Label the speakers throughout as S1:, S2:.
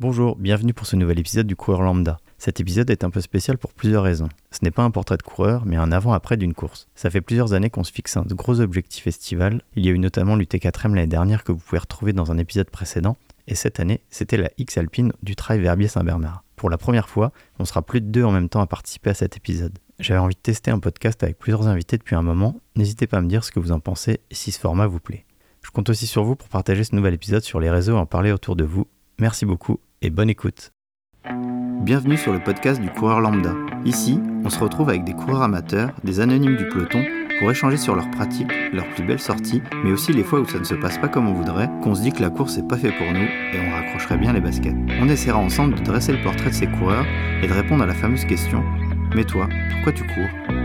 S1: Bonjour, bienvenue pour ce nouvel épisode du coureur lambda. Cet épisode est un peu spécial pour plusieurs raisons. Ce n'est pas un portrait de coureur, mais un avant-après d'une course. Ça fait plusieurs années qu'on se fixe un gros objectif estival. Il y a eu notamment l'UT4M l'année dernière que vous pouvez retrouver dans un épisode précédent. Et cette année, c'était la X Alpine du Trail Verbier Saint-Bernard. Pour la première fois, on sera plus de deux en même temps à participer à cet épisode. J'avais envie de tester un podcast avec plusieurs invités depuis un moment. N'hésitez pas à me dire ce que vous en pensez et si ce format vous plaît. Je compte aussi sur vous pour partager ce nouvel épisode sur les réseaux et en parler autour de vous. Merci beaucoup et bonne écoute. Bienvenue sur le podcast du coureur lambda. Ici, on se retrouve avec des coureurs amateurs, des anonymes du peloton, pour échanger sur leurs pratiques, leurs plus belles sorties, mais aussi les fois où ça ne se passe pas comme on voudrait, qu'on se dit que la course n'est pas fait pour nous et on raccrocherait bien les baskets. On essaiera ensemble de dresser le portrait de ces coureurs et de répondre à la fameuse question Mais toi, pourquoi tu cours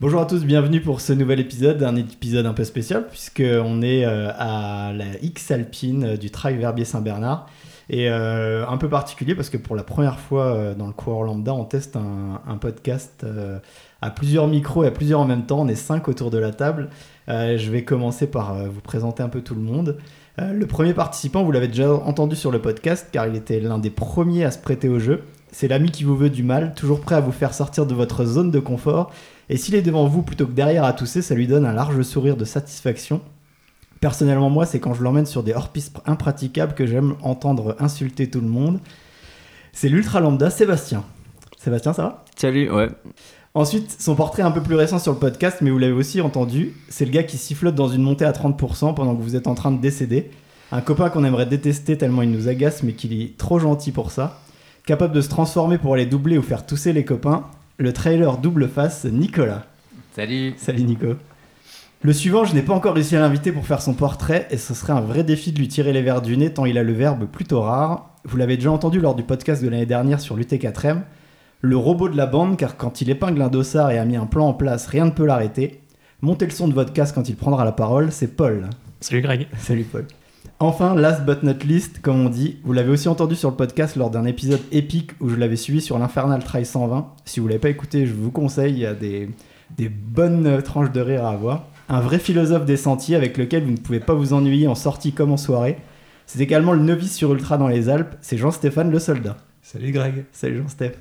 S2: Bonjour à tous, bienvenue pour ce nouvel épisode, un épisode un peu spécial puisqu'on est euh, à la X Alpine euh, du Trail Verbier Saint-Bernard et euh, un peu particulier parce que pour la première fois euh, dans le coureur lambda on teste un, un podcast euh, à plusieurs micros et à plusieurs en même temps, on est cinq autour de la table. Euh, je vais commencer par euh, vous présenter un peu tout le monde. Euh, le premier participant, vous l'avez déjà entendu sur le podcast car il était l'un des premiers à se prêter au jeu. C'est l'ami qui vous veut du mal, toujours prêt à vous faire sortir de votre zone de confort et s'il est devant vous plutôt que derrière à tousser, ça lui donne un large sourire de satisfaction. Personnellement, moi, c'est quand je l'emmène sur des hors-pistes impraticables que j'aime entendre insulter tout le monde. C'est l'ultra lambda Sébastien. Sébastien, ça va
S3: Salut, ouais.
S2: Ensuite, son portrait un peu plus récent sur le podcast, mais vous l'avez aussi entendu, c'est le gars qui sifflote dans une montée à 30% pendant que vous êtes en train de décéder. Un copain qu'on aimerait détester tellement il nous agace, mais qu'il est trop gentil pour ça. Capable de se transformer pour aller doubler ou faire tousser les copains, le trailer double face Nicolas.
S3: Salut.
S2: Salut Nico. Le suivant, je n'ai pas encore réussi à l'inviter pour faire son portrait, et ce serait un vrai défi de lui tirer les verres du nez tant il a le verbe plutôt rare. Vous l'avez déjà entendu lors du podcast de l'année dernière sur l'UT4M, le robot de la bande, car quand il épingle un dossard et a mis un plan en place, rien ne peut l'arrêter. Montez le son de votre casque quand il prendra la parole, c'est Paul.
S4: Salut Greg.
S2: Salut Paul. Enfin, last but not least, comme on dit, vous l'avez aussi entendu sur le podcast lors d'un épisode épique où je l'avais suivi sur l'Infernal Trail 120. Si vous l'avez pas écouté, je vous conseille, il y a des, des bonnes euh, tranches de rire à avoir. Un vrai philosophe des sentiers avec lequel vous ne pouvez pas vous ennuyer en sortie comme en soirée. C'est également le novice sur Ultra dans les Alpes, c'est Jean-Stéphane le soldat.
S4: Salut Greg.
S2: Salut Jean-Steph.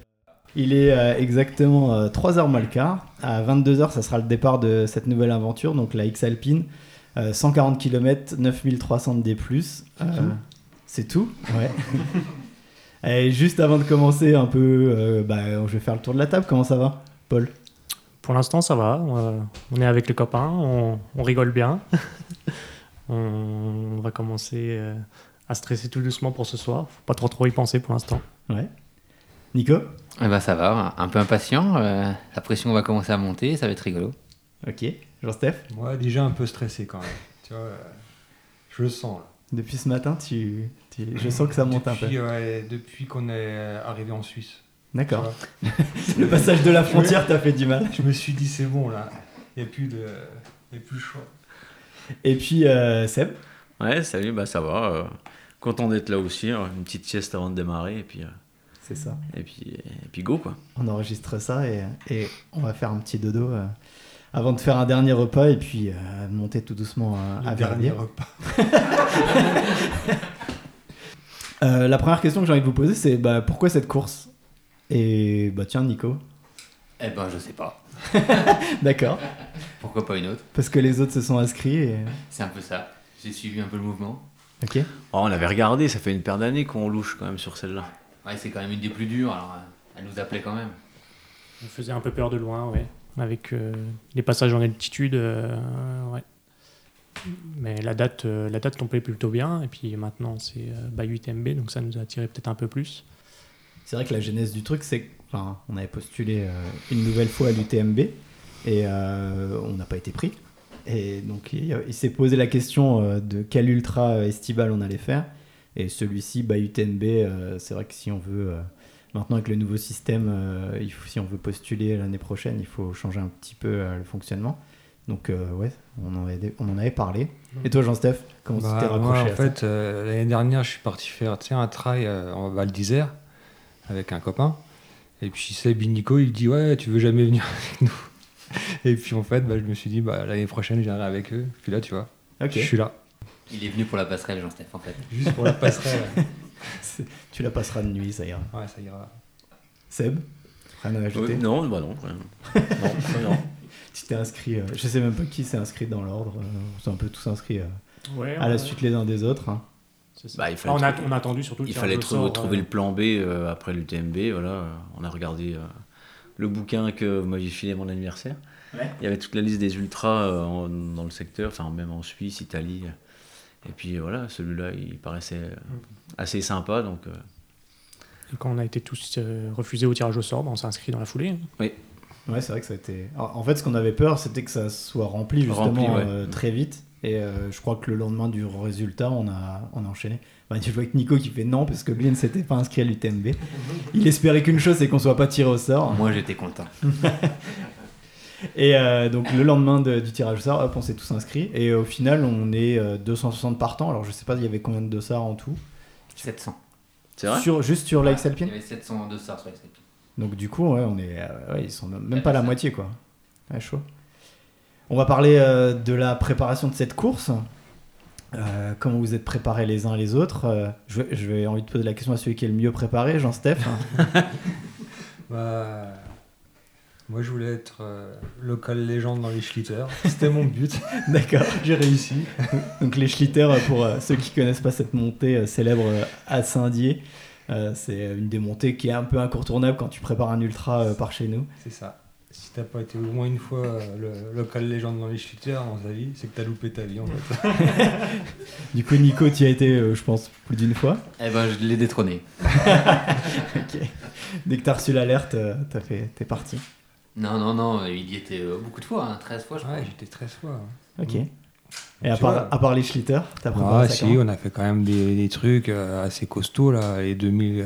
S2: Il est euh, exactement 3h moins le quart. À 22h, ça sera le départ de cette nouvelle aventure, donc la X-Alpine. Euh, 140 km, 9300 de D+. Euh, c'est tout Ouais. Et juste avant de commencer un peu, euh, bah, je vais faire le tour de la table. Comment ça va, Paul
S4: Pour l'instant, ça va. euh, on est avec les copains, on, on rigole bien. on va commencer euh, à stresser tout doucement pour ce soir. Faut pas trop trop y penser pour l'instant.
S2: Ouais. Nico
S3: Eh ben ça va, un peu impatient. euh, la pression va commencer à monter, ça va être rigolo.
S2: Ok. Jean-Steph
S5: Moi, déjà un peu stressé quand même. tu vois, euh, je le sens. Là.
S2: Depuis ce matin, tu, tu- je sens que ça monte un peu.
S5: depuis, ouais, depuis qu'on est euh, arrivé en Suisse. tu
S2: D'accord.
S5: vois.
S2: Le passage de la frontière t'a fait du mal.
S5: Je me suis dit, c'est bon là. Il n'y a plus de. y a plus le choix.
S2: Et puis, euh, Seb
S6: Ouais, salut, bah ça va. euh, content d'être là aussi. euh, Une petite sieste avant de démarrer et puis, euh,
S2: C'est ça.
S6: et puis, et puis go quoi.
S2: On enregistre ça et, et on va faire un petit dodo euh, avant de faire un dernier repas et puis euh, monter tout doucement à-
S5: Le
S2: à
S5: dernier
S2: Verbier.
S5: repas.
S2: Euh, la première question que j'ai envie de vous poser, c'est bah, pourquoi cette course Et bah tiens, Nico.
S3: Eh ben je sais pas.
S2: D'accord.
S3: Pourquoi pas une autre
S2: Parce que les autres se sont inscrits. Et...
S3: C'est un peu ça. J'ai suivi un peu le mouvement.
S2: Ok.
S6: Oh, on avait regardé, ça fait une paire d'années qu'on louche quand même sur celle-là.
S3: Ouais, c'est quand même une des plus dures, alors euh, elle nous appelait quand même.
S4: On faisait un peu peur de loin, ouais. Avec euh, les passages en altitude, euh, ouais. Mais la date, euh, la date tombait plutôt bien. Et puis maintenant, c'est euh, by 8 MB, donc ça nous a attiré peut-être un peu plus.
S2: C'est vrai que la genèse du truc, c'est qu'on on avait postulé euh, une nouvelle fois à l'UTMB et euh, on n'a pas été pris. Et donc il, il s'est posé la question euh, de quel ultra estival on allait faire. Et celui-ci, bah, UTMB, euh, c'est vrai que si on veut, euh, maintenant avec le nouveau système, euh, il faut, si on veut postuler l'année prochaine, il faut changer un petit peu euh, le fonctionnement. Donc euh, ouais, on en, avait, on en avait parlé. Et toi Jean-Steph, comment tu
S5: Bah,
S2: t'es
S5: moi,
S2: raccroché
S5: en
S2: à ça
S5: fait, euh, l'année dernière, je suis parti faire tu sais, un trail euh, en Val d'Isère avec un copain. Et puis Seb et Nico, il dit Ouais, tu veux jamais venir avec nous Et puis en fait, bah, je me suis dit, bah, l'année prochaine, j'irai avec eux. Puis là, tu vois,
S2: Ok.
S5: je suis là.
S3: Il est venu pour la passerelle, Jean-Steph, en fait.
S5: Juste pour la passerelle.
S2: C'est- Tu la passeras de nuit, ça ira.
S5: ouais, ça ira.
S2: Seb, rien à ajouter
S6: Euh, non, bah non. rien. Non, non, non.
S2: Tu t'es inscrit, euh, je sais même pas qui s'est inscrit dans l'ordre. euh, on s'est un peu tous inscrits euh,
S4: Ouais,
S2: à la
S4: ouais,
S2: suite les uns des autres. hein.
S4: c'est ça.
S6: Bah, il
S4: Ah,
S6: fallait
S4: on, a,
S6: trouver-
S4: on a attendu surtout. le
S6: Il fallait
S4: tirage au
S6: trouver,
S4: sort,
S6: trouver
S4: euh,
S6: le plan B euh, après l'UTMB. Voilà, euh, on a regardé euh, le bouquin que vous m'aviez filé à mon anniversaire.
S2: Ouais.
S6: Il y avait toute la liste des ultras euh, en- dans le secteur, enfin même en Suisse, Italie. euh, Et puis voilà, celui-là, il paraissait euh, assez sympa. Donc, euh,
S4: et quand on a été tous euh, refusés au tirage au sort, bah, on s'est inscrit dans la foulée. hein.
S2: Ouais, c'est vrai que ça a été. En en fait, ce qu'on avait peur, c'était que ça soit rempli justement
S6: Rempli, ouais.
S2: euh, très vite. Et euh, je crois que le lendemain du résultat, on a, on a enchaîné. Bah, tu vois que Nico qui fait non parce que lui il ne s'était pas inscrit à l'UTMB. Il espérait qu'une chose, c'est qu'on soit pas tiré au sort.
S3: Moi, j'étais content.
S2: Et euh, donc le lendemain de- du tirage au sort, hop, on s'est tous inscrits. Et au final, on est euh, 260 partants. Alors je sais pas, il y avait combien de dossards en tout
S3: 700.
S6: c'est vrai.
S2: sur, Juste sur l'Aix Alpine
S3: Il y avait 700 en deçà sur les sept.
S2: Donc du coup, ouais, on est, euh, ouais, ils sont même
S3: Ouais,
S2: pas la
S3: ça.
S2: moitié, quoi. Ouais, chaud. On va parler euh, de la préparation de cette course. Euh, comment vous êtes préparés les uns les autres Euh, je, vais- je vais envie de poser la question à celui qui est le mieux préparé, Hein. Jean-Steph.
S5: Bah, moi, je voulais être euh, local légende dans les schlitters. C'était mon but.
S2: D'accord, j'ai réussi. Donc les Schlitter, euh, pour euh, ceux qui connaissent pas cette montée euh, célèbre euh, à Saint-Dié, euh, c'est une des montées qui est un peu incontournable quand tu prépares un ultra euh, par chez nous.
S5: C'est ça. Si t'as pas été au moins une fois euh, le local légende dans les schlitters, dans ta vie, c'est que t'as loupé ta vie en fait.
S2: Du coup, Nico, tu as été, euh, je pense, plus d'une fois.
S3: Eh ben, je l'ai détrôné.
S2: Dès que tu as reçu l'alerte, euh, t'as fait- t'es parti.
S3: Non, non, non, il y était euh, beaucoup de fois, hein, 13 fois, je crois.
S5: Ah Ouais, j'étais très soir.
S2: Ok.
S5: Mm.
S2: Et à
S5: Tu
S2: part,
S5: vois.
S2: à part les Schlitter, t'as préparé
S5: Ah
S2: ça
S5: si,
S2: comment
S5: on a fait quand même des, des trucs euh, assez costauds là, les 2000, euh,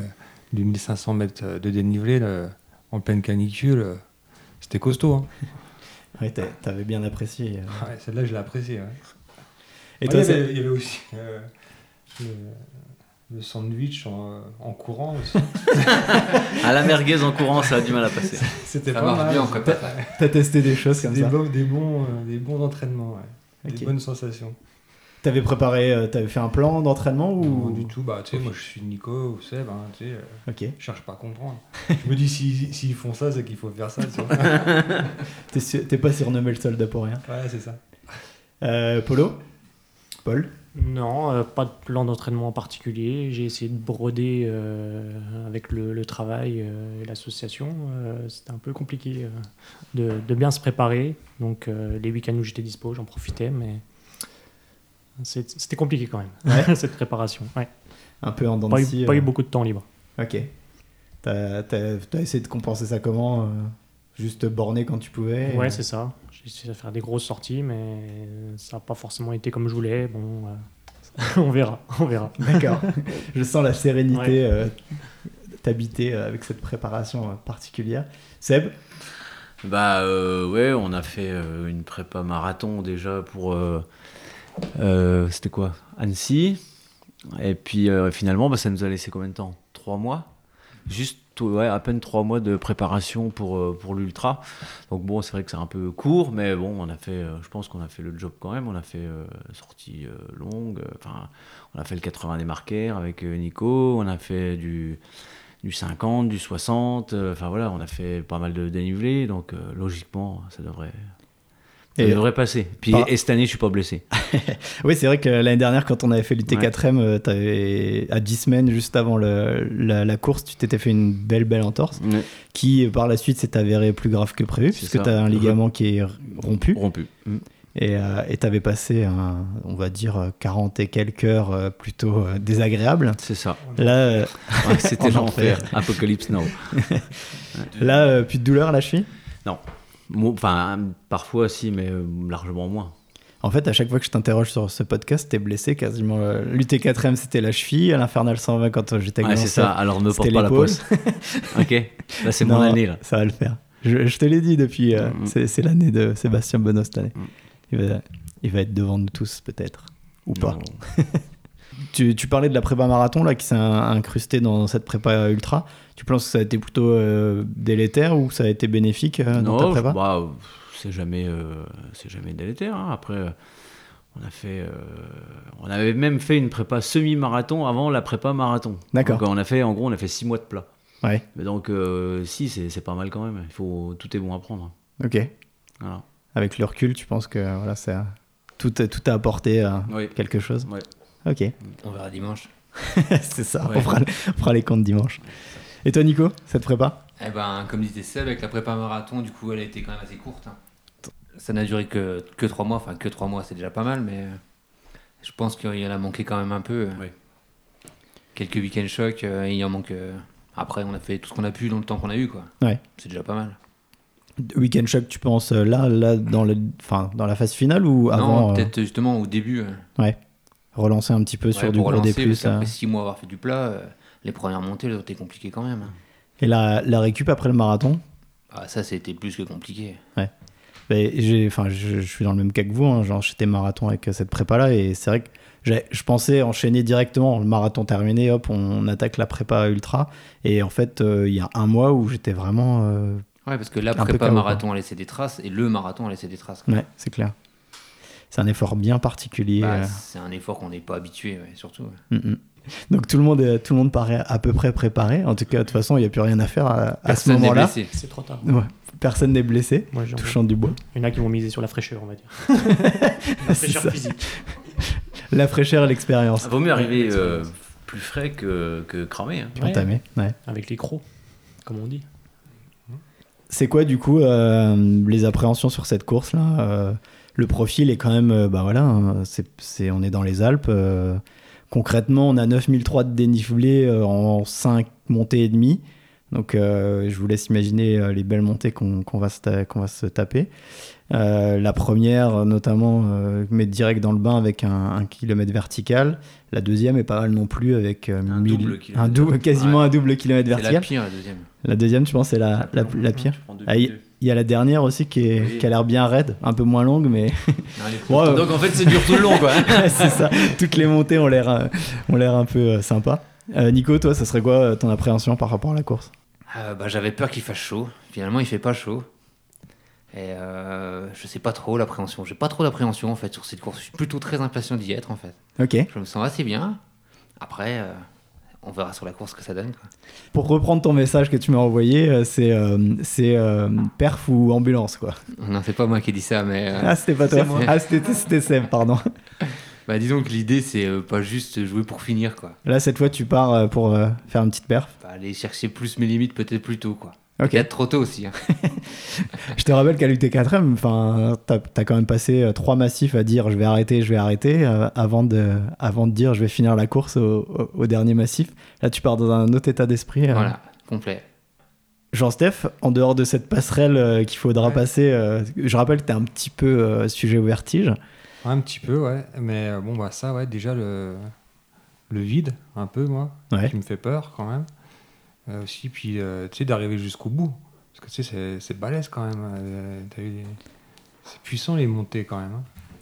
S5: 2500 mètres euh, de dénivelé là, en pleine canicule, euh, c'était costaud. Hein.
S2: Ouais, t'a- t'avais bien apprécié. euh.
S5: Ouais, Celle-là je l'ai appréciée. ouais.
S2: Et
S5: Ouais,
S2: toi,
S5: Ah, il y
S2: c'est-
S5: avait, il y avait aussi euh, le, le sandwich en, euh, en courant aussi.
S6: À la merguez en courant, ça a du mal à passer.
S5: C'était
S3: Ça
S5: pas
S3: marche
S5: mal.
S3: bien en prépa.
S2: t'as testé des choses
S5: C'est
S2: comme
S5: des,
S2: ça.
S5: bons, des, bons, euh, des bons entraînements, ouais.
S2: Ok.
S5: des bonnes sensations.
S2: T'avais préparé, euh, t'avais fait un plan d'entraînement ou
S5: Non, du tout, bah tu sais, moi je suis Nico ou Seb, hein, tu sais, euh,
S2: Ok.
S5: je cherche pas à comprendre. je me dis, s'ils s'ils font ça, c'est qu'il faut faire ça. tu vois.
S2: T'es su- T'es pas surnommé le soldat pour rien.
S5: ouais, c'est ça.
S2: Euh, Polo Paul
S4: Non, euh, pas de plan d'entraînement en particulier. J'ai essayé de broder euh, avec le, le travail euh, et l'association. Euh, C'était un peu compliqué euh, de, de bien se préparer. Donc euh, les week-ends où j'étais dispo, j'en profitais, mais c'est- c'était compliqué quand même, cette préparation. Ouais.
S2: Un peu en dents de
S4: Pas, eu-
S2: scie,
S4: pas eu
S2: euh.
S4: beaucoup de temps libre.
S2: Ok. T'as t'as- t'as essayé de compenser ça comment euh, Juste borné quand tu pouvais et-
S4: Ouais, c'est ça. J'ai essayé de faire des grosses sorties, mais ça n'a pas forcément été comme je voulais. Bon, euh, on verra, on verra.
S2: D'accord. Je sens la sérénité
S4: Ouais.
S2: euh, t'habiter euh, avec cette préparation euh, particulière. Seb
S6: Bah euh, ouais, on a fait euh, une prépa marathon déjà pour euh, euh, c'était quoi Annecy. Et puis euh, finalement, bah, ça nous a laissé combien de temps Trois mois. Juste ouais, à peine trois mois de préparation pour euh, pour l'ultra. Donc bon, c'est vrai que c'est un peu court, mais bon, on a fait. euh, je pense qu'on a fait le job quand même. On a fait euh, sortie euh, longue. euh, Enfin, on a fait le 80 des marquaires avec euh, Nico. On a fait du du 50, du 60. euh, Enfin voilà, on a fait pas mal de dénivelés, donc euh, logiquement, ça devrait, ça
S5: Euh,
S2: Et-
S6: devrait passer. Puis
S2: Par-
S6: et cette année, je suis pas blessé.
S2: Oui, c'est vrai que l'année dernière, quand on avait fait l'UT4M, euh, t'avais- à 10 semaines juste avant le- la, la course, tu t'étais fait une belle, belle entorse qui, euh, par la suite, s'est avérée plus grave que prévu
S6: C'est
S2: puisque
S6: ça.
S2: t'as un ligament qui est rompu
S6: Rompu.
S2: et euh, et t'avais passé, un, on va dire, euh, 40 et quelques heures euh, plutôt euh, désagréables.
S6: C'est ça.
S2: Là, euh,
S6: Ouais, C'était
S2: En
S6: l'enfer. Apocalypse Now.
S2: là euh, plus de douleur à la cheville
S6: Mo- Enfin, parfois si, mais euh, largement moins.
S2: En fait, à chaque fois que je t'interroge sur ce podcast, t'es blessé quasiment. euh, L'UT4M, c'était la cheville, à l'Infernal 120 quand euh, j'étais
S6: Ouais,
S2: avec
S6: c'est ça. Alors ne porte
S2: C'était
S6: pas la
S2: l'épaule.
S6: poisse. ok. Là, c'est mon
S2: Non,
S6: année là.
S2: Ça va le faire. Je, je te l'ai dit depuis. euh,
S6: Mm.
S2: C'est c'est l'année de Sébastien Bonneau cette année.
S6: Mm.
S2: Il va, il va être devant nous tous, peut-être. Ou pas.
S6: Non.
S2: Tu, tu parlais de la prépa marathon, là, qui s'est in- incrustée dans cette prépa ultra. Tu penses que ça a été plutôt euh, délétère ou ça a été bénéfique euh, dans ta
S6: Non,
S2: prépa
S6: bah, c'est- c'est jamais, euh, c'est jamais délétère. hein. Après, euh, on a fait, euh, on avait même fait une prépa semi-marathon avant la prépa marathon.
S2: D'accord.
S6: Donc on a fait, en gros, on a fait six mois de plat.
S2: Ouais.
S6: Mais donc, euh, si, c'est c'est pas mal quand même. Il faut, tout est bon à prendre. hein.
S2: Ok.
S6: Voilà.
S2: Avec le recul, tu penses que voilà, ça, tout, tout a apporté euh,
S6: Oui.
S2: quelque chose
S6: Ouais.
S2: Ok,
S7: On verra dimanche.
S2: c'est ça,
S6: Ouais.
S2: on, fera, on fera les comptes dimanche. Et toi, Nico, ça te prépare
S7: Eh ben, comme disait Seb, avec la prépa marathon, du coup, elle a été quand même assez courte. hein. Ça n'a duré que, que 3 mois. Enfin, que 3 mois, c'est déjà pas mal, mais euh, je pense qu'il y en a manqué quand même un peu.
S6: Oui.
S7: Quelques week-ends chocs, euh, il en manque. euh, Après, on a fait tout ce qu'on a pu dans le temps qu'on a eu, quoi.
S2: Ouais.
S7: C'est déjà pas mal.
S2: Weekend Shock, tu penses euh, là, là dans, le, enfin, dans la phase finale ou avant
S7: non,
S2: euh,
S7: peut-être justement au début. euh,
S2: relancer un petit peu
S7: ouais,
S2: sur du
S7: pour
S2: gros des
S7: relancer, parce
S2: plus euh,
S7: qu'après 6 mois avoir fait du plat, euh, les premières montées, elles ont été compliquées quand même.
S2: Et la, la récup après le marathon
S7: Ah, ça, c'était plus que compliqué.
S2: Ben, j'ai- enfin, je, je suis dans le même cas que vous, hein, genre j'étais marathon avec euh, cette prépa-là, et c'est vrai que j'ai- je pensais enchaîner directement, le marathon terminé, hop, on, attaque la prépa ultra, et en fait, euh, il y a un mois où j'étais vraiment... euh,
S7: Ouais, parce que la
S2: peu
S7: prépa
S2: chaos,
S7: marathon a laissé des traces et le marathon a laissé des traces. quoi.
S2: ouais, c'est clair. C'est un effort bien particulier.
S7: Bah,
S2: euh,
S7: C'est un effort qu'on n'est pas habitué, ouais, surtout. ouais.
S2: mm, mm. Donc tout le, monde, est- tout le monde paraît à peu près préparé, en tout cas, de toute façon, il n'y a plus rien à faire à, à ce
S7: Personne n'est
S2: moment-là.
S7: blessé.
S4: C'est trop tard.
S2: Ouais, personne n'est blessé,
S4: Moi, j'en-
S2: touchant du bois.
S4: Il y en a qui vont miser sur la fraîcheur, on va dire. la fraîcheur
S2: ça.
S4: physique.
S2: La fraîcheur et l'expérience.
S6: Ça vaut mieux arriver euh, plus frais que, que cramé. hein.
S7: Ah,
S4: Ouais,
S2: Entamé, ouais.
S4: avec les crocs, comme on dit.
S2: C'est quoi du coup euh, les appréhensions sur cette course là Euh, Le profil est quand même, euh, bah voilà, hein, c'est, c'est- on est dans les Alpes. euh, concrètement, on a 9003 de dénivelé euh, en 5 montées et demie. Donc euh, je vous laisse imaginer euh, les belles montées qu'on, qu'on va, se ta- qu'on va se taper. Euh, la première, euh, notamment, euh, met direct dans le bain avec un, un kilomètre vertical. La deuxième est pas mal non plus avec euh,
S6: Un
S2: mille-
S6: double
S2: un
S6: kilomètre.
S2: double- quasiment un double kilomètre
S7: C'est la
S2: vertical.
S7: pire, la deuxième.
S2: La, deuxième, tu penses, c'est la, la, la pire
S6: Tu prends deux
S2: Ah, il-
S6: minutes.
S2: il y a la dernière aussi qui, est-
S6: Oui.
S2: qui a l'air bien raide, un peu moins longue, mais
S7: Non, elle est cool.
S2: Ouais, ouais.
S6: Donc en fait, c'est dur tout le long, quoi. hein.
S2: c'est ça. Toutes les montées ont l'air, euh, ont l'air un peu euh, sympa. Euh, Nico, toi, ça serait quoi euh, ton appréhension par rapport à la course
S7: Euh, bah, J'avais peur qu'il fasse chaud. Finalement, il fait pas chaud. Et euh, je sais pas trop l'appréhension. J'ai pas trop d'appréhension en fait sur cette course. Je suis plutôt très impatient d'y être en fait.
S2: Ok.
S7: Je me sens assez bien. Après, euh, on verra sur la course ce que ça donne. quoi.
S2: Pour reprendre ton message que tu m'as envoyé, euh, c'est, euh, c'est euh, perf ou ambulance, quoi.
S7: Non, c'est pas moi qui ai dit ça, mais euh,
S2: Ah, c'était pas toi.
S7: C'est moi.
S2: Ah, c'était, c'était Seb, pardon.
S7: bah, disons que l'idée c'est euh, pas juste jouer pour finir quoi.
S2: Là, cette fois, tu pars euh, pour euh, faire une petite perf.
S7: Bah, aller chercher plus mes limites peut-être plus tôt quoi.
S2: Ok.
S7: Peut-être trop tôt aussi. hein.
S2: Je te rappelle qu'à l'UT4M, enfin, t'as, t'as quand même passé euh, trois massifs à dire je vais arrêter, je vais arrêter, euh, avant, de, avant de dire je vais finir la course au, au- au dernier massif. Là, tu pars dans un autre état d'esprit. euh.
S7: Voilà, complet.
S2: Jean-Steph, en dehors de cette passerelle euh, qu'il faudra
S5: Ouais.
S2: passer, euh, je rappelle que t'es un petit peu euh, sujet au vertige.
S5: Un petit peu, ouais. Mais euh, bon, bah ça, ouais, déjà le, le vide, un peu, moi,
S2: Ouais.
S5: qui me fait peur quand même. Euh, aussi, puis, euh, tu sais, d'arriver jusqu'au bout. Parce que, tu sais, c'est- c'est balèze quand même. euh, t'as eu des- C'est puissant les montées quand même.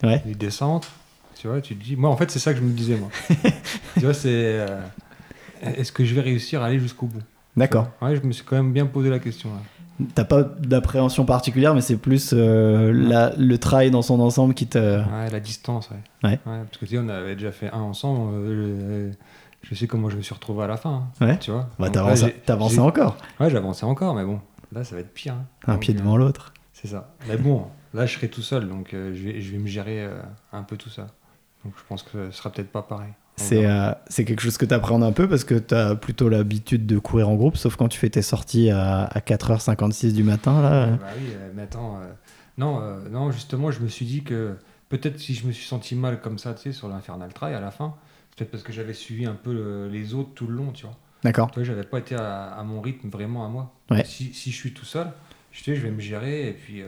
S5: hein.
S2: Ouais.
S5: Les descentes, tu vois, tu te dis. Moi, en fait, c'est ça que je me disais, moi. tu vois, c'est. euh, Est-ce que je vais réussir à aller jusqu'au bout
S2: D'accord.
S5: Ouais, je me suis quand même bien posé la question. Là.
S2: T'as pas d'appréhension particulière, mais c'est plus euh, la- le travail dans son ensemble qui te. bah,
S5: Ouais, la distance, ouais.
S2: Ah. Ouais.
S5: parce que tu sais, on avait déjà fait un ensemble. euh, je, je sais comment je me suis retrouvé à la fin. hein,
S2: Ouais.
S5: Tu vois.
S2: Bah,
S5: Donc
S2: t'avances-
S5: là, j'ai-
S2: t'avances
S5: j'ai-
S2: encore,
S5: Ouais, j'avançais encore, mais bon, là, ça va être pire. hein.
S2: un
S5: Donc,
S2: pied
S5: euh,
S2: devant l'autre.
S5: C'est ça. Mais bon, là, je serai tout seul, donc euh, je, vais, je vais me gérer euh, un peu tout ça. Donc, je pense que ce sera peut-être pas pareil. On
S2: C'est
S5: verra.
S2: euh, c'est quelque chose que tu un peu parce que tu as plutôt l'habitude de courir en groupe, sauf quand tu fais tes sorties à, à 4h56 du matin. Là.
S5: Bah oui, euh, mais attends. euh, non, euh, non, justement, je me suis dit que peut-être si je me suis senti mal comme ça, tu sais, sur l'Infernal Trail à la fin, c'est peut-être parce que j'avais suivi un peu euh, les autres tout le long, tu vois.
S2: D'accord.
S5: Toi, j'avais pas été à, à mon rythme vraiment à moi.
S2: Ouais.
S5: Si, si je suis tout seul, je sais, je vais me gérer et puis euh,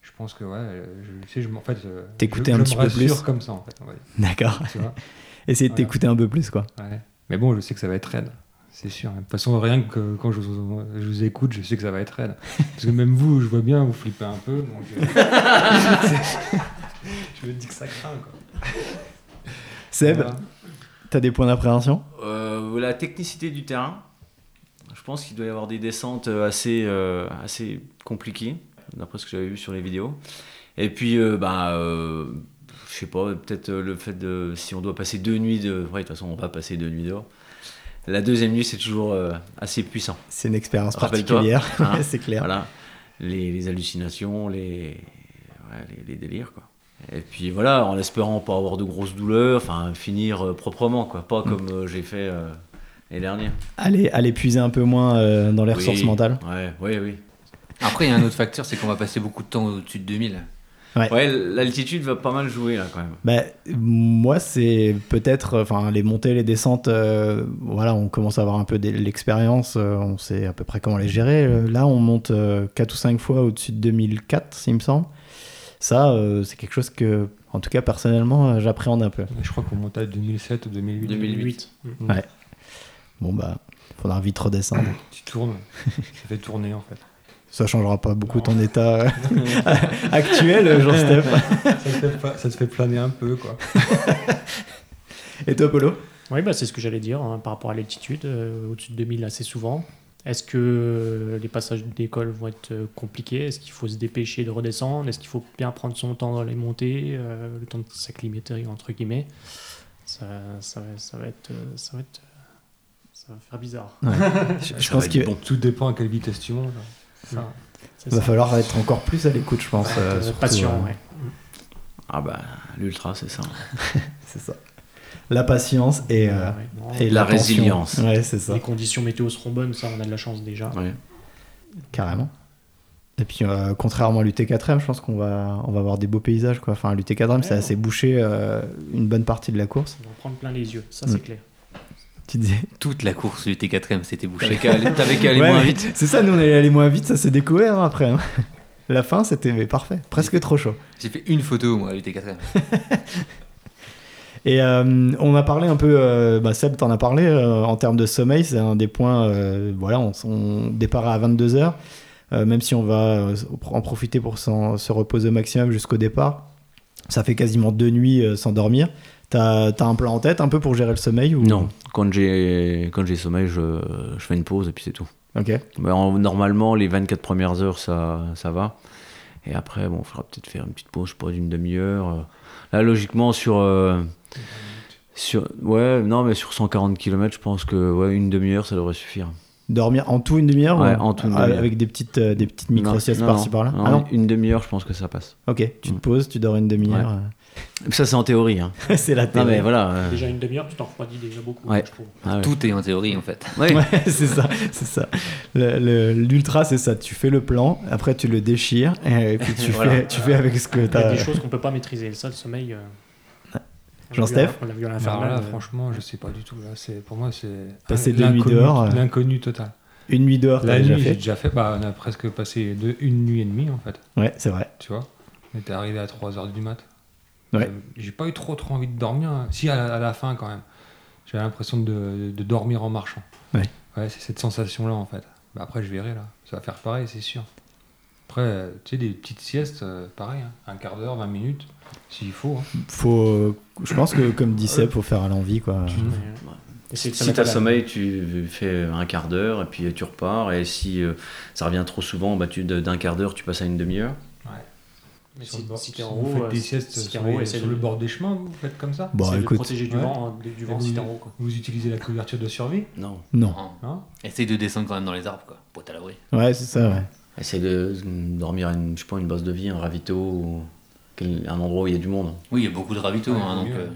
S5: je pense que ouais, euh, je sais, je m'en- en fait, euh,
S2: T'écouter
S5: je-
S2: un
S5: je
S2: petit
S5: me
S2: peu plus.
S5: rassure comme ça en fait. on va dire,
S2: D'accord.
S5: tu vois.
S2: Essayer de
S5: Voilà.
S2: t'écouter un peu plus, quoi.
S5: Ouais. Mais bon, je sais que ça va être raide, c'est sûr. hein. De toute façon, rien que quand je vous, je vous écoute, je sais que ça va être raide. Parce que même vous, je vois bien, vous flippez un peu. donc, euh, c'est- je me dis que ça craint quoi.
S2: Seb,
S5: Voilà.
S2: t'as des points d'appréhension
S6: Euh, la technicité du terrain. Je pense qu'il doit y avoir des descentes euh, assez, euh, assez compliquées. d'après ce que j'avais vu sur les vidéos. Et puis, euh, bah, euh, je sais pas, peut-être euh, le fait de. Si on doit passer deux nuits de. Ouais, de toute façon, on va passer deux nuits dehors. La deuxième nuit, c'est toujours euh, assez puissant.
S2: C'est une expérience
S6: Rappelle-toi,
S2: particulière,
S6: hein.
S2: Ouais, c'est clair.
S6: Voilà. Les, les hallucinations, les, ouais, les, les délires, quoi. Et puis voilà, en espérant pas avoir de grosses douleurs, enfin finir euh, proprement, quoi. Pas comme euh, j'ai fait euh, l'année dernière.
S2: Allez, allez puiser un peu moins euh, dans les
S6: Oui.
S2: ressources mentales.
S6: Ouais, oui, oui.
S3: Après, il y a un autre facteur, c'est qu'on va passer beaucoup de temps au-dessus de 2000.
S6: Ouais, l'altitude va pas mal jouer, là, quand même.
S2: Bah, moi, c'est peut-être, enfin, les montées, les descentes, euh, voilà, on commence à avoir un peu de l'expérience, euh, on sait à peu près comment les gérer. Euh, Là, on monte 4 ou 5 fois au-dessus de 2004, s'il me semble. Ça, euh, c'est quelque chose que, en tout cas, personnellement, euh, j'appréhende un peu.
S5: Je crois qu'on monte à 2007 ou 2008.
S6: 2008.
S4: Mm.
S2: Bon, bah, faudra vite redescendre.
S5: Tu tournes. Ça fait tourner, en fait.
S2: Ça changera pas beaucoup ton état euh, actuel, euh, Jean-Steph.
S5: Ça te, fait pla- ça te fait planer un peu, quoi.
S2: Et toi, Polo
S4: Oui, bah, c'est ce que j'allais dire hein, par rapport à l'altitude, euh, au-dessus de 2000 assez souvent. Est-ce que euh, les passages d'école vont être euh, compliqués Est-ce qu'il faut se dépêcher de redescendre Est-ce qu'il faut bien prendre son temps dans les montées, euh, le temps de s'acclimater entre guillemets ça, ça, va- ça va être, euh, ça va être, euh, ça va faire bizarre.
S2: Je,
S6: Ça
S2: pense
S6: va être
S2: qu'il
S6: bon.
S5: Tout dépend à quelle vitesse tu montes.
S4: Ça, c'est
S2: va
S4: ça.
S2: falloir être encore plus à l'écoute, je pense. euh,
S4: Euh,
S2: surtout,
S4: patient,
S2: euh,
S4: ouais.
S6: Ah bah, l'ultra, c'est ça.
S2: C'est ça. La patience et, euh,
S4: Ouais, non.
S2: et
S6: La
S2: l'attention.
S6: résilience.
S2: Ouais, c'est ça,
S4: les conditions météo seront bonnes, ça on a de la chance déjà.
S6: Ouais.
S2: carrément. Et puis, euh, contrairement à l'UT4M, je pense qu'on va, on va avoir des beaux paysages. Quoi. Enfin, l'UT4M, c'est
S4: Ouais.
S2: assez bouché euh, une bonne partie de la course.
S4: On va en prendre plein les yeux, ça
S2: Mm.
S4: c'est clair.
S2: Tu disais.
S3: Toute la course du T4M s'était
S6: T'avais
S3: bouchée.
S6: qu'à aller, t'avais qu'à aller
S2: Ouais,
S6: moins
S2: mais
S6: vite.
S2: C'est ça, nous on est allé moins vite, ça s'est découvert hein, après. hein. La fin, c'était mais parfait, presque trop chaud.
S3: J'ai fait une photo, moi, du T4M.
S2: Et euh, on a parlé un peu, euh, bah Seb t'en a parlé, euh, en termes de sommeil, c'est un des points, euh, voilà, on, on départ à 22h, même si on va euh, en profiter pour s'en- se reposer au maximum jusqu'au départ, ça fait quasiment deux nuits euh, sans dormir. T'as t'as un plan en tête un peu pour gérer le sommeil ou...
S6: Non, quand j'ai quand j'ai sommeil, je, je fais une pause et puis c'est tout.
S2: Ok,
S6: Mais Bah, en- normalement, les 24 premières heures, ça, ça va. Et après, bon, il faudra peut-être faire une petite pause, je sais pas, d'une demi-heure. euh. Là, logiquement, sur, euh, sur. Ouais, non, mais sur 140 km, je pense que ouais, une demi-heure, ça devrait suffire.
S2: dormir en tout une demi-heure
S6: Ouais,
S2: ou-
S6: en tout une
S2: Ah,
S6: demi-heure.
S2: Avec des petites, euh, des petites micro-siestes
S6: Non, non,
S2: par-ci par-là
S6: non,
S2: Ah non
S6: Une demi-heure, je pense que ça passe.
S2: Ok, tu te
S6: Mm.
S2: poses, tu dors une demi-heure.
S6: Ça, c'est en théorie. Hein.
S2: c'est la
S6: Non, mais
S2: théorie.
S6: voilà. euh,
S4: Déjà une demi-heure, tu t'en refroidis déjà beaucoup,
S6: Ouais.
S4: je trouve.
S6: ah ouais.
S3: Tout est en théorie, en fait.
S6: Ouais.
S2: Ouais, c'est ça, c'est ça. Le- le- L'ultra, c'est ça. Tu fais le plan, après tu le déchires, et puis tu,
S6: Voilà.
S2: fais, tu fais avec ce que
S4: Il y a
S2: t'as.
S4: des choses qu'on peut pas maîtriser. Ça, le sommeil. euh, on l'a vu à-
S2: Jean-Steph
S4: On l'a vu à
S5: Enfin,
S4: l'infernal.
S5: là,
S4: euh,
S5: franchement, je sais pas du tout. Là, c'est pour moi, c'est
S2: Passer
S5: un-
S2: deux nuits
S5: l'inconnu-
S2: dehors, euh.
S5: L'inconnu total.
S2: Une nuit dehors, t'as
S5: La
S2: déjà
S5: nuit, j'ai
S2: fait.
S5: déjà fait. Bah, on a presque passé deux- une nuit et demie en fait.
S2: Ouais, c'est vrai.
S5: Tu vois, on était arrivé à 3h du mat.
S2: Ouais.
S5: Euh, J'ai pas eu trop trop envie de dormir. hein. Si à la, à la fin quand même, j'avais l'impression de, de dormir en marchant.
S2: Ouais.
S5: Ouais, c'est cette sensation là en fait. Bah, après je verrai là, ça va faire pareil c'est sûr. Après, euh, tu sais, des petites siestes, euh, pareil, hein. un quart d'heure, 20 minutes, s'il faut. hein.
S2: Faut, euh, je pense que, comme dit Seb, faut faire à l'envie, quoi.
S4: ouais. Essayer
S6: Si
S4: de se
S6: si
S4: mettre
S6: t'as
S4: à la-
S6: sommeil, tu fais un quart d'heure et puis tu repars. Et si euh, ça revient trop souvent, bah, tu- d'un quart d'heure, tu passes à une demi-heure.
S4: Mais
S5: Sur
S4: si-
S5: le bord-
S4: si t'es en
S5: vous
S4: haut,
S5: faites
S4: euh,
S5: des
S4: si-
S5: siestes
S4: si t'es
S5: sur,
S4: en haut,
S5: les-
S4: essaie
S5: sur
S4: de-
S5: le bord des chemins, vous faites comme ça
S2: Bon,
S4: essayer de
S2: écoute,
S4: protéger du
S5: ouais.
S4: vent, euh, du vent
S5: vous,
S4: si t'es en haut. quoi.
S5: vous utilisez la couverture de survie
S6: Non.
S2: non.
S5: hein
S3: Essaye de descendre quand même dans les arbres, quoi, pour être à l'abri.
S2: Ouais, c'est ça, ouais.
S6: Essaye de mm, dormir à une, je sais pas, une base de vie, un ravito, ou quel- un endroit où il y a du monde.
S3: Oui, il y a beaucoup de ravito,
S5: Ouais,
S3: hein,
S5: vaut
S3: donc.
S5: mieux.
S3: euh,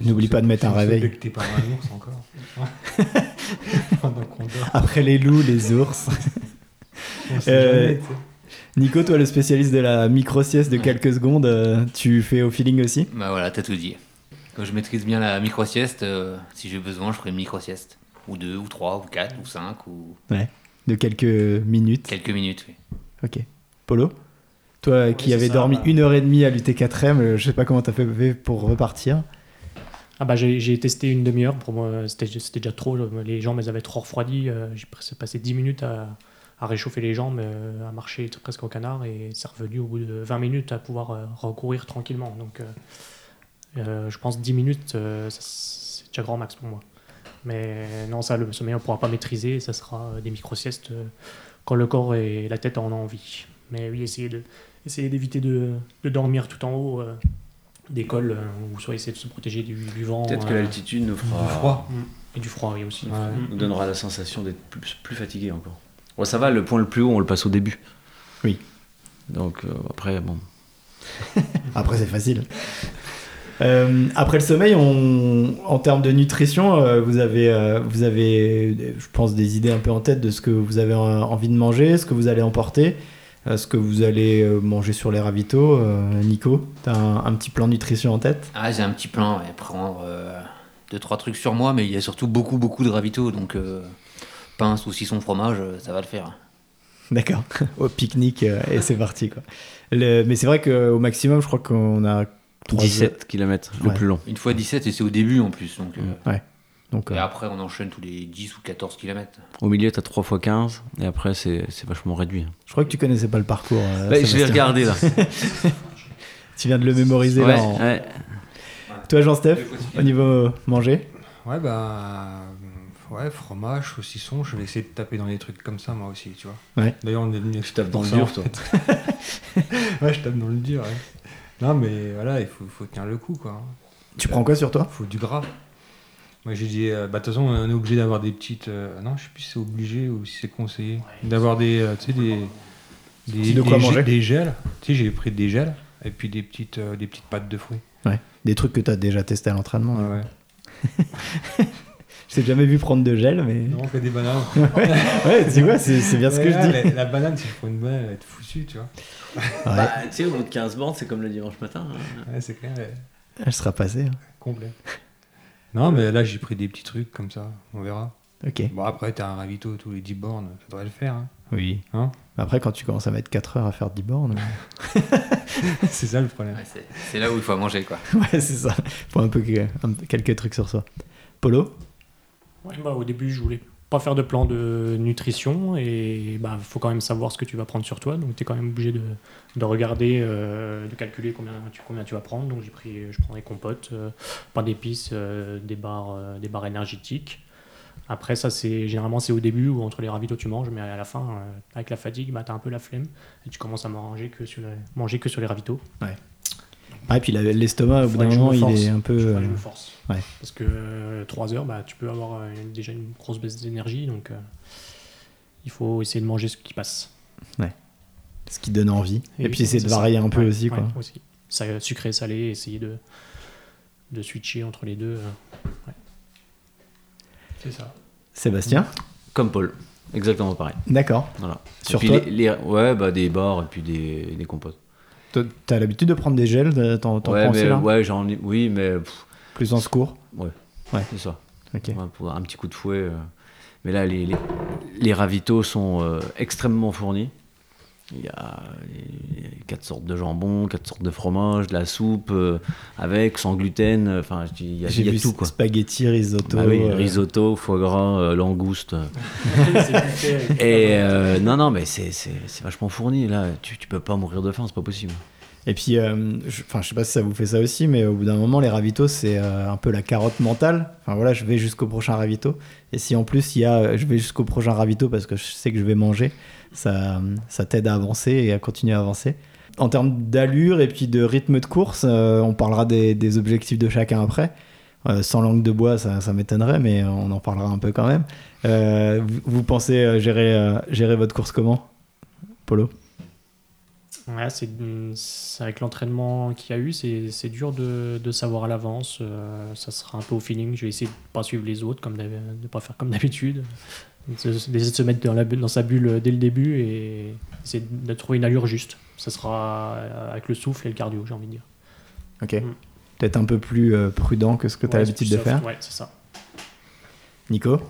S2: N'oublie pas de mettre un réveil.
S5: Suspecté par un ours encore. Pendant qu'on dort,
S2: Après les loups, les ours.
S5: on sait
S2: Euh,
S5: jamais, tu sais.
S2: Nico, toi, le spécialiste de la micro-sieste de
S3: Ouais.
S2: quelques secondes, euh, tu fais au feeling aussi
S3: Bah voilà, t'as tout dit. Quand je maîtrise bien la micro-sieste, euh, si j'ai besoin, je ferai une micro-sieste. Ou deux, ou trois, ou quatre, ou cinq, ou
S2: De quelques minutes.
S3: quelques minutes, oui.
S2: Ok. Polo Toi qui
S4: c'est
S2: avais
S4: ça,
S2: dormi
S4: bah.
S2: une heure et demie à l'UT4M, euh, je sais pas comment t'as fait pour repartir.
S4: Ah bah j'ai j'ai testé une demi-heure, pour moi c'était c'était déjà trop, euh, les jambes elles avaient trop refroidi, euh, j'ai pres- passé 10 minutes à, à réchauffer les jambes, euh, à marcher presque au canard et c'est revenu au bout de 20 minutes à pouvoir euh, recourir tranquillement. Donc euh, euh, je pense 10 minutes euh, ça, c'est déjà grand max pour moi. Mais non ça le sommeil on pourra pas maîtriser, ça sera euh, des micro-siestes euh, quand le corps et la tête en ont envie. Mais oui, essayez de essayer d'éviter de, de dormir tout en haut euh, des cols, euh, ou soit essayer de se protéger du, du vent.
S6: Peut-être que
S4: euh,
S6: l'altitude nous fera.
S5: Du froid.
S4: Et du froid, oui, aussi.
S5: Ouais.
S4: Mm.
S6: nous donnera la sensation d'être plus, plus fatigué encore. Bon, ça va, le point le plus haut, on le passe au début.
S2: Oui.
S6: Donc euh, après, bon.
S2: Après, c'est facile. Euh, après le sommeil, on, en termes de nutrition, euh, vous avez, euh, vous avez, euh, je pense, des idées un peu en tête de ce que vous avez euh, envie de manger, ce que vous allez emporter, euh, ce que vous allez euh, manger sur les ravitaux. Euh, Nico, t'as un, un petit plan nutrition en tête
S3: Ah, j'ai un petit plan, ouais, prendre euh, deux trois trucs sur moi, mais il y a surtout beaucoup beaucoup de ravito, donc euh, pain, saucisson, fromage, euh, ça va le faire.
S2: D'accord. Au pique-nique euh, et c'est parti quoi. Le- mais c'est vrai qu'au maximum, je crois qu'on a trois
S6: 17 km,
S2: Ouais.
S6: le plus long.
S3: Une fois 17 et c'est au début en plus, donc. euh,
S2: heures. Donc, euh,
S3: et après on enchaîne tous les 10 ou 14 km.
S6: Au milieu, t'as 3 fois 15, et après, c'est c'est vachement réduit.
S2: je crois que tu connaissais pas le parcours. euh,
S6: Là, Bah, je l'ai
S2: Sébastien.
S6: regardé là.
S2: Tu viens de le mémoriser
S6: Ouais,
S2: là. en-
S6: ouais.
S2: Toi, Jean-Steph, au niveau euh, manger
S5: Ouais, bah. Ouais, fromage, saucisson, je vais essayer de taper dans des trucs comme ça, moi aussi, tu vois.
S2: Ouais.
S5: D'ailleurs, on est venu.
S6: Tu tapes
S5: pour
S6: dans le
S5: ça,
S6: dur,
S5: en
S6: toi.
S5: fait. ouais, je tape dans le dur, ouais. Non, mais voilà, il faut, faut tenir le coup, quoi.
S2: Tu prends quoi sur toi
S5: faut du gras. Moi j'ai dit, euh, bah de toute façon on est obligé d'avoir des petites. euh, non, je sais plus si c'est obligé ou si c'est conseillé. d'avoir des. euh, tu sais, des. Des,
S2: De quoi
S5: des ge-
S2: manger.
S5: des gels. Tu sais, j'ai pris des gels et puis des petites, euh, des petites pâtes de fruits.
S2: Des trucs que t'as déjà testé à l'entraînement.
S5: Ouais, ouais.
S2: Je t'ai jamais vu prendre de gel, mais.
S5: Non, que des bananes.
S2: ouais, tu vois, c'est c'est bien ce
S5: Ouais,
S2: que je dis.
S5: La, la banane, si je prends une banane, elle va être foutue, tu vois.
S2: Ouais,
S6: Bah, tu sais, au bout de 15 bandes, c'est comme le dimanche matin. hein.
S5: Ouais, c'est clair, elle est
S2: elle sera passée. hein.
S5: complète. Non, mais là j'ai pris des petits trucs comme ça, on verra.
S2: Ok.
S5: Bon, après t'as un ravito tous les 10 bornes, ça devrait le faire. hein.
S2: Oui.
S5: Hein
S2: Après, quand tu commences à mettre 4 heures à faire 10 bornes.
S5: c'est ça le problème.
S3: Ouais, c'est c'est là où il faut manger quoi.
S2: euh, ouais, c'est ça. Faut un peu que- un- quelques trucs sur soi. Polo
S4: Ouais, bah, au début, je voulais pas faire de plan de nutrition et bah faut quand même savoir ce que tu vas prendre sur toi. Donc tu es quand même obligé de, de regarder, euh, de calculer combien tu, combien tu vas prendre. Donc j'ai pris, je prends des compotes, euh, pain d'épices, euh, des barres, euh, des barres énergétiques. Après ça c'est généralement c'est au début ou entre les ravitaux tu manges, mais à la fin euh, avec la fatigue bah t'as un peu la flemme et tu commences à manger que sur les, manger que sur les ravitaux.
S2: Ah, et puis la- l'estomac, au bout
S4: Faudrait
S2: d'un
S4: que je
S2: moment,
S4: me
S2: il
S4: force.
S2: est un peu.
S4: Je, crois que je
S2: euh,
S4: me force.
S2: ouais.
S4: Parce que euh, trois heures, bah, tu peux avoir euh, une- déjà une grosse baisse d'énergie, donc euh, il faut essayer de manger ce qui passe.
S2: Ce qui donne envie. Et, puis, essayer de
S4: c'est ça.
S2: varier un peu
S4: Ouais,
S2: aussi,
S4: ouais,
S2: quoi.
S4: aussi. Ça, euh, sucré, salé, essayer de, de switcher entre les deux. euh, ouais. C'est ça.
S2: Sébastien
S6: Comme Paul. Exactement pareil.
S2: D'accord.
S6: Voilà.
S2: Sur
S6: Et puis
S2: toi
S6: les- les- Ouais, bah des bars et puis des, des compotes.
S2: Toi, T'as l'habitude de prendre des gels euh, T'en t'en
S6: Ouais,
S2: prends aussi,
S6: mais,
S2: là
S6: ouais, j'en ai- Oui, mais pff,
S2: Plus en secours
S6: c'est ça.
S2: Ok.
S6: Ouais, pour un petit coup de fouet. euh. Mais là, les, les, les ravitaux sont euh, extrêmement fournis. Il y a euh, quatre sortes de jambon, quatre sortes de fromage, de la soupe euh, avec, sans gluten. euh, Enfin, je dis, il y a,
S2: J'ai
S6: il y a
S2: vu
S6: tout quoi.
S2: Spaghetti, risotto.
S6: Bah oui,
S2: euh,
S6: risotto, foie gras, euh, langouste. Et euh, non, non, mais c'est c'est- c'est vachement fourni. Là, tu, tu peux pas mourir de faim, c'est pas possible.
S2: Et puis, euh, je, enfin, je sais pas si ça vous fait ça aussi, mais au bout d'un moment, les ravitaux, c'est euh, un peu la carotte mentale. Enfin voilà, je vais jusqu'au prochain ravito. Et si en plus il y a, euh, je vais jusqu'au prochain ravito parce que je sais que je vais manger, ça, euh, ça t'aide à avancer et à continuer à avancer. En termes d'allure et puis de rythme de course, euh, on parlera des, des objectifs de chacun après. Euh, sans langue de bois, ça, ça m'étonnerait, mais on en parlera un peu quand même. Euh, vous, vous pensez euh, gérer, euh, gérer votre course comment, Polo
S4: Ouais, c'est c'est avec l'entraînement qu'il y a eu, c'est c'est dur de, de savoir à l'avance. euh, ça sera un peu au feeling. Je vais essayer de pas suivre les autres, comme d'hab- de pas faire comme d'habitude. De- D'essayer de se mettre dans, la, bu- dans sa bulle euh, dès le début et essayer de, de trouver une allure juste. Ça sera euh, avec le souffle et le cardio, j'ai envie de dire.
S2: Ok.
S4: Mm.
S2: Peut-être un peu plus euh, prudent que ce que tu as
S4: Ouais,
S2: l'habitude de
S4: soft,
S2: faire.
S4: Ouais, c'est ça.
S2: Nico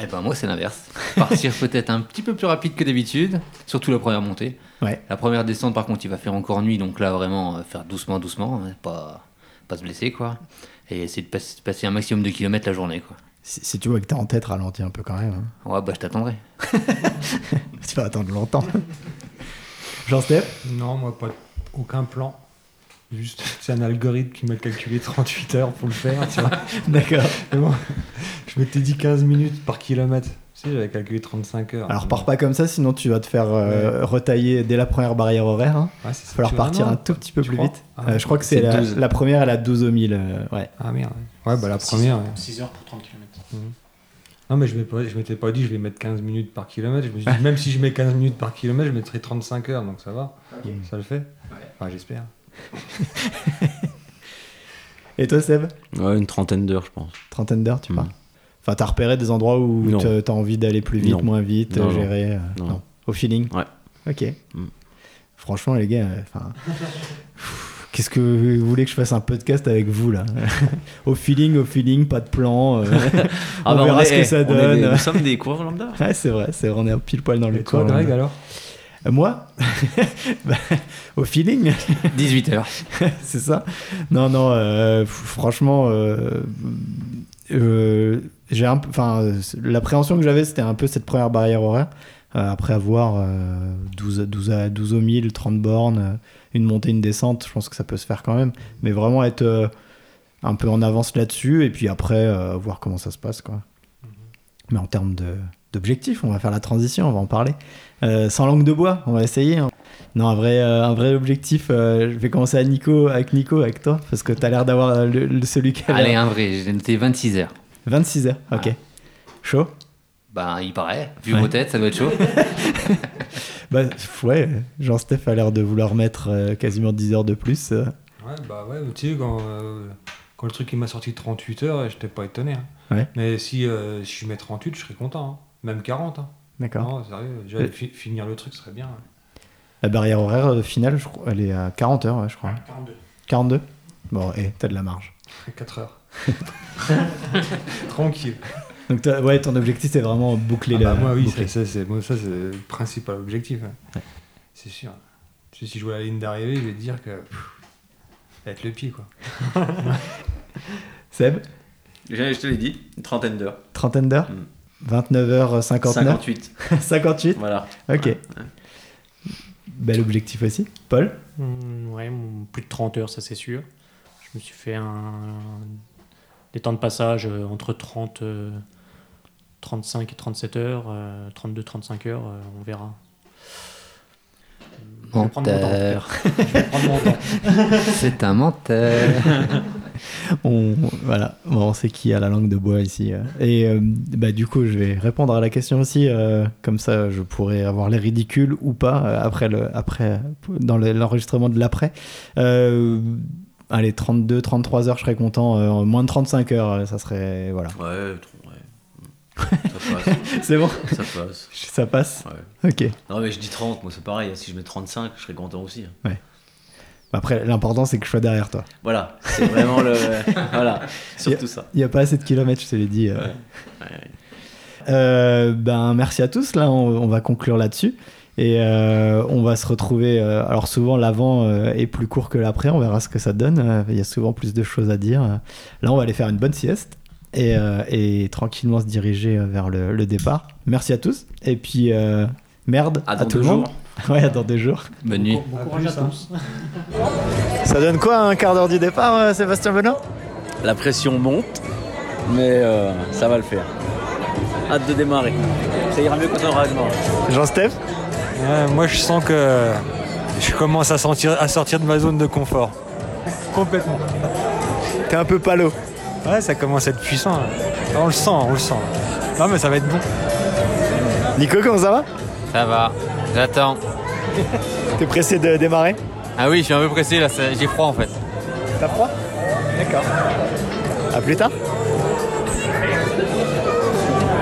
S3: Eh ben moi c'est l'inverse. Partir peut-être un petit peu plus rapide que d'habitude, surtout la première montée.
S2: Ouais.
S3: La première descente par contre il va faire encore nuit, donc là vraiment euh, faire doucement doucement, hein, pas, pas se blesser quoi. Et essayer de passer- passer un maximum de kilomètres la journée quoi.
S2: si, si tu vois que t'es en tête, ralentis un peu quand même. hein.
S3: Ouais bah je t'attendrai.
S2: Tu vas attendre longtemps. Jean-Steph
S5: Non, moi, pas aucun plan. Juste, c'est un algorithme qui m'a calculé 38 heures pour le faire, tu vois.
S2: D'accord.
S5: Mais bon, je m'étais dit 15 minutes par kilomètre. Tu sais, j'avais calculé 35 heures.
S2: Alors pars pas comme ça, sinon tu vas te faire euh, retailler dès la première barrière horaire. hein.
S5: Ouais, c'est ça.
S2: Il va falloir
S5: Tu
S2: partir
S5: vois, non,
S2: un tout petit peu
S5: tu
S2: plus
S5: crois
S2: vite.
S5: Ah,
S2: Euh, je crois que c'est la,
S5: 12.
S2: la première, elle a 12 au 1000. euh, ouais.
S5: Ah merde. Ouais, bah la première. ouais.
S4: 6 heures pour 30 km.
S5: Non, mais je m'ai pas- je m'étais pas dit je vais mettre 15 minutes par kilomètre. Je me suis dit, même si je mets 15 minutes par kilomètre, je mettrai 35 heures, donc ça va. Ça le fait Enfin, j'espère.
S2: Et toi, Seb
S6: Ouais, une trentaine d'heures, je pense.
S2: Trentaine d'heures, tu
S6: Mm.
S2: pars Enfin, t'as repéré des endroits où
S6: Non.
S2: t'as t'as envie d'aller plus vite,
S6: Non.
S2: moins vite,
S6: Non,
S2: euh,
S6: non.
S2: gérer euh,
S6: Non.
S2: non. Au feeling
S6: Ouais.
S2: Ok.
S6: Mm.
S2: Franchement, les gars, euh, enfin. Qu'est-ce que vous voulez que je fasse un podcast avec vous là Au feeling, au feeling, pas de plan. euh. On verra ce que ça
S6: Ah bah, on est des-
S2: donne.
S6: nous sommes des coureurs lambda.
S2: Ouais, c'est vrai, c'est vrai, on est pile poil dans le
S5: Et toi,
S2: corps.
S5: Greg, alors
S2: Euh, Moi Bah, Au feeling
S3: 18 heures.
S2: c'est ça. Non, non, euh, f- franchement, euh, euh, j'ai un, p- enfin, euh, l'appréhension que j'avais, c'était un peu cette première barrière horaire. Euh, après avoir euh, 12, à- 12 à 12 au 1000, 30 bornes, euh, une montée, une descente, je pense que ça peut se faire quand même. Mais vraiment être euh, un peu en avance là-dessus et puis après euh, voir comment ça se passe, quoi. Mais en termes de- d'objectifs, on va faire la transition, on va en parler. Euh, sans langue de bois, on va essayer. hein. Non, un vrai, euh, un vrai objectif. euh, je vais commencer à Nico, avec Nico, avec toi, parce que t'as l'air d'avoir euh, le, le- celui qui a l'air-
S3: Allez, un vrai, j'ai noté 26 heures.
S2: 26 heures. Ok.
S3: Voilà.
S2: Chaud.
S3: Bah, il paraît. Vu
S2: Ouais.
S3: vos têtes, ça doit être chaud.
S2: Bah pff, ouais, Jean-Steph a l'air de vouloir mettre euh, quasiment 10 heures de plus. euh.
S5: Ouais, bah ouais, mais tu sais, quand, euh, quand le truc il m'a sorti 38 heures, j'étais pas étonné. hein.
S2: Ouais.
S5: Mais si, euh, si je mets 38, je serais content. hein. Même 40. hein.
S2: D'accord.
S5: Non, sérieux, déjà,
S2: Euh.
S5: fi- finir le truc serait bien. hein.
S2: La barrière horaire euh, finale, je crois, elle est à 40 heures, ouais, je crois.
S4: 42.
S2: 42 Bon, et t'as de la marge.
S5: 4 heures. Tranquille.
S2: Donc t'as- ouais, ton objectif c'est vraiment boucler
S5: Ah
S2: la.
S5: bah moi, oui,
S2: boucler.
S5: ça, ça, c'est moi, ça, c'est le principal objectif. hein. C'est sûr. Tu sais, si je vois la ligne d'arrivée, je vais te dire que. pff, avec le pied, quoi.
S2: Seb,
S6: Déjà, je te l'ai dit, une trentaine d'heures.
S2: trentaine d'heures
S6: Mm.
S2: 29h59
S6: 58.
S2: 58
S6: Voilà.
S2: Ok. Bel objectif aussi. Paul
S4: Mm, ouais, mm, plus de 30 heures, ça c'est sûr. Je me suis fait un, des temps de passage euh, entre 30, euh, 35 et 37 heures, euh, 32, 35 heures, euh, on verra. Je vais prendre mon temps, en tout cas.
S3: Menteur.
S4: Je vais prendre mon temps.
S3: C'est un menteur.
S2: On, voilà, Bon, on sait qui a la langue de bois ici. euh. Et euh, bah, du coup, je vais répondre à la question aussi. euh, comme ça, je pourrais avoir les ridicules ou pas euh, après, le, après euh, dans le- l'enregistrement de l'après. Euh, allez, 32, 33 heures, je serais content. euh, moins de 35 heures, euh, ça serait. Voilà.
S6: Ouais, tr- ouais. Ça
S2: C'est bon
S6: passe. ça passe.
S2: Ça passe
S6: Ouais.
S2: Ok.
S6: Non, mais je dis 30, moi c'est pareil. hein. Si je mets 35, je serais content aussi. hein.
S2: Après, l'important, c'est que je sois derrière toi.
S6: Voilà, c'est vraiment le. voilà, surtout ça.
S2: Il n'y a pas assez de kilomètres, je te l'ai dit. euh.
S6: Ouais. Ouais.
S2: Euh, ben, merci à tous. Là, on, on va conclure là-dessus. Et euh, on va se retrouver. euh, alors, souvent, l'avant euh, est plus court que l'après. On verra ce que ça donne. Euh, Il y a souvent plus de choses à dire. Euh, Là, on va aller faire une bonne sieste et, euh, et tranquillement se diriger euh, vers le, le départ. Merci à tous. Et puis, euh, merde
S6: À
S2: à,
S6: dans
S2: tout
S6: deux
S2: le monde.
S6: jours.
S2: Ouais, à dans deux jours.
S3: Bonne nuit.
S4: Bon
S5: À
S4: courage à
S5: plus, hein.
S4: tous.
S2: Ça donne quoi un quart d'heure du départ, euh, Sébastien Benoît
S6: La pression monte, mais euh, ça va le faire. Hâte de démarrer. Ça ira mieux quand on aura démarré.
S2: Jean-Steph
S5: Ouais, moi, je sens que je commence à, sentir, à sortir de ma zone de confort. Complètement.
S2: T'es un peu palo.
S5: Ouais, ça commence à être puissant. hein. On le sent, on le sent. Non, mais ça va être bon.
S2: Nico, comment ça va
S3: Ça va. J'attends.
S2: T'es pressé de démarrer
S3: Ah oui, je suis un peu pressé là. ça- J'ai froid en fait.
S2: T'as froid D'accord. À plus tard.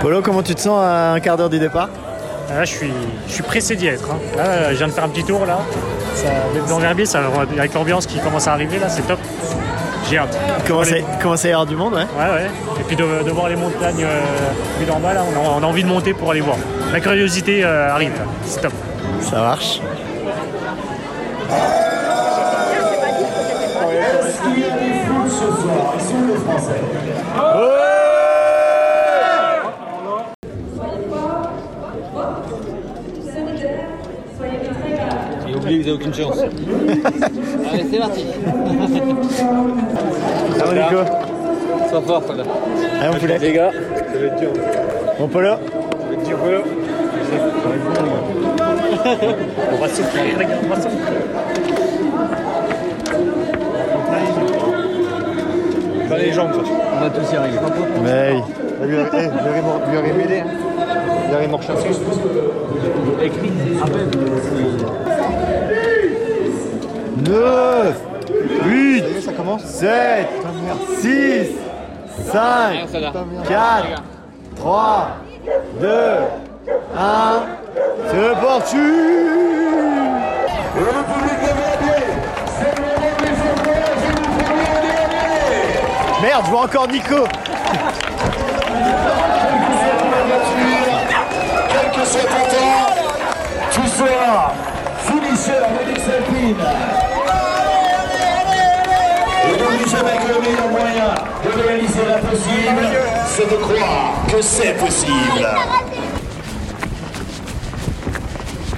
S2: Polo, comment tu te sens à un quart d'heure du départ
S8: Ah, Là, je suis, je suis pressé d'y être. hein. Là, je viens de faire un petit tour là. Ça, d'être dans Verbier, ça, avec l'ambiance qui commence à arriver là, c'est top. J'ai hâte.
S2: Comment ça commence à y avoir du monde, ouais
S8: Ouais, ouais. Et puis de, de voir les montagnes euh, vues d'en bas là, on a, on a envie de monter pour aller voir. La curiosité euh, arrive, là. c'est top.
S2: Ça marche.
S5: Et au
S9: oublié que vous n'avez aucune chance. Allez, c'est parti.
S2: Ça va, Nico
S9: Sois fort, toi, là.
S2: Allez, on poulet.
S9: Les gars.
S2: Mon polo
S8: On va souffrir, les gars, on va souffrir.
S9: Dans les jambes, On va tous y arriver.
S2: Mais
S10: Lui, a- eh, lui a remor- lui a remêlé, hein. Il a remorché un truc.
S9: Écris, rappelle.
S2: 9, 8,
S10: Ça y est, ça commence
S2: 7, 6, 5, 4, 3, 2, 1, c'est parti Merde, je vois encore Nico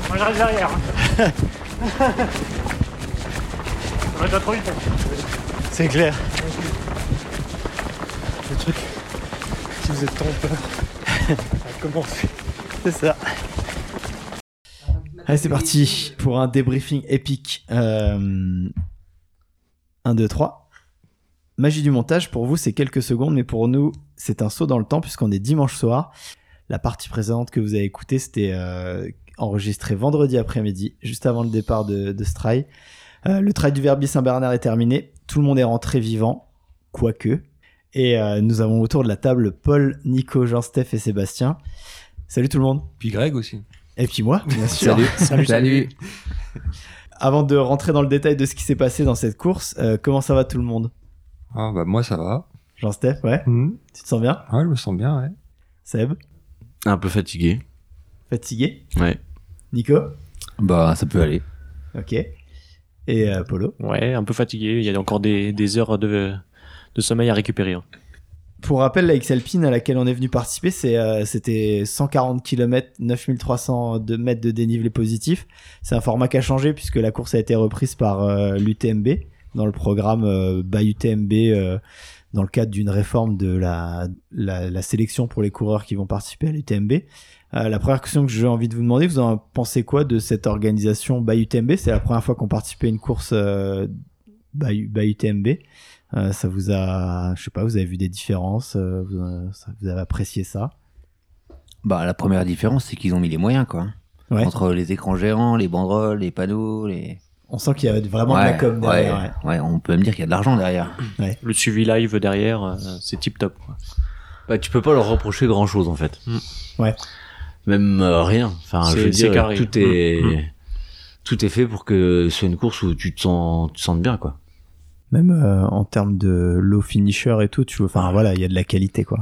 S8: Moi, j'arrive derrière. hein. Ça va être trop vite. hein.
S2: C'est clair.
S5: Si vous êtes tant peur, commencez.
S2: C'est ça. Allez, c'est parti pour un débriefing épique. Euh, 1, 2, 3. Magie du montage, pour vous, c'est quelques secondes, mais pour nous, c'est un saut dans le temps puisqu'on est dimanche soir. La partie présente que vous avez écoutée, c'était euh, enregistrée vendredi après-midi, juste avant le départ de, de ce trail. Euh, le trail du Verbier Saint-Bernard est terminé. Tout le monde est rentré vivant, quoique. Et euh, nous avons autour de la table Paul, Nico, Jean-Steph et Sébastien. Salut tout le monde.
S5: Puis Greg aussi.
S2: Et puis moi, bien sûr.
S6: Salut. Salut.
S2: Avant de rentrer dans le détail de ce qui s'est passé dans cette course, euh, comment ça va tout le monde
S5: Ah bah moi ça va.
S2: Jean-Steph, ouais Tu te sens bien
S5: Ah je me sens bien, ouais.
S2: Seb
S6: Un peu fatigué.
S2: Fatigué
S6: Ouais.
S2: Nico
S6: Bah, ça peut aller.
S2: Ok. Et euh, Polo
S11: Ouais, un peu fatigué. Il y a encore des, des heures de, de sommeil à récupérer. hein.
S2: Pour rappel, la X-Alpine à laquelle on est venu participer, c'est, euh, c'était 140 km, 9300 de mètres de dénivelé positif. C'est un format qui a changé puisque la course a été reprise par euh, l'UTMB dans le programme euh, by UTMB euh, dans le cadre d'une réforme de la, la, la sélection pour les coureurs qui vont participer à l'UTMB. Euh, la première question que j'ai envie de vous demander, vous en pensez quoi de cette organisation by UTMB C'est la première fois qu'on participait à une course euh, by, by UTMB. Euh, ça vous a, je sais pas, vous avez vu des différences, euh, vous, euh, ça- vous avez apprécié ça.
S7: Bah, la première différence, c'est qu'ils ont mis les moyens, quoi.
S2: Ouais.
S7: Entre les écrans géants, les banderoles, les panneaux, les.
S2: On sent qu'il y a vraiment de Ah la com derrière. ouais.
S7: ouais. ouais, on peut me dire qu'il y a de l'argent derrière.
S11: Le suivi live derrière, euh, c'est tip top. quoi.
S6: Bah, tu peux pas leur reprocher grand chose en fait.
S11: Mm.
S2: Ouais.
S6: Même euh, rien. Enfin, je
S11: C'est-
S6: veux
S11: c'est
S6: dire,
S11: carré.
S6: tout est
S11: Mm.
S6: tout est fait pour que ce soit une course où tu te sens, tu te sens bien quoi.
S2: Même euh, en termes de low finisher et tout, tu vois, enfin voilà, il y a de la qualité quoi.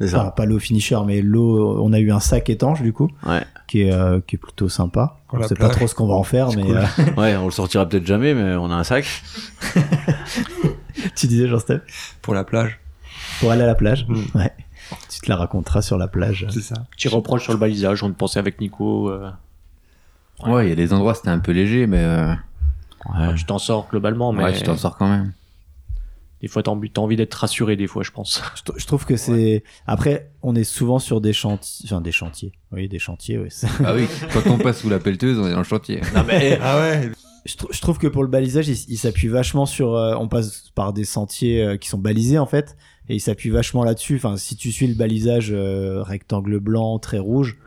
S6: C'est
S2: Enfin, pas low finisher, mais low. On a eu un sac étanche du coup,
S6: Ouais.
S2: qui est euh, qui est plutôt sympa.
S5: Pour
S2: On
S5: la
S2: sait pas
S5: plage.
S2: trop ce qu'on va en faire, mais euh,
S6: ouais, on le sortira peut-être jamais, mais on a un sac.
S2: tu disais Jean-Steph
S5: Pour la plage,
S2: pour aller à la plage.
S5: Mm.
S2: Ouais. Tu te la raconteras sur la plage.
S5: c'est ça.
S11: Petit reproche sur le balisage. On te pensait avec Nico. euh,
S7: Ouais, il y a des endroits, c'était un peu léger, mais. euh,
S11: enfin, tu t'en sors globalement, mais
S7: Ouais, tu t'en sors quand même.
S11: des fois, t'as envie, t'as envie d'être rassuré, des fois, je pense.
S2: Je tr- Je trouve que c'est. Après, on est souvent sur des chantiers. Enfin, des chantiers. Oui, des chantiers, oui.
S7: Ah oui, quand on passe sous la pelleteuse, on est dans le chantier.
S5: Ah ouais
S2: je, tr- je trouve que pour le balisage, il, s- il s'appuie vachement sur. euh, on passe par des sentiers euh, qui sont balisés en fait, et il s'appuie vachement là-dessus. Enfin, si tu suis le balisage euh, rectangle blanc, très rouge,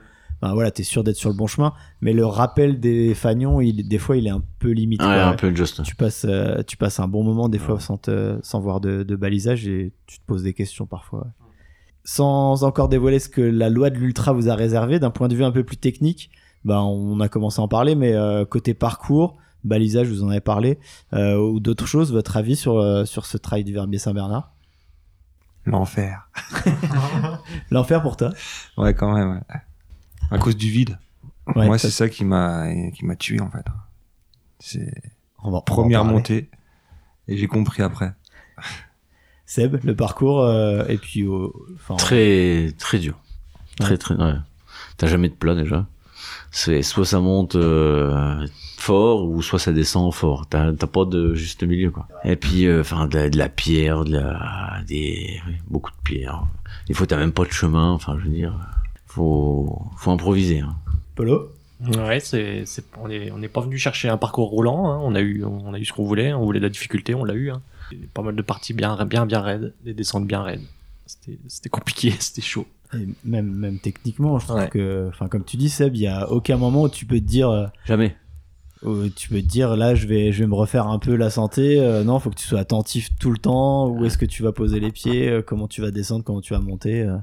S2: ben voilà, t'es sûr d'être sur le bon chemin. Mais le rappel des fanions, il, des fois, il est un peu limite.
S6: Ouais,
S2: quoi.
S6: un peu juste.
S2: Tu passes, euh, tu passes un bon moment des fois sans, te- sans voir de, de balisage et tu te poses des questions parfois. ouais. Sans encore dévoiler ce que la loi de l'ultra vous a réservé, d'un point de vue un peu plus technique, bah, on a commencé à en parler, mais euh, côté parcours, balisage, vous en avez parlé, euh, ou d'autres choses, votre avis sur, euh, sur ce trail du Verbier Saint-Bernard
S5: L'enfer.
S2: L'enfer pour toi
S5: Ouais, quand même, ouais. À cause du vide.
S2: Ouais,
S5: Moi,
S2: ça-
S5: c'est ça qui m'a qui m'a tué, en fait. C'est
S2: on va- on va en
S5: première
S2: parler.
S5: montée. Et j'ai compris après.
S2: Seb, le parcours, euh, et puis. au- enfin,
S6: Très très dur. Très très. ouais. T'as jamais de plat déjà. C'est soit ça monte, euh, fort ou soit ça descend fort. T'as t'as pas de juste milieu quoi. Et puis euh, enfin de, la- de la pierre, de la des oui, beaucoup de pierre. Des fois t'as même pas de chemin. Enfin je veux dire, faut faut improviser. hein.
S2: Polo
S11: Ouais, c'est, c'est- on n'est on est pas venu chercher un parcours roulant. hein. On, a eu, on a eu ce qu'on voulait. On voulait de la difficulté, on l'a eu. hein. Il y a Pas mal de parties bien, bien, bien raides, des descentes bien raides. C'était, c'était compliqué, c'était chaud.
S2: Et même, même techniquement, je trouve
S11: Ouais.
S2: que, enfin, comme tu dis, Seb, il n'y a aucun moment où tu peux te dire. euh,
S6: Jamais.
S2: où Euh, tu peux te dire, là, je vais, je vais me refaire un peu la santé. euh, non, faut que tu sois attentif tout le temps. Où est-ce que tu vas poser les pieds euh, Comment tu vas descendre Comment tu vas monter euh.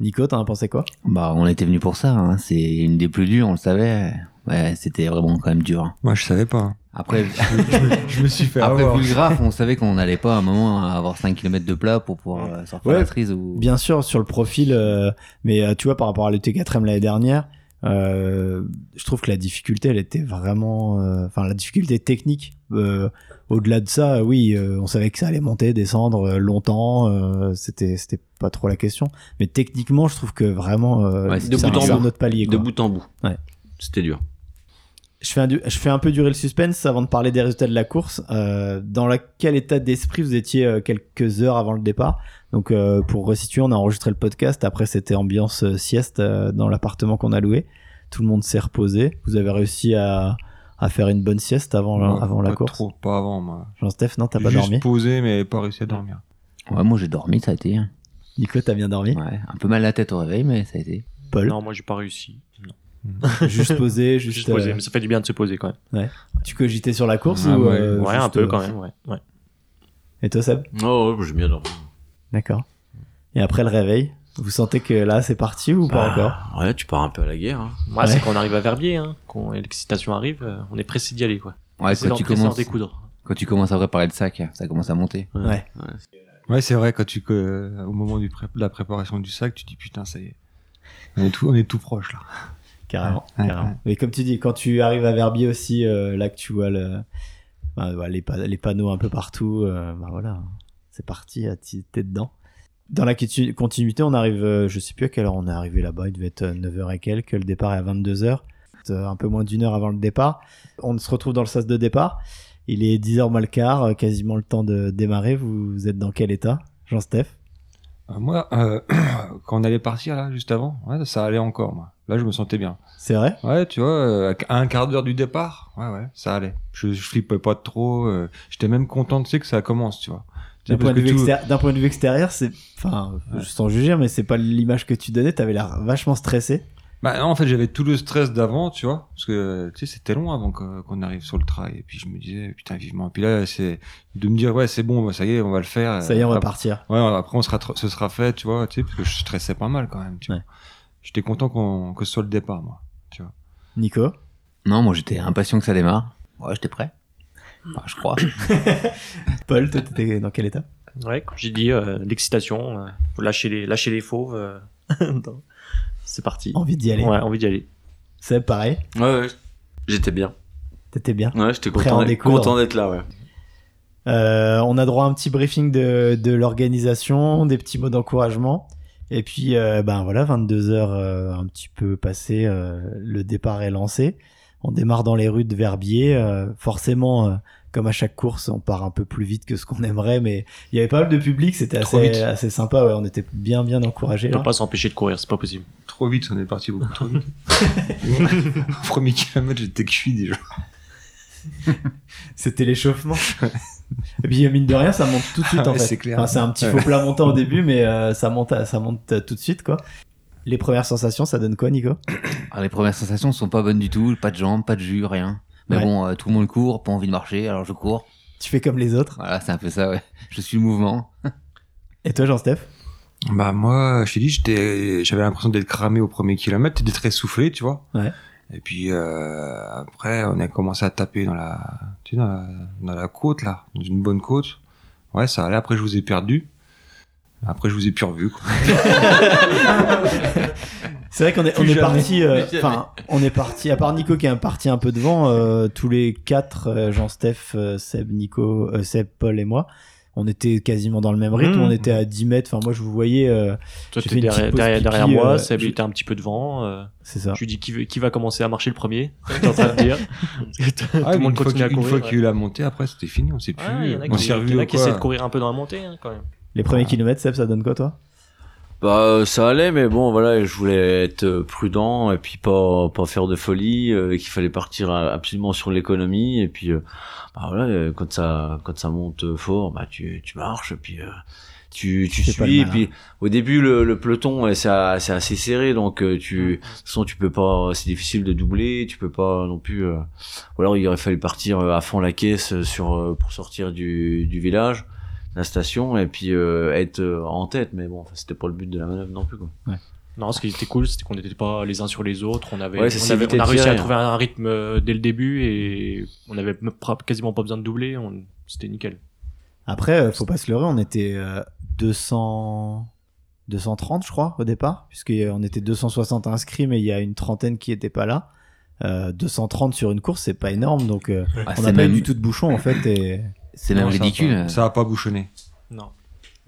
S2: Nico, t'en as pensé quoi
S7: Bah, on était venu pour ça. hein. C'est une des plus dures, on le savait. Ouais, c'était vraiment quand même dur. hein.
S5: Moi, je savais pas.
S7: Après,
S5: je me suis fait
S7: Après,
S5: avoir.
S7: vu le graphe, on savait qu'on n'allait pas à un moment avoir 5 km de plat pour pouvoir euh, sortir
S2: Ouais.
S7: la frise ou.
S2: Bien sûr, sur le profil, euh, mais euh, tu vois, par rapport à l'ET4M l'année dernière, euh, je trouve que la difficulté, elle était vraiment. euh, Enfin, la difficulté technique. euh, Au-delà de ça, oui, euh, on savait que ça allait monter, descendre euh, longtemps, euh, c'était c'était pas trop la question. Mais techniquement, je trouve que vraiment, euh,
S6: Ouais, c'est de
S2: ça
S6: bout en
S2: arrive à
S6: bout.
S2: notre palier.
S6: De
S2: quoi.
S6: bout en bout.
S2: Ouais.
S6: C'était dur.
S2: Je fais, un, du- je fais un peu durer le suspense avant de parler des résultats de la course. Euh, dans la- quel état d'esprit vous étiez euh, quelques heures avant le départ Donc, euh, pour resituer, on a enregistré le podcast. Après, c'était ambiance euh, sieste euh, dans l'appartement qu'on a loué. Tout le monde s'est reposé. Vous avez réussi à, à faire une bonne sieste avant, la-
S5: Ouais,
S2: avant la
S5: pas
S2: course
S5: trop, pas avant, moi.
S2: Jean-Steph, non, t'as pas
S5: Juste
S2: dormi
S5: posé, mais pas réussi à dormir.
S7: Ouais, moi j'ai dormi, ça a été. hein.
S2: Nico, t'as bien dormi
S7: Ouais, un peu mal la tête au réveil, mais ça a été.
S2: Paul
S11: Non, moi j'ai pas réussi. Non.
S2: Juste posé, juste,
S11: Juste posé,
S2: euh,
S11: mais ça fait du bien de se poser quand même.
S2: Tu cogitais sur la course
S5: Ah
S2: ou,
S5: ouais.
S2: euh,
S11: ouais, un
S2: juste,
S11: peu
S2: euh,
S11: quand même, ouais. ouais.
S2: Et toi, Seb
S6: Oh, ouais, j'aime bien dormir.
S2: D'accord. Et après le réveil, vous sentez que là, c'est parti ou pas encore
S6: Ah, Ouais, tu pars un peu à la guerre. hein.
S11: Ouais, c'est quand on arrive à Verbier, hein, quand l'excitation arrive, euh, on est pressé d'y aller. Quoi.
S2: Ah,
S7: Ouais,
S11: c'est
S7: quand tu,
S11: l'entrée, c'est en
S7: commences,
S11: découdre.
S7: quand tu commences à préparer le sac, ça commence à monter.
S2: Ouais.
S5: Ouais, c'est vrai, quand tu, que- au moment du pré- de la préparation du sac, tu te dis putain, ça y est. On est tout, on est tout proche là.
S2: Carrément,
S5: Ouais,
S2: carrément.
S5: ouais.
S2: Mais comme tu dis, quand tu arrives à Verbier aussi, euh, là que tu vois le- ben, voilà, les, pa- les panneaux un peu partout, euh, ben voilà, c'est parti, ah, t'y- t'es dedans. Dans la continu- continuité, on arrive, euh, je sais plus à quelle heure on est arrivé là-bas, il devait être 9h et quelques, le départ est à 22h, un peu moins d'une heure avant le départ. On se retrouve dans le sas de départ, il est 10h moins le quart, euh, quasiment le temps de démarrer, vous, vous êtes dans quel état Jean-Steph
S5: Euh, moi, euh, quand on allait partir là, juste avant, ouais, ça allait encore, moi. Là, je me sentais bien.
S2: C'est vrai
S5: Ouais, tu vois, euh, à un quart d'heure du départ, ouais, ouais, ça allait. Je, je flippais pas trop. euh, J'étais même content, tu sais, que ça commence, tu vois. Tu sais,
S2: D'un point,
S5: parce
S2: de
S5: que
S2: vue
S5: tout-
S2: extérie- d'un point de vue extérieur, c'est. Enfin, sans juger, mais c'est pas l'image que tu donnais. T'avais l'air vachement stressé.
S5: Bah non, en fait, j'avais tout le stress d'avant, tu vois, parce que tu sais, c'était long avant que- qu'on arrive sur le trail. Et puis je me disais, putain, vivement. Et puis là, c'est de me dire, ouais, c'est bon, ça y est, on va le faire.
S2: Ça y est, on va
S5: Après-
S2: partir.
S5: Ouais, après, on sera, tr- ce sera fait, tu vois, tu sais, parce que je stressais pas mal quand même, tu
S2: Ouais.
S5: vois. J'étais content qu'on que ce soit le départ, moi.
S2: Nico
S7: Non, moi j'étais impatient que ça démarre. Ouais, j'étais prêt. Enfin, je crois.
S2: Paul, toi, t'étais dans quel état
S11: Ouais, comme j'ai dit, euh, l'excitation, euh, faut lâcher les, lâcher les fauves. euh, dans- c'est parti.
S2: Envie d'y aller.
S11: Ouais, envie d'y aller.
S2: C'est pareil.
S6: Ouais, ouais. J'étais bien.
S2: T'étais bien.
S6: Ouais, j'étais
S2: Prêt à
S6: content
S2: en
S6: d'être-
S2: découdre.
S6: content d'être là, ouais.
S2: Euh, on a droit à un petit briefing de, de l'organisation, des petits mots d'encouragement. Et puis, euh, ben voilà, 22 heures euh, un petit peu passées, euh, le départ est lancé. On démarre dans les rues de Verbier. euh, forcément, euh, comme à chaque course, on part un peu plus vite que ce qu'on aimerait, mais il y avait pas mal de public, c'était
S5: Trop
S2: assez,
S5: vite.
S2: assez sympa. ouais, on était bien, bien encouragés.
S11: On peut
S2: là.
S11: pas s'empêcher de courir, c'est pas possible.
S5: Trop vite, on est parti beaucoup trop vite. Au Premier kilomètre, j'étais cuit déjà.
S2: C'était l'échauffement. Et puis, mine de rien, ça monte tout de suite
S5: Ah
S2: en
S5: ouais,
S2: fait.
S5: c'est clair.
S2: Enfin, c'est un petit
S5: Ouais.
S2: faux plat montant au début, mais euh, ça monte, à- ça monte euh, tout de suite quoi. Les premières sensations, ça donne quoi, Nico
S7: Alors, les premières sensations sont pas bonnes du tout. Pas de jambes, pas de jus, rien. Mais
S2: Ouais.
S7: bon, euh, tout le monde court, pas envie de marcher, alors je cours.
S2: Tu fais comme les autres.
S7: Voilà, c'est un peu ça, ouais. Je suis le mouvement.
S2: Et toi, Jean-Steph
S5: Bah moi, je t'ai dit, j'étais, j'avais l'impression d'être cramé au premier kilomètre, d'être essoufflé, tu vois.
S2: Ouais.
S5: Et puis euh, après, on a commencé à taper dans la, tu sais, dans la, dans la côte là, dans une bonne côte. Ouais, ça allait. Après, je vous ai perdu. Après, je vous ai plus revu. Quoi.
S2: C'est vrai qu'on est, on
S5: Plus
S2: est
S5: jamais.
S2: parti. euh,
S3: Plus jamais.
S2: Enfin, on est parti. À part Nico qui est un parti un peu devant, euh, tous les quatre, euh, Jean-Steph, euh, Seb, Nico, euh, Seb, Paul et moi, on était quasiment dans le même rythme,
S11: Mmh.
S2: on était à 10 mètres. Enfin, moi, je vous voyais. euh,
S11: Toi,
S2: j'ai
S11: t'es
S2: fait une petite
S11: derrière,
S2: pause
S11: derrière,
S2: pipi,
S11: derrière moi,
S2: euh,
S11: ça
S2: je- Ah.
S11: lui était un petit peu devant. euh,
S2: C'est ça.
S11: Je lui dis qui, veut- qui va commencer à marcher le premier. T'es en train de dire. Tout
S5: Ah,
S11: le monde
S5: une fois
S11: continue
S5: qu'il-
S11: à
S5: une
S11: courir.
S5: fois
S11: ouais.
S5: qu'il l'a monté, après c'était fini, on s'est plus
S11: Ouais, il y
S5: vu.
S11: en a
S5: On
S11: qui,
S5: s'est
S11: il y en
S5: revu
S11: a
S5: au
S11: qui essaient de
S5: quoi
S11: courir un peu dans la montée hein, quand même.
S2: Les premiers kilomètres, Seb, ça donne quoi, toi
S6: Bah, euh, ça allait, mais bon, voilà, je voulais être euh, prudent et puis pas, pas faire de folie, euh, et qu'il fallait partir euh, absolument sur l'économie. Et puis, euh, bah voilà, euh, quand ça, quand ça monte euh, fort, bah tu, tu marches, et puis euh, tu, tu
S2: pas le
S6: suis. Et
S2: malin.
S6: puis, au début, le, le peloton, euh, c'est a- c'est assez serré, donc euh, tu, de toute façon, tu peux pas, c'est difficile de doubler, tu peux pas non plus. euh, ou alors, il aurait fallu partir euh, à fond la caisse euh, sur, euh, pour sortir du, du village la station et puis euh, être euh, en tête mais bon enfin, c'était pas le but de la manœuvre non plus quoi.
S11: Non, ce qui était cool, c'était qu'on n'était pas les uns sur les autres. On avait,
S6: Ouais, ça
S11: on,
S6: s'est
S11: avait-
S6: évité
S11: on a
S6: de
S11: réussi à
S6: gérer,
S11: trouver un rythme euh, dès le début et on avait même pas- quasiment pas besoin de doubler. on- C'était nickel.
S2: Après, euh, faut pas se leurrer, on était euh, 200... 230, je crois, au départ, puisqu'on était 260 inscrits, mais il y a une trentaine qui n'étaient pas là. Euh, 230 sur une course, c'est pas énorme, donc euh,
S7: Ah,
S2: on
S7: c'est
S2: n'a pas
S7: même-
S2: eu du tout de bouchon en fait. Et...
S7: C'est même
S11: hein.
S5: Non, ça va
S7: ridicule.
S5: pas. Ça a pas bouchonné.
S11: Non.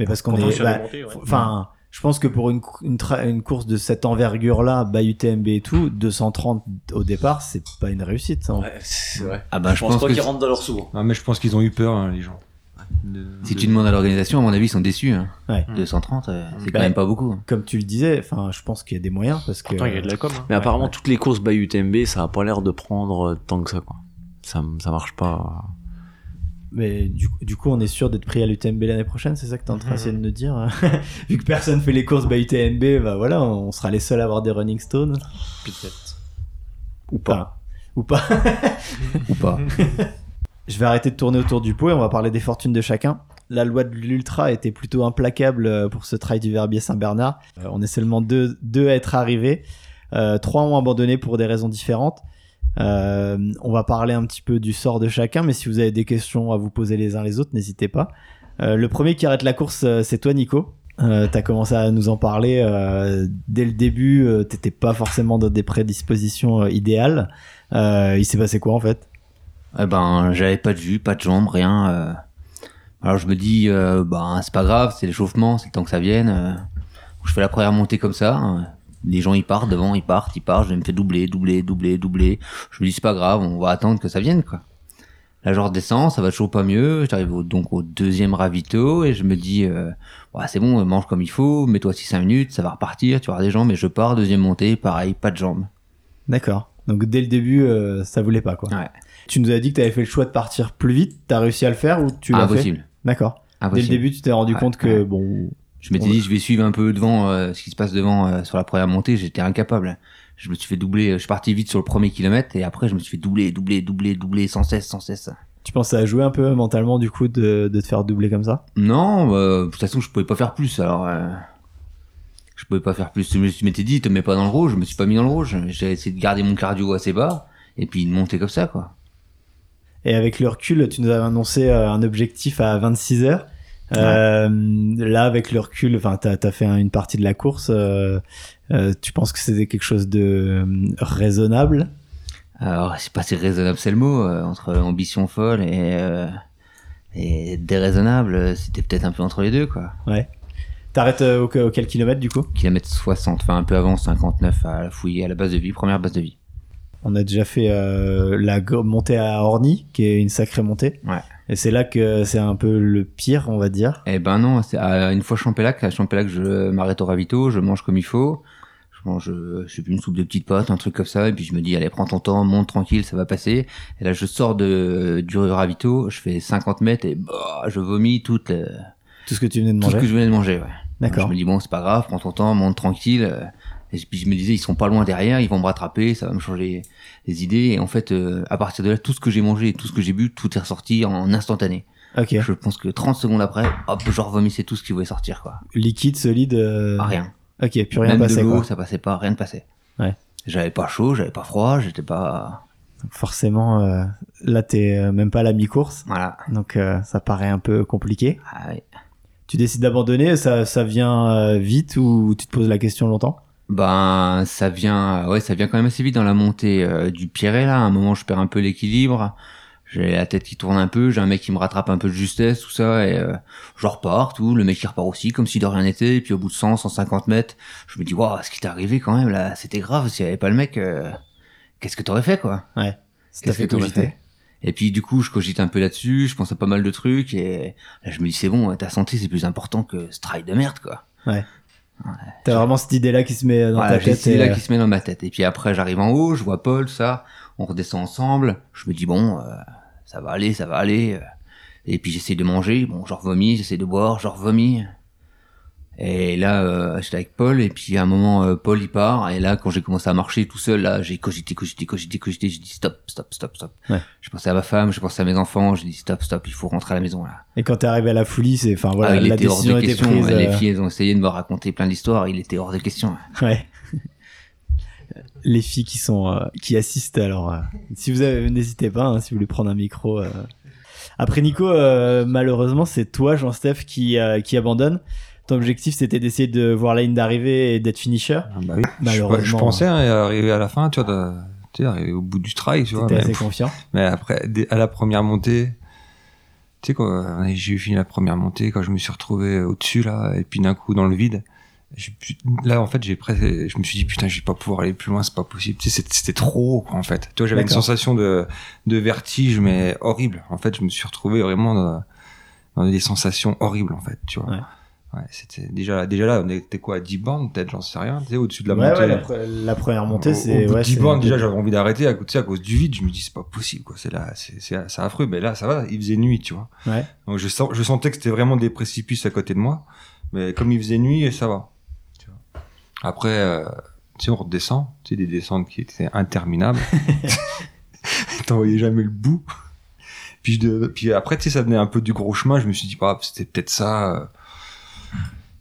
S2: Mais parce qu'on
S11: Convention
S2: est. bah,
S11: de montée, ouais.
S2: f- Enfin, je pense que pour une, cou- une, tra- une course de cette envergure-là, bah, UTMB et tout, 230 au départ, c'est pas une réussite. hein. ça.
S6: c'est vrai.
S7: Ah bah, je pense
S5: que-
S6: dans leur sous.
S5: Non, mais je pense qu'ils ont eu peur, hein, les gens. De-
S7: Si
S5: de-
S7: tu demandes à l'organisation, à mon avis, ils sont déçus. hein.
S2: Ouais.
S7: 230, euh, c'est
S2: Bah,
S7: quand même pas beaucoup. hein.
S2: Comme tu le disais, enfin, je pense qu'il y a des moyens parce que.
S11: Pourtant, il y a de la com. hein.
S6: Mais
S2: Ouais,
S6: apparemment
S2: ouais.
S6: toutes les courses by UTMB ça a pas l'air de prendre euh, tant que ça quoi. Ça ça marche pas. euh.
S2: Mais du, coup- du coup, on est sûr d'être pris à l'UTMB l'année prochaine, c'est ça que t'es en train
S11: Mhm.
S2: d'essayer de nous dire hein Vu que personne fait les courses by UTMB, bah voilà, on sera les seuls à avoir des Running Stones.
S11: Peut-être.
S2: Ou pas. ou pas. ou pas. Je vais arrêter de tourner autour du pot et on va parler des fortunes de chacun. La loi de l'ultra était plutôt implacable euh, pour ce trail du Verbier Saint-Bernard. Euh, On est seulement deux, deux à être arrivés. Euh, trois ont abandonné pour des raisons différentes. Euh, on va parler un petit peu du sort de chacun, mais si vous avez des questions à vous poser les uns les autres, n'hésitez pas. Euh, le premier qui arrête la course, euh, c'est toi, Nico. Euh, t'as commencé à nous en parler euh, dès le début. euh, t'étais pas forcément dans des prédispositions euh, idéales. Euh, il s'est passé quoi en fait
S7: Eh ben, j'avais pas de vue, pas de jambes, rien. euh. Alors je me dis, euh, ben c'est pas grave, c'est l'échauffement, c'est le temps que ça vienne. euh. Je fais la première montée comme ça. hein. Les gens ils partent devant, ils partent, ils partent. Je me fais doubler, doubler, doubler, doubler. Je me dis c'est pas grave, on va attendre que ça vienne quoi. Là je redescends, ça va toujours pas mieux. J'arrive au- donc au deuxième ravito et je me dis, euh, Bah, c'est bon, mange comme il faut, mets-toi 6-5 minutes, ça va repartir, tu auras des jambes. Et je pars, deuxième montée, pareil, pas de jambes.
S2: D'accord. Donc dès le début, euh, ça voulait pas quoi.
S7: Ouais.
S2: Tu nous as dit que t'avais fait le choix de partir plus vite. T'as réussi à le faire ou tu l'as fait
S7: Impossible.
S2: D'accord. Dès le
S7: Impossible.
S2: début, tu t'es rendu
S7: Ah, Ouais,
S2: compte que
S7: ouais.
S2: bon,
S7: Je m'étais
S2: On-
S7: dit, je vais suivre un peu devant euh, ce qui se passe devant euh, sur la première montée. J'étais incapable. Je me suis fait doubler. euh, Je suis parti vite sur le premier kilomètre et après, je me suis fait doubler, doubler, doubler, doubler sans cesse, sans cesse.
S2: tu penses à jouer un peu mentalement du coup de, de te faire doubler comme ça
S7: Non, euh, de toute façon, je pouvais pas faire plus. Alors, euh, je pouvais pas faire plus. Je me suis- m'étais dit, te mets pas dans le rouge. Je me suis pas mis dans le rouge. J'ai essayé de garder mon cardio assez bas et puis de monter comme ça, quoi.
S2: Et avec le recul, tu nous avais annoncé euh, un objectif à 26 heures. Euh, Là, avec le recul, enfin, t'as as fait un- une partie de la course. euh, euh, tu penses que c'était quelque chose de euh, raisonnable
S7: Alors, c'est pas si raisonnable, c'est le mot. euh, entre ambition folle et, euh, et déraisonnable, euh, c'était peut-être un peu entre les deux, quoi.
S2: T'arrêtes euh, au, au quel kilomètre du coup
S7: kilomètre 60, enfin un peu avant 59 à la fouiller à la base de vie, première base de vie.
S2: On a déjà fait euh, la go- montée à Orny, qui est une sacrée montée.
S7: Ouais.
S2: Et c'est là que c'est un peu le pire, on va dire.
S7: Eh ben non, c'est à- une fois Champélac, à Champélac je m'arrête au ravito, je mange comme il faut, je mange, euh, je sais plus, une soupe de petites pâtes, un truc comme ça, et puis je me dis allez prends ton temps, monte tranquille, ça va passer. Et là je sors de du ravito, je fais 50 mètres et bah, je vomis toute, euh,
S2: Tout ce que tu venais de
S7: tout ce
S2: manger.
S7: que je venais de manger. Ouais.
S2: D'accord.
S7: Je me dis bon c'est pas grave, prends ton temps, monte tranquille. euh, Et puis je me disais ils sont pas loin derrière, ils vont me rattraper, ça va me changer les idées. Et en fait euh, à partir de là tout ce que j'ai mangé, et tout ce que j'ai bu, tout est ressorti en instantané.
S2: Ok.
S7: Je pense que 30 secondes après, hop, genre vomissais tout ce qui voulait sortir, quoi.
S2: Liquide, solide. euh,
S7: Pas Ah, rien.
S2: Ok, plus rien
S7: Même
S2: passé.
S7: de l'eau,
S2: Quoi.
S7: ça passait pas, rien ne passait.
S2: Ouais.
S7: J'avais pas chaud, j'avais pas froid, j'étais pas.
S2: Forcément, euh, là, t'es euh, même pas à la mi-course.
S7: Voilà.
S2: Donc euh, ça paraît un peu compliqué.
S7: Ah ouais.
S2: Tu décides d'abandonner, ça, ça vient euh, vite ou tu te poses la question longtemps
S7: Ben, ça vient, ouais, ça vient quand même assez vite dans la montée euh, du Pierret, là. À un moment, je perds un peu l'équilibre. j'ai la tête qui tourne un peu, j'ai un mec qui me rattrape un peu de justesse, tout ça, et euh, je repars, tout, le mec qui repart aussi, comme si de rien n'était, et puis au bout de 100, 150 mètres, je me dis, waouh, ce qui t'est arrivé quand même, là, c'était grave, s'il n'y avait pas le mec, euh, qu'est-ce que t'aurais fait, quoi
S2: Ouais. Ça t'a
S7: Qu'est-ce que
S2: fait
S7: t'aurais
S2: cogiter.
S7: fait Et puis du coup, je cogite un peu là-dessus, je pense à pas mal de trucs, et là, je me dis, c'est bon, ta santé, c'est plus important que ce travail de merde, quoi.
S2: Ouais. T'as vraiment cette idée-là qui se met dans
S7: Voilà,
S2: ta
S7: j'ai
S2: tête.
S7: cette idée-là
S2: et, euh,
S7: qui se met dans ma tête. Et puis après, j'arrive en haut, je vois Paul, tout ça, on redescend ensemble. Je me dis, bon, euh, ça va aller, ça va aller. euh. Et puis j'essaie de manger, bon, genre vomis, j'essaie de boire, genre vomis. Et là, euh, j'étais avec Paul, et puis à un moment, euh, Paul il part, et là, quand j'ai commencé à marcher tout seul, là, j'ai cogité, cogité, cogité, cogité, j'ai dit stop, stop, stop, stop.
S2: Ouais.
S7: Je pensais à ma femme, je pensais à mes enfants, j'ai dit stop, stop, il faut rentrer à la maison, là.
S2: et quand t'es arrivé à la folie, c'est, enfin voilà,
S7: Ah, il
S2: la
S7: était hors de
S2: décision était
S7: question,
S2: prise.
S7: les
S2: euh,
S7: filles, elles ont essayé de me raconter plein d'histoires, il était hors de question.
S2: Ouais. les filles qui sont euh, qui assistent alors euh, si vous avez n'hésitez pas hein, si vous voulez prendre un micro euh. après Nico euh, malheureusement c'est toi Jean-Steph qui euh, qui abandonne ton objectif c'était d'essayer de voir la ligne d'arrivée et d'être finisher
S5: Bah oui.
S2: malheureusement
S5: Je, je pensais hein, arriver à la fin, tu vois, de- tu sais, arriver au bout du trail, tu vois.
S2: t'étais
S5: mais-
S2: assez confiant
S5: Mais après, dès- à la première montée, tu sais, quand euh, j'ai fini la première montée, quand je me suis retrouvé euh, au-dessus, là, et puis d'un coup dans le vide, j'ai pu- là, en fait, j'ai presque- je me suis dit, putain, je vais pas pouvoir aller plus loin, c'est pas possible. Tu sais, c'est- c'était trop, haut, quoi, en fait. Tu vois, j'avais une
S2: D'accord.
S5: sensation de, de vertige, mais horrible. En fait, je me suis retrouvé vraiment dans, dans des sensations horribles, en fait, tu vois.
S2: Ouais.
S5: Ouais, c'était déjà, déjà là, on était quoi, à 10 bornes, peut-être, j'en sais rien, tu sais, au-dessus de la
S2: ouais,
S5: montée.
S2: ouais, la, pre- la première montée
S5: Au-
S2: c'est
S5: au bout de
S2: ouais,
S5: 10
S2: c'est-
S5: bornes, déjà, j'avais envie d'arrêter à, cause- tu sais, à cause du vide. Je me dis, c'est pas possible, quoi. C'est là, c'est, c'est, c'est affreux. Mais là, ça va, il faisait nuit, tu vois.
S2: ouais.
S5: Donc, je, sens- je sentais que c'était vraiment des précipices à côté de moi. Mais comme il faisait nuit, ça va. tu vois. Après, euh, tu sais, on redescend. Tu sais, des descentes qui étaient interminables. T'en voyais jamais le bout. Puis, je de- puis après, tu sais, ça venait un peu du gros chemin. Je me suis dit, bah, c'était peut-être ça. euh,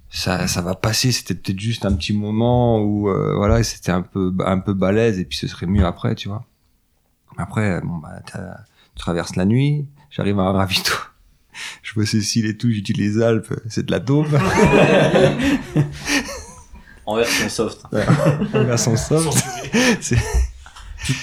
S5: ça, ça va passer. C'était peut-être juste un petit moment où, euh, voilà, c'était un peu, un peu balèze et puis ce serait mieux après, tu vois. Après, bon, bah, t'as- tu traverses la nuit. J'arrive à un ravito. Je vois Cécile et tout. Je dis, les Alpes, c'est de la daube.
S6: En version soft.
S5: On va sans soft. C'est-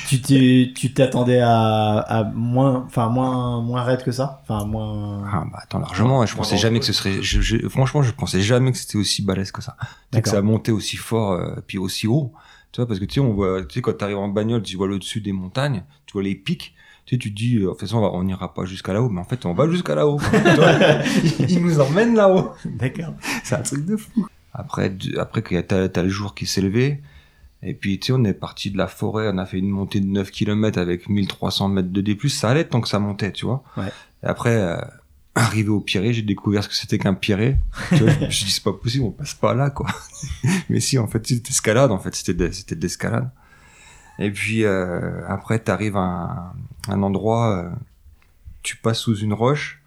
S2: tu t'es- tu t'attendais à, à moins enfin moins moins raide que ça enfin moins
S5: Ah, bah, attends, largement. Je pensais jamais que ce serait. je- je- franchement, je pensais jamais que c'était aussi balèze que ça. Tu sais, Que
S2: D'accord.
S5: ça montait aussi fort, euh, puis aussi haut. Tu vois, parce que tu sais, on voit, tu sais, quand t'arrives en bagnole, tu vois le dessus des montagnes, tu vois les pics. Tu sais, tu te dis, euh, en fait, on va- on n'ira pas jusqu'à là-haut, mais en fait, on va jusqu'à là-haut. Tu vois, Ils nous emmènent là-haut.
S2: d'accord
S5: C'est un truc de fou. Après, du- après qu'il y a- t'as, t'as le jour qui s'est levé. Et puis, tu sais, on est parti de la forêt, on a fait une montée de 9 km avec 1300 mètres de D+, ça allait tant que ça montait, tu vois.
S2: Ouais.
S5: Et après, euh, arrivé au Piré, j'ai découvert ce que c'était qu'un Piré. Tu vois, je me suis dit, c'est pas possible, on passe pas là, quoi. Mais si, en fait, c'était escalade, en fait, c'était de, c'était de l'escalade. Et puis, euh, après, t'arrives à un, un endroit, euh, tu passes sous une roche,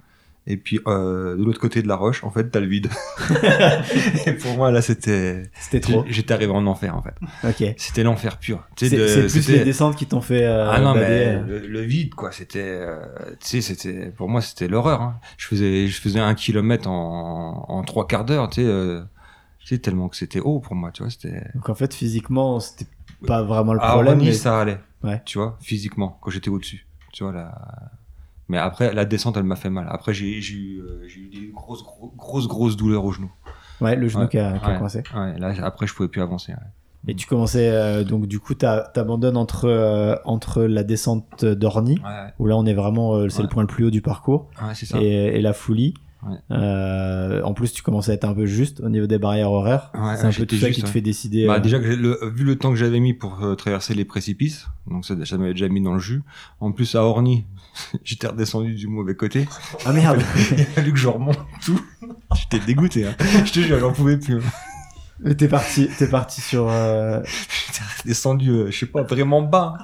S5: et puis, euh, de l'autre côté de la roche, en fait, t'as le vide. Et pour moi, là, c'était.
S2: c'était trop
S5: J'étais arrivé en enfer, en fait.
S2: ok
S5: C'était l'enfer pur. Tu
S2: c'est
S5: sais, de-
S2: c'est plus
S5: c'était-
S2: les descentes qui t'ont fait euh,
S5: Ah non, mais
S2: bader, euh.
S5: le, le vide, quoi. C'était. euh, tu sais, c'était. Pour moi, c'était l'horreur. hein. Je, faisais, je faisais un kilomètre en, en trois quarts d'heure, tu sais. euh, tu sais, tellement que c'était haut pour moi, tu vois. C'était.
S2: Donc en fait, physiquement, c'était pas vraiment le
S5: À
S2: problème.
S5: Orly,
S2: mais-
S5: Ah, ça allait.
S2: Ouais.
S5: Tu vois, physiquement, quand j'étais au-dessus. Tu vois, là. Mais après, la descente, elle m'a fait mal. Après, j'ai j'ai eu, euh, j'ai eu des grosses, gros- grosses, grosses douleurs au genou.
S2: Ouais, le genou
S5: Ouais,
S2: qui a, qui a
S5: ouais,
S2: coincé.
S5: ouais, là, après, je pouvais plus avancer. ouais.
S2: Et tu commençais, euh, donc du coup, t'a- t'abandonnes entre, euh, entre la descente d'Orny,
S5: Ouais, ouais.
S2: où là on est vraiment, euh, c'est le
S5: Ouais.
S2: point le plus haut du parcours,
S5: Ouais, c'est ça.
S2: et, et la folie.
S5: Ouais.
S2: Euh, en plus, tu commençais à être un peu juste au niveau des barrières horaires.
S5: Ouais,
S2: c'est un
S5: ouais,
S2: peu tout
S5: j'étais
S2: ça
S5: juste,
S2: qui te
S5: ouais.
S2: fait décider.
S5: Bah,
S2: euh,
S5: déjà, que j'ai le- vu le temps que j'avais mis pour euh, traverser les précipices, donc ça, ça m'avait déjà mis dans le jus. En plus, à Orny, j'étais redescendu du mauvais côté.
S2: Ah merde
S5: Il a fallu que je remonte tout. J'étais dégoûté. Hein. Je te jure, j'en pouvais plus. hein.
S2: Mais T'es parti, t'es parti sur. euh,
S5: J'étais redescendu, euh, je sais pas, vraiment bas.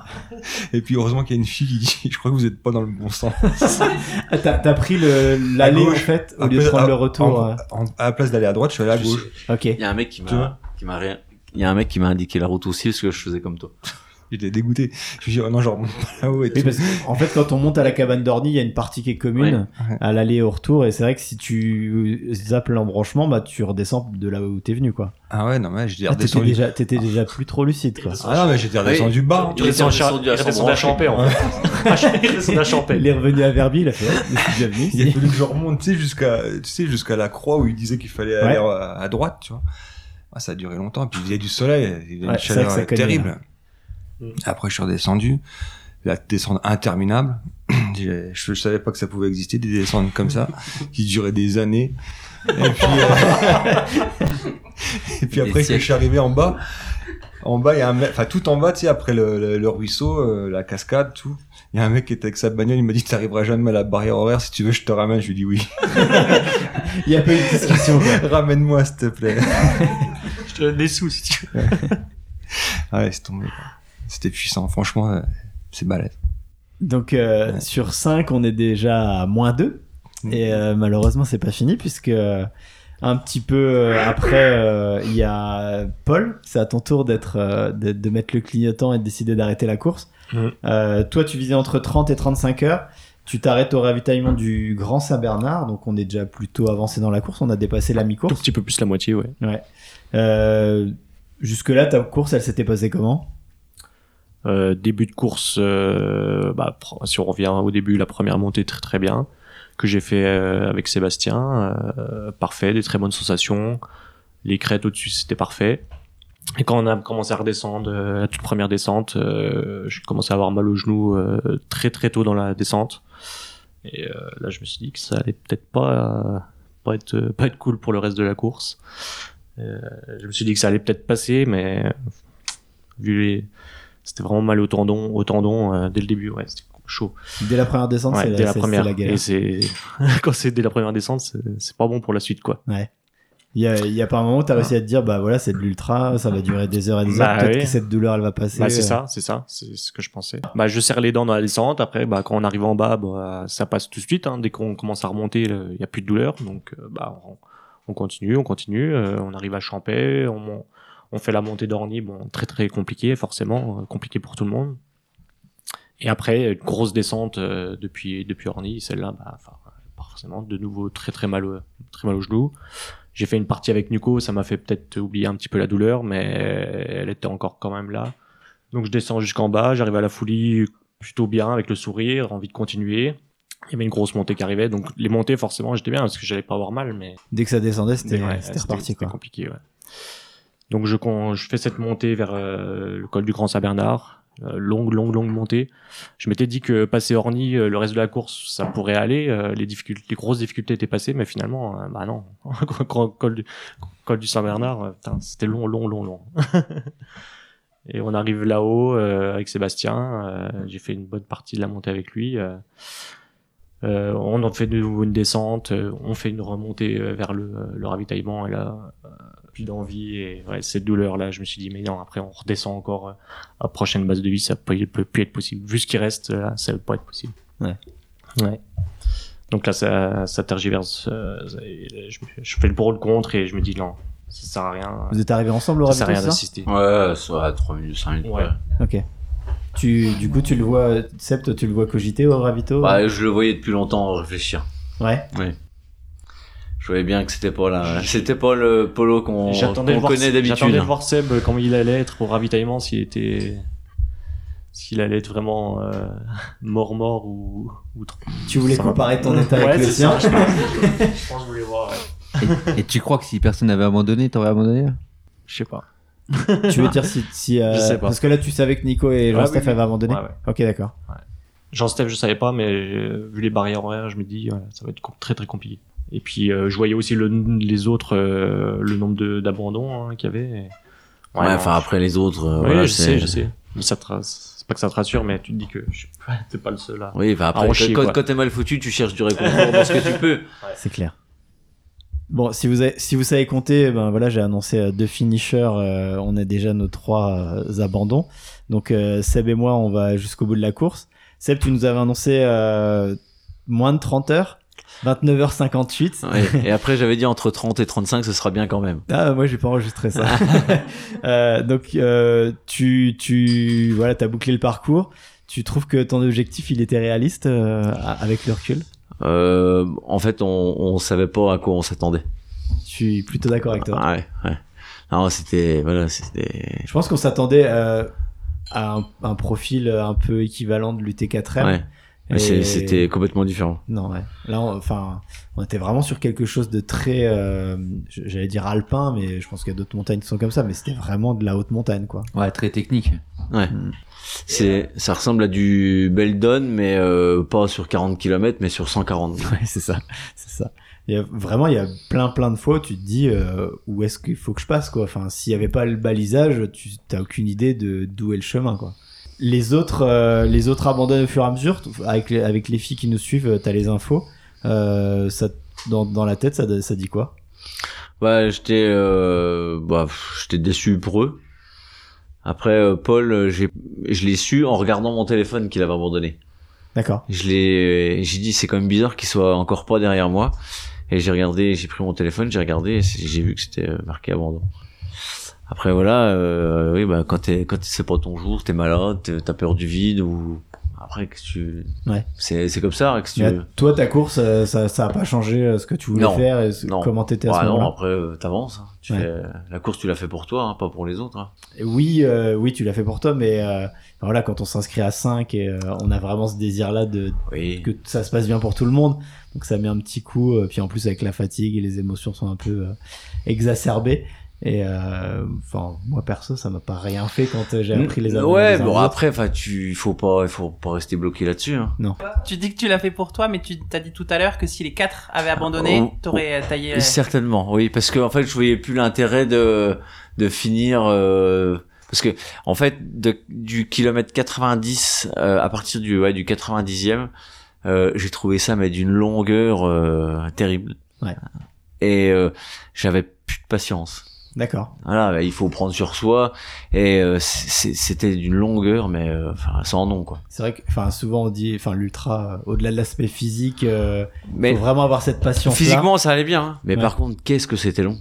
S5: Et puis, heureusement qu'il y a une fille qui dit Je crois que vous êtes pas dans le bon sens.
S2: ah, T'as t'as pris le- l'aller en
S5: gauche.
S2: fait, au
S5: À
S2: lieu
S5: place-
S2: de prendre
S5: à-
S2: le retour.
S5: en-
S2: euh.
S5: en- à la place d'aller à droite, je suis allé à gauche.
S2: Ok.
S6: Il y a un mec qui
S5: Tu vois
S6: m'a qui m'a rien- Il y a un mec qui m'a indiqué la route aussi parce que je faisais comme toi.
S5: Je l'ai dégoûté. Je me suis dit, oh non, je remonte pas là-haut et
S2: Oui,
S5: tout.
S2: parce que, en fait, quand on monte à la cabane d'Orny, il y a une partie qui est commune à l'aller et au retour. Et c'est vrai que si tu zappes l'embranchement, bah, tu redescends de là où t'es venu. Quoi.
S5: Ah ouais, non, mais je l'ai
S2: Ah, t'étais
S5: redescendu.
S2: déjà, t'étais déjà plus trop lucide. Quoi.
S5: Ah non, mais j'étais redescendu bas. hein.
S11: Il était Ah, en char- il redescendait à Champé, en fait. Ah, Il redescendait à Champé.
S2: Il est revenu à Verbi, il a fait ouais, je suis déjà venu
S5: Il a
S2: ici.
S5: fallu que je remonte, tu sais, jusqu'à tu sais, jusqu'à la croix où il disait qu'il fallait aller à, à droite, tu vois. Ah, ça a duré longtemps. Puis il faisait du soleil, il y avait
S2: Ouais,
S5: une
S2: c'est vrai que
S5: chaleur
S2: ça cognait,
S5: terrible.
S3: Mm.
S5: Après, je suis redescendu. La descente interminable. Je, je savais pas que ça pouvait exister, des descentes comme ça, qui duraient des années. Et puis, euh, et puis
S3: Des
S5: après, que je
S3: siècles.
S5: suis arrivé en bas. En bas, il y a un mec, enfin tout en bas, tu sais, après le, le- le ruisseau, euh, la cascade, tout. Il y a un mec qui était avec sa bagnole, il m'a dit, t'arriveras jamais à la barrière horaire, si tu veux, je te ramène. Je lui ai dit oui.
S2: Il y a pas eu de discussion. quoi.
S5: Ramène-moi, s'il te plaît.
S11: Je te donne des sous si tu veux.
S5: Ah ouais, c'est tombé. quoi. C'était puissant, franchement, euh, c'est balèze.
S2: Donc euh,
S5: Ouais.
S2: sur 5, on est déjà à moins 2.
S5: Mm.
S2: Et euh, malheureusement, c'est pas fini puisque euh, un petit peu euh, après, euh, il y a Paul. C'est à ton tour d'être, euh, de, de mettre le clignotant et de décider d'arrêter la course.
S11: Mm.
S2: Euh, toi, tu visais entre 30 et 35 heures. Tu t'arrêtes au ravitaillement du Grand Saint-Bernard. Donc on est déjà plutôt avancé dans la course. On a dépassé la
S11: Tout
S2: mi-course.
S11: petit peu plus la moitié, ouais.
S2: Euh, jusque-là, ta course, elle s'était passée comment
S11: Euh, début de course, euh, bah, pr- si on revient au début, la première montée très très bien que j'ai fait euh, avec Sébastien, euh, parfait, des très bonnes sensations. Les crêtes au-dessus, c'était parfait. Et quand on a commencé à redescendre, euh, la toute première descente, euh, j'ai commencé à avoir mal aux genoux euh, très très tôt dans la descente. Et euh, là, je me suis dit que ça allait peut-être pas euh, pas être pas être cool pour le reste de la course. Euh, je me suis dit que ça allait peut-être passer, mais vu les c'était vraiment mal au tendon, au tendon euh, dès le début, ouais, c'était chaud.
S2: Dès la première descente,
S11: Ouais,
S2: c'est,
S11: dès la
S2: c'est-
S11: première.
S2: c'est la galère.
S11: Et c'est quand c'est dès la première descente, c'est c'est pas bon pour la suite, quoi.
S2: Il y a, il y a pas un moment où t'as réussi à te dire, bah voilà, c'est de l'ultra, ça va durer des heures et des heures,
S11: Bah
S2: peut-être
S11: oui.
S2: que cette douleur elle va passer.
S11: Bah, c'est
S2: euh,
S11: ça, c'est ça, c'est ce que je pensais. Bah, je serre les dents dans la descente. Après, bah, quand on arrive en bas, bah, ça passe tout de suite. hein. Dès qu'on commence à remonter, il n'y a plus de douleur. Donc, euh, bah, on, on continue, on continue. euh, on arrive à Champé, on, mon- on fait la montée d'Orny. Bon, très très compliqué, forcément, euh, compliqué pour tout le monde. Et après, une grosse descente euh, depuis, depuis Orny. Celle-là, bah, enfin, forcément, de nouveau très très mal, au- très mal au genou. J'ai fait une partie avec Nuko, ça m'a fait peut-être oublier un petit peu la douleur, mais elle était encore quand même là. Donc je descends jusqu'en bas, j'arrive à la folie plutôt bien avec le sourire, envie de continuer. Il y avait une grosse montée qui arrivait, donc les montées forcément j'étais bien parce que j'allais pas avoir mal, mais
S2: euh, Dès que ça descendait, c'était,
S11: mais ouais,
S2: c'était reparti
S11: c'était
S2: quoi.
S11: compliqué. ouais. Donc je, con- je fais cette montée vers euh, le col du Grand Saint-Bernard, euh, longue, longue, longue montée. Je m'étais dit que passer Orny, euh, le reste de la course, ça pourrait aller. euh, les, difficultés, les grosses difficultés étaient passées, mais finalement, euh, bah non. Grand col du, col du Saint-Bernard, euh, putain, c'était long, long, long, long. Et on arrive là-haut euh, avec Sébastien. euh, J'ai fait une bonne partie de la montée avec lui. euh, euh, on en fait de nouveau une descente, euh, on fait une remontée euh, vers le, le ravitaillement et là, euh, plus d'envie et ouais, cette douleur là, je me suis dit mais non, après on redescend encore euh, à prochaine base de vie, ça peut, peut plus être possible. Vu ce qui reste là, ça peut pas être possible.
S2: Ouais.
S11: Ouais. Donc là, ça, ça tergiverse. euh, ça- et je, je fais le pour le contre et je me dis non, ça sert à rien.
S2: Vous êtes arrivés ensemble au
S11: Ça sert à
S2: ravitaillement
S11: rien
S2: c'est ça
S11: d'assister.
S7: Ouais, soit à 3 minutes, 5 minutes.
S11: Ouais.
S7: ouais.
S2: Ok. Tu, du coup, tu le vois, euh, Seb, toi, tu le vois cogiter au ravito
S7: Bah, je le voyais depuis longtemps réfléchir.
S2: Ouais.
S7: Je voyais bien que c'était pas la... c'était pas le polo qu'on
S11: J'attendais de,
S7: qu'on
S11: voir-
S7: connaît
S11: j'attendais
S7: d'habitude.
S11: de voir Seb euh, comment il allait être au ravitaillement, s'il était. S'il allait être vraiment euh, mort-mort ou. ou trop-
S2: Tu voulais
S11: Ça
S2: comparer ton état
S11: Ouais,
S2: avec le
S11: c'est
S2: sien.
S11: ça, je pense, je pense que je voulais voir. ouais.
S7: Et, et tu crois que si personne n'avait abandonné, t'aurais abandonné
S11: Je sais pas.
S2: tu veux dire si. si euh,
S11: Je sais pas.
S2: Parce que là, tu savais que Nico et
S11: Ouais,
S2: Jean-Steph
S11: oui, oui.
S2: avaient abandonné.
S11: Ouais, ouais.
S2: Ok, d'accord.
S11: Jean-Steph, je savais pas, mais euh, vu les barrières horaires, je me dis, ouais, ça va être com- très très compliqué. Et puis, euh, je voyais aussi le, les autres, euh, le nombre de- d'abandons hein, qu'il y avait. et-
S7: Ouais,
S11: non,
S7: enfin
S11: je-
S7: après les autres. euh,
S11: Oui,
S7: voilà,
S11: je
S7: c'est-
S11: sais, je sais. Mais ça te ra- C'est pas que ça te rassure, mais tu te dis que je... t'es pas le seul à.
S7: Oui, enfin
S11: Ah,
S7: après,
S11: on
S7: quand,
S11: chie, quoi.
S7: quand- quand t'es mal foutu, tu cherches du réconfort dans ce que tu peux.
S2: C'est clair. Bon, si vous, avez- si vous savez compter, ben voilà, j'ai annoncé euh, deux finishers. euh, on a déjà nos trois euh, abandons. Donc euh, Seb et moi, on va jusqu'au bout de la course. Seb, tu nous avais annoncé euh, moins de 30 heures. 29h58.
S6: Ouais. Et après, j'avais dit entre 30 et 35, ce sera bien quand même.
S2: Ah, moi, j'ai pas enregistré ça. Euh, donc, euh, tu, tu, voilà, t'as bouclé le parcours. Tu trouves que ton objectif, il était réaliste euh, avec le recul
S6: Euh, en fait, on, on savait pas à quoi on s'attendait.
S2: Je suis plutôt d'accord avec toi.
S6: Ouais, ouais. Non, c'était. Voilà, c'était.
S2: Je pense qu'on s'attendait euh, à un, un profil un peu équivalent de l'UT4M.
S6: Ouais. Mais c'est-
S2: Et-
S6: C'était complètement différent.
S2: Non, ouais. Là, on- enfin, on était vraiment sur quelque chose de très, euh, j- j'allais dire alpin, mais je pense qu'il y a d'autres montagnes qui sont comme ça, mais c'était vraiment de la haute montagne, quoi.
S3: Ouais, très technique.
S6: Ouais. C'est, ça ressemble à du Beldon, mais euh, pas sur 40 km, mais sur 140.
S2: Ouais, c'est ça, c'est ça. Il y a, vraiment, il y a plein, plein de fois où tu te dis euh, où est-ce qu'il faut que je passe, quoi. Enfin, s'il n'y avait pas le balisage, tu n'as aucune idée de d'où est le chemin, quoi. Les autres, euh, les autres abandonnent au fur et à mesure. Avec les, avec les filles qui nous suivent, euh, t'as les infos. Euh, ça, dans, dans la tête, ça, ça dit quoi
S6: Ouais, j'étais, euh, bah, pff, j'étais déçu pour eux. Après, euh, Paul, euh, j'ai, je l'ai su en regardant mon téléphone qu'il avait abandonné.
S2: D'accord.
S6: Je l'ai, j'ai dit, c'est quand même bizarre qu'il soit encore pas derrière moi. Et j'ai regardé, j'ai pris mon téléphone, j'ai regardé, et c'est- j'ai vu que c'était euh, marqué abandon. Après voilà, euh, oui bah quand t'es quand c'est pas ton jour, t'es malade, t'es- t'as peur du vide ou après que tu,
S2: Ouais.
S6: c'est c'est comme ça, hein, que tu.
S2: Mais à- Toi, ta course, euh, ça, ça a pas changé euh, ce que tu voulais
S6: Non.
S2: faire et ce-
S6: Non.
S2: comment t'étais à
S6: Ouais,
S2: ce
S6: non,
S2: moment-là
S6: après, euh, t'avances. hein. Tu
S2: Ouais.
S6: fais, euh, la course, tu l'as fait pour toi, hein, pas pour les autres. hein.
S2: Oui, euh, oui, tu l'as fait pour toi, mais euh, voilà, quand on s'inscrit à 5 et euh, on a vraiment ce désir-là de
S6: Oui.
S2: que ça se passe bien pour tout le monde, donc ça met un petit coup. euh, puis en plus avec la fatigue et les émotions sont un peu euh, exacerbées. Et euh, enfin, moi perso, ça m'a pas rien fait quand euh, j'ai appris les abandons
S6: Mm. Mmh. Ouais,
S2: des uns
S6: bon,
S2: des autres.
S6: après, enfin, tu, il faut pas, il faut pas rester bloqué là-dessus. hein.
S2: Non.
S12: Tu dis que tu l'as fait pour toi, mais tu t'as dit tout à l'heure que si les quatre avaient abandonné,
S6: Oh,
S12: t'aurais taillé. euh,
S6: Certainement, oui, parce que en fait, je voyais plus l'intérêt de de finir euh, parce que en fait, de, du kilomètre 90 euh, à partir du ouais, du 90e, euh, j'ai trouvé ça mais d'une longueur euh, terrible.
S2: Ouais.
S6: Et euh, j'avais plus de patience.
S2: D'accord.
S6: Voilà, bah, il faut prendre sur soi et euh, c- c- c'était d'une longueur mais euh, enfin sans nom quoi.
S2: C'est vrai que, enfin, souvent on dit, enfin, l'ultra, euh, au-delà de l'aspect physique, euh,
S6: Mais-
S2: faut vraiment avoir cette patience.
S6: Physiquement, ça allait bien. hein. Mais
S2: Ouais.
S6: par contre, qu'est-ce que c'était long.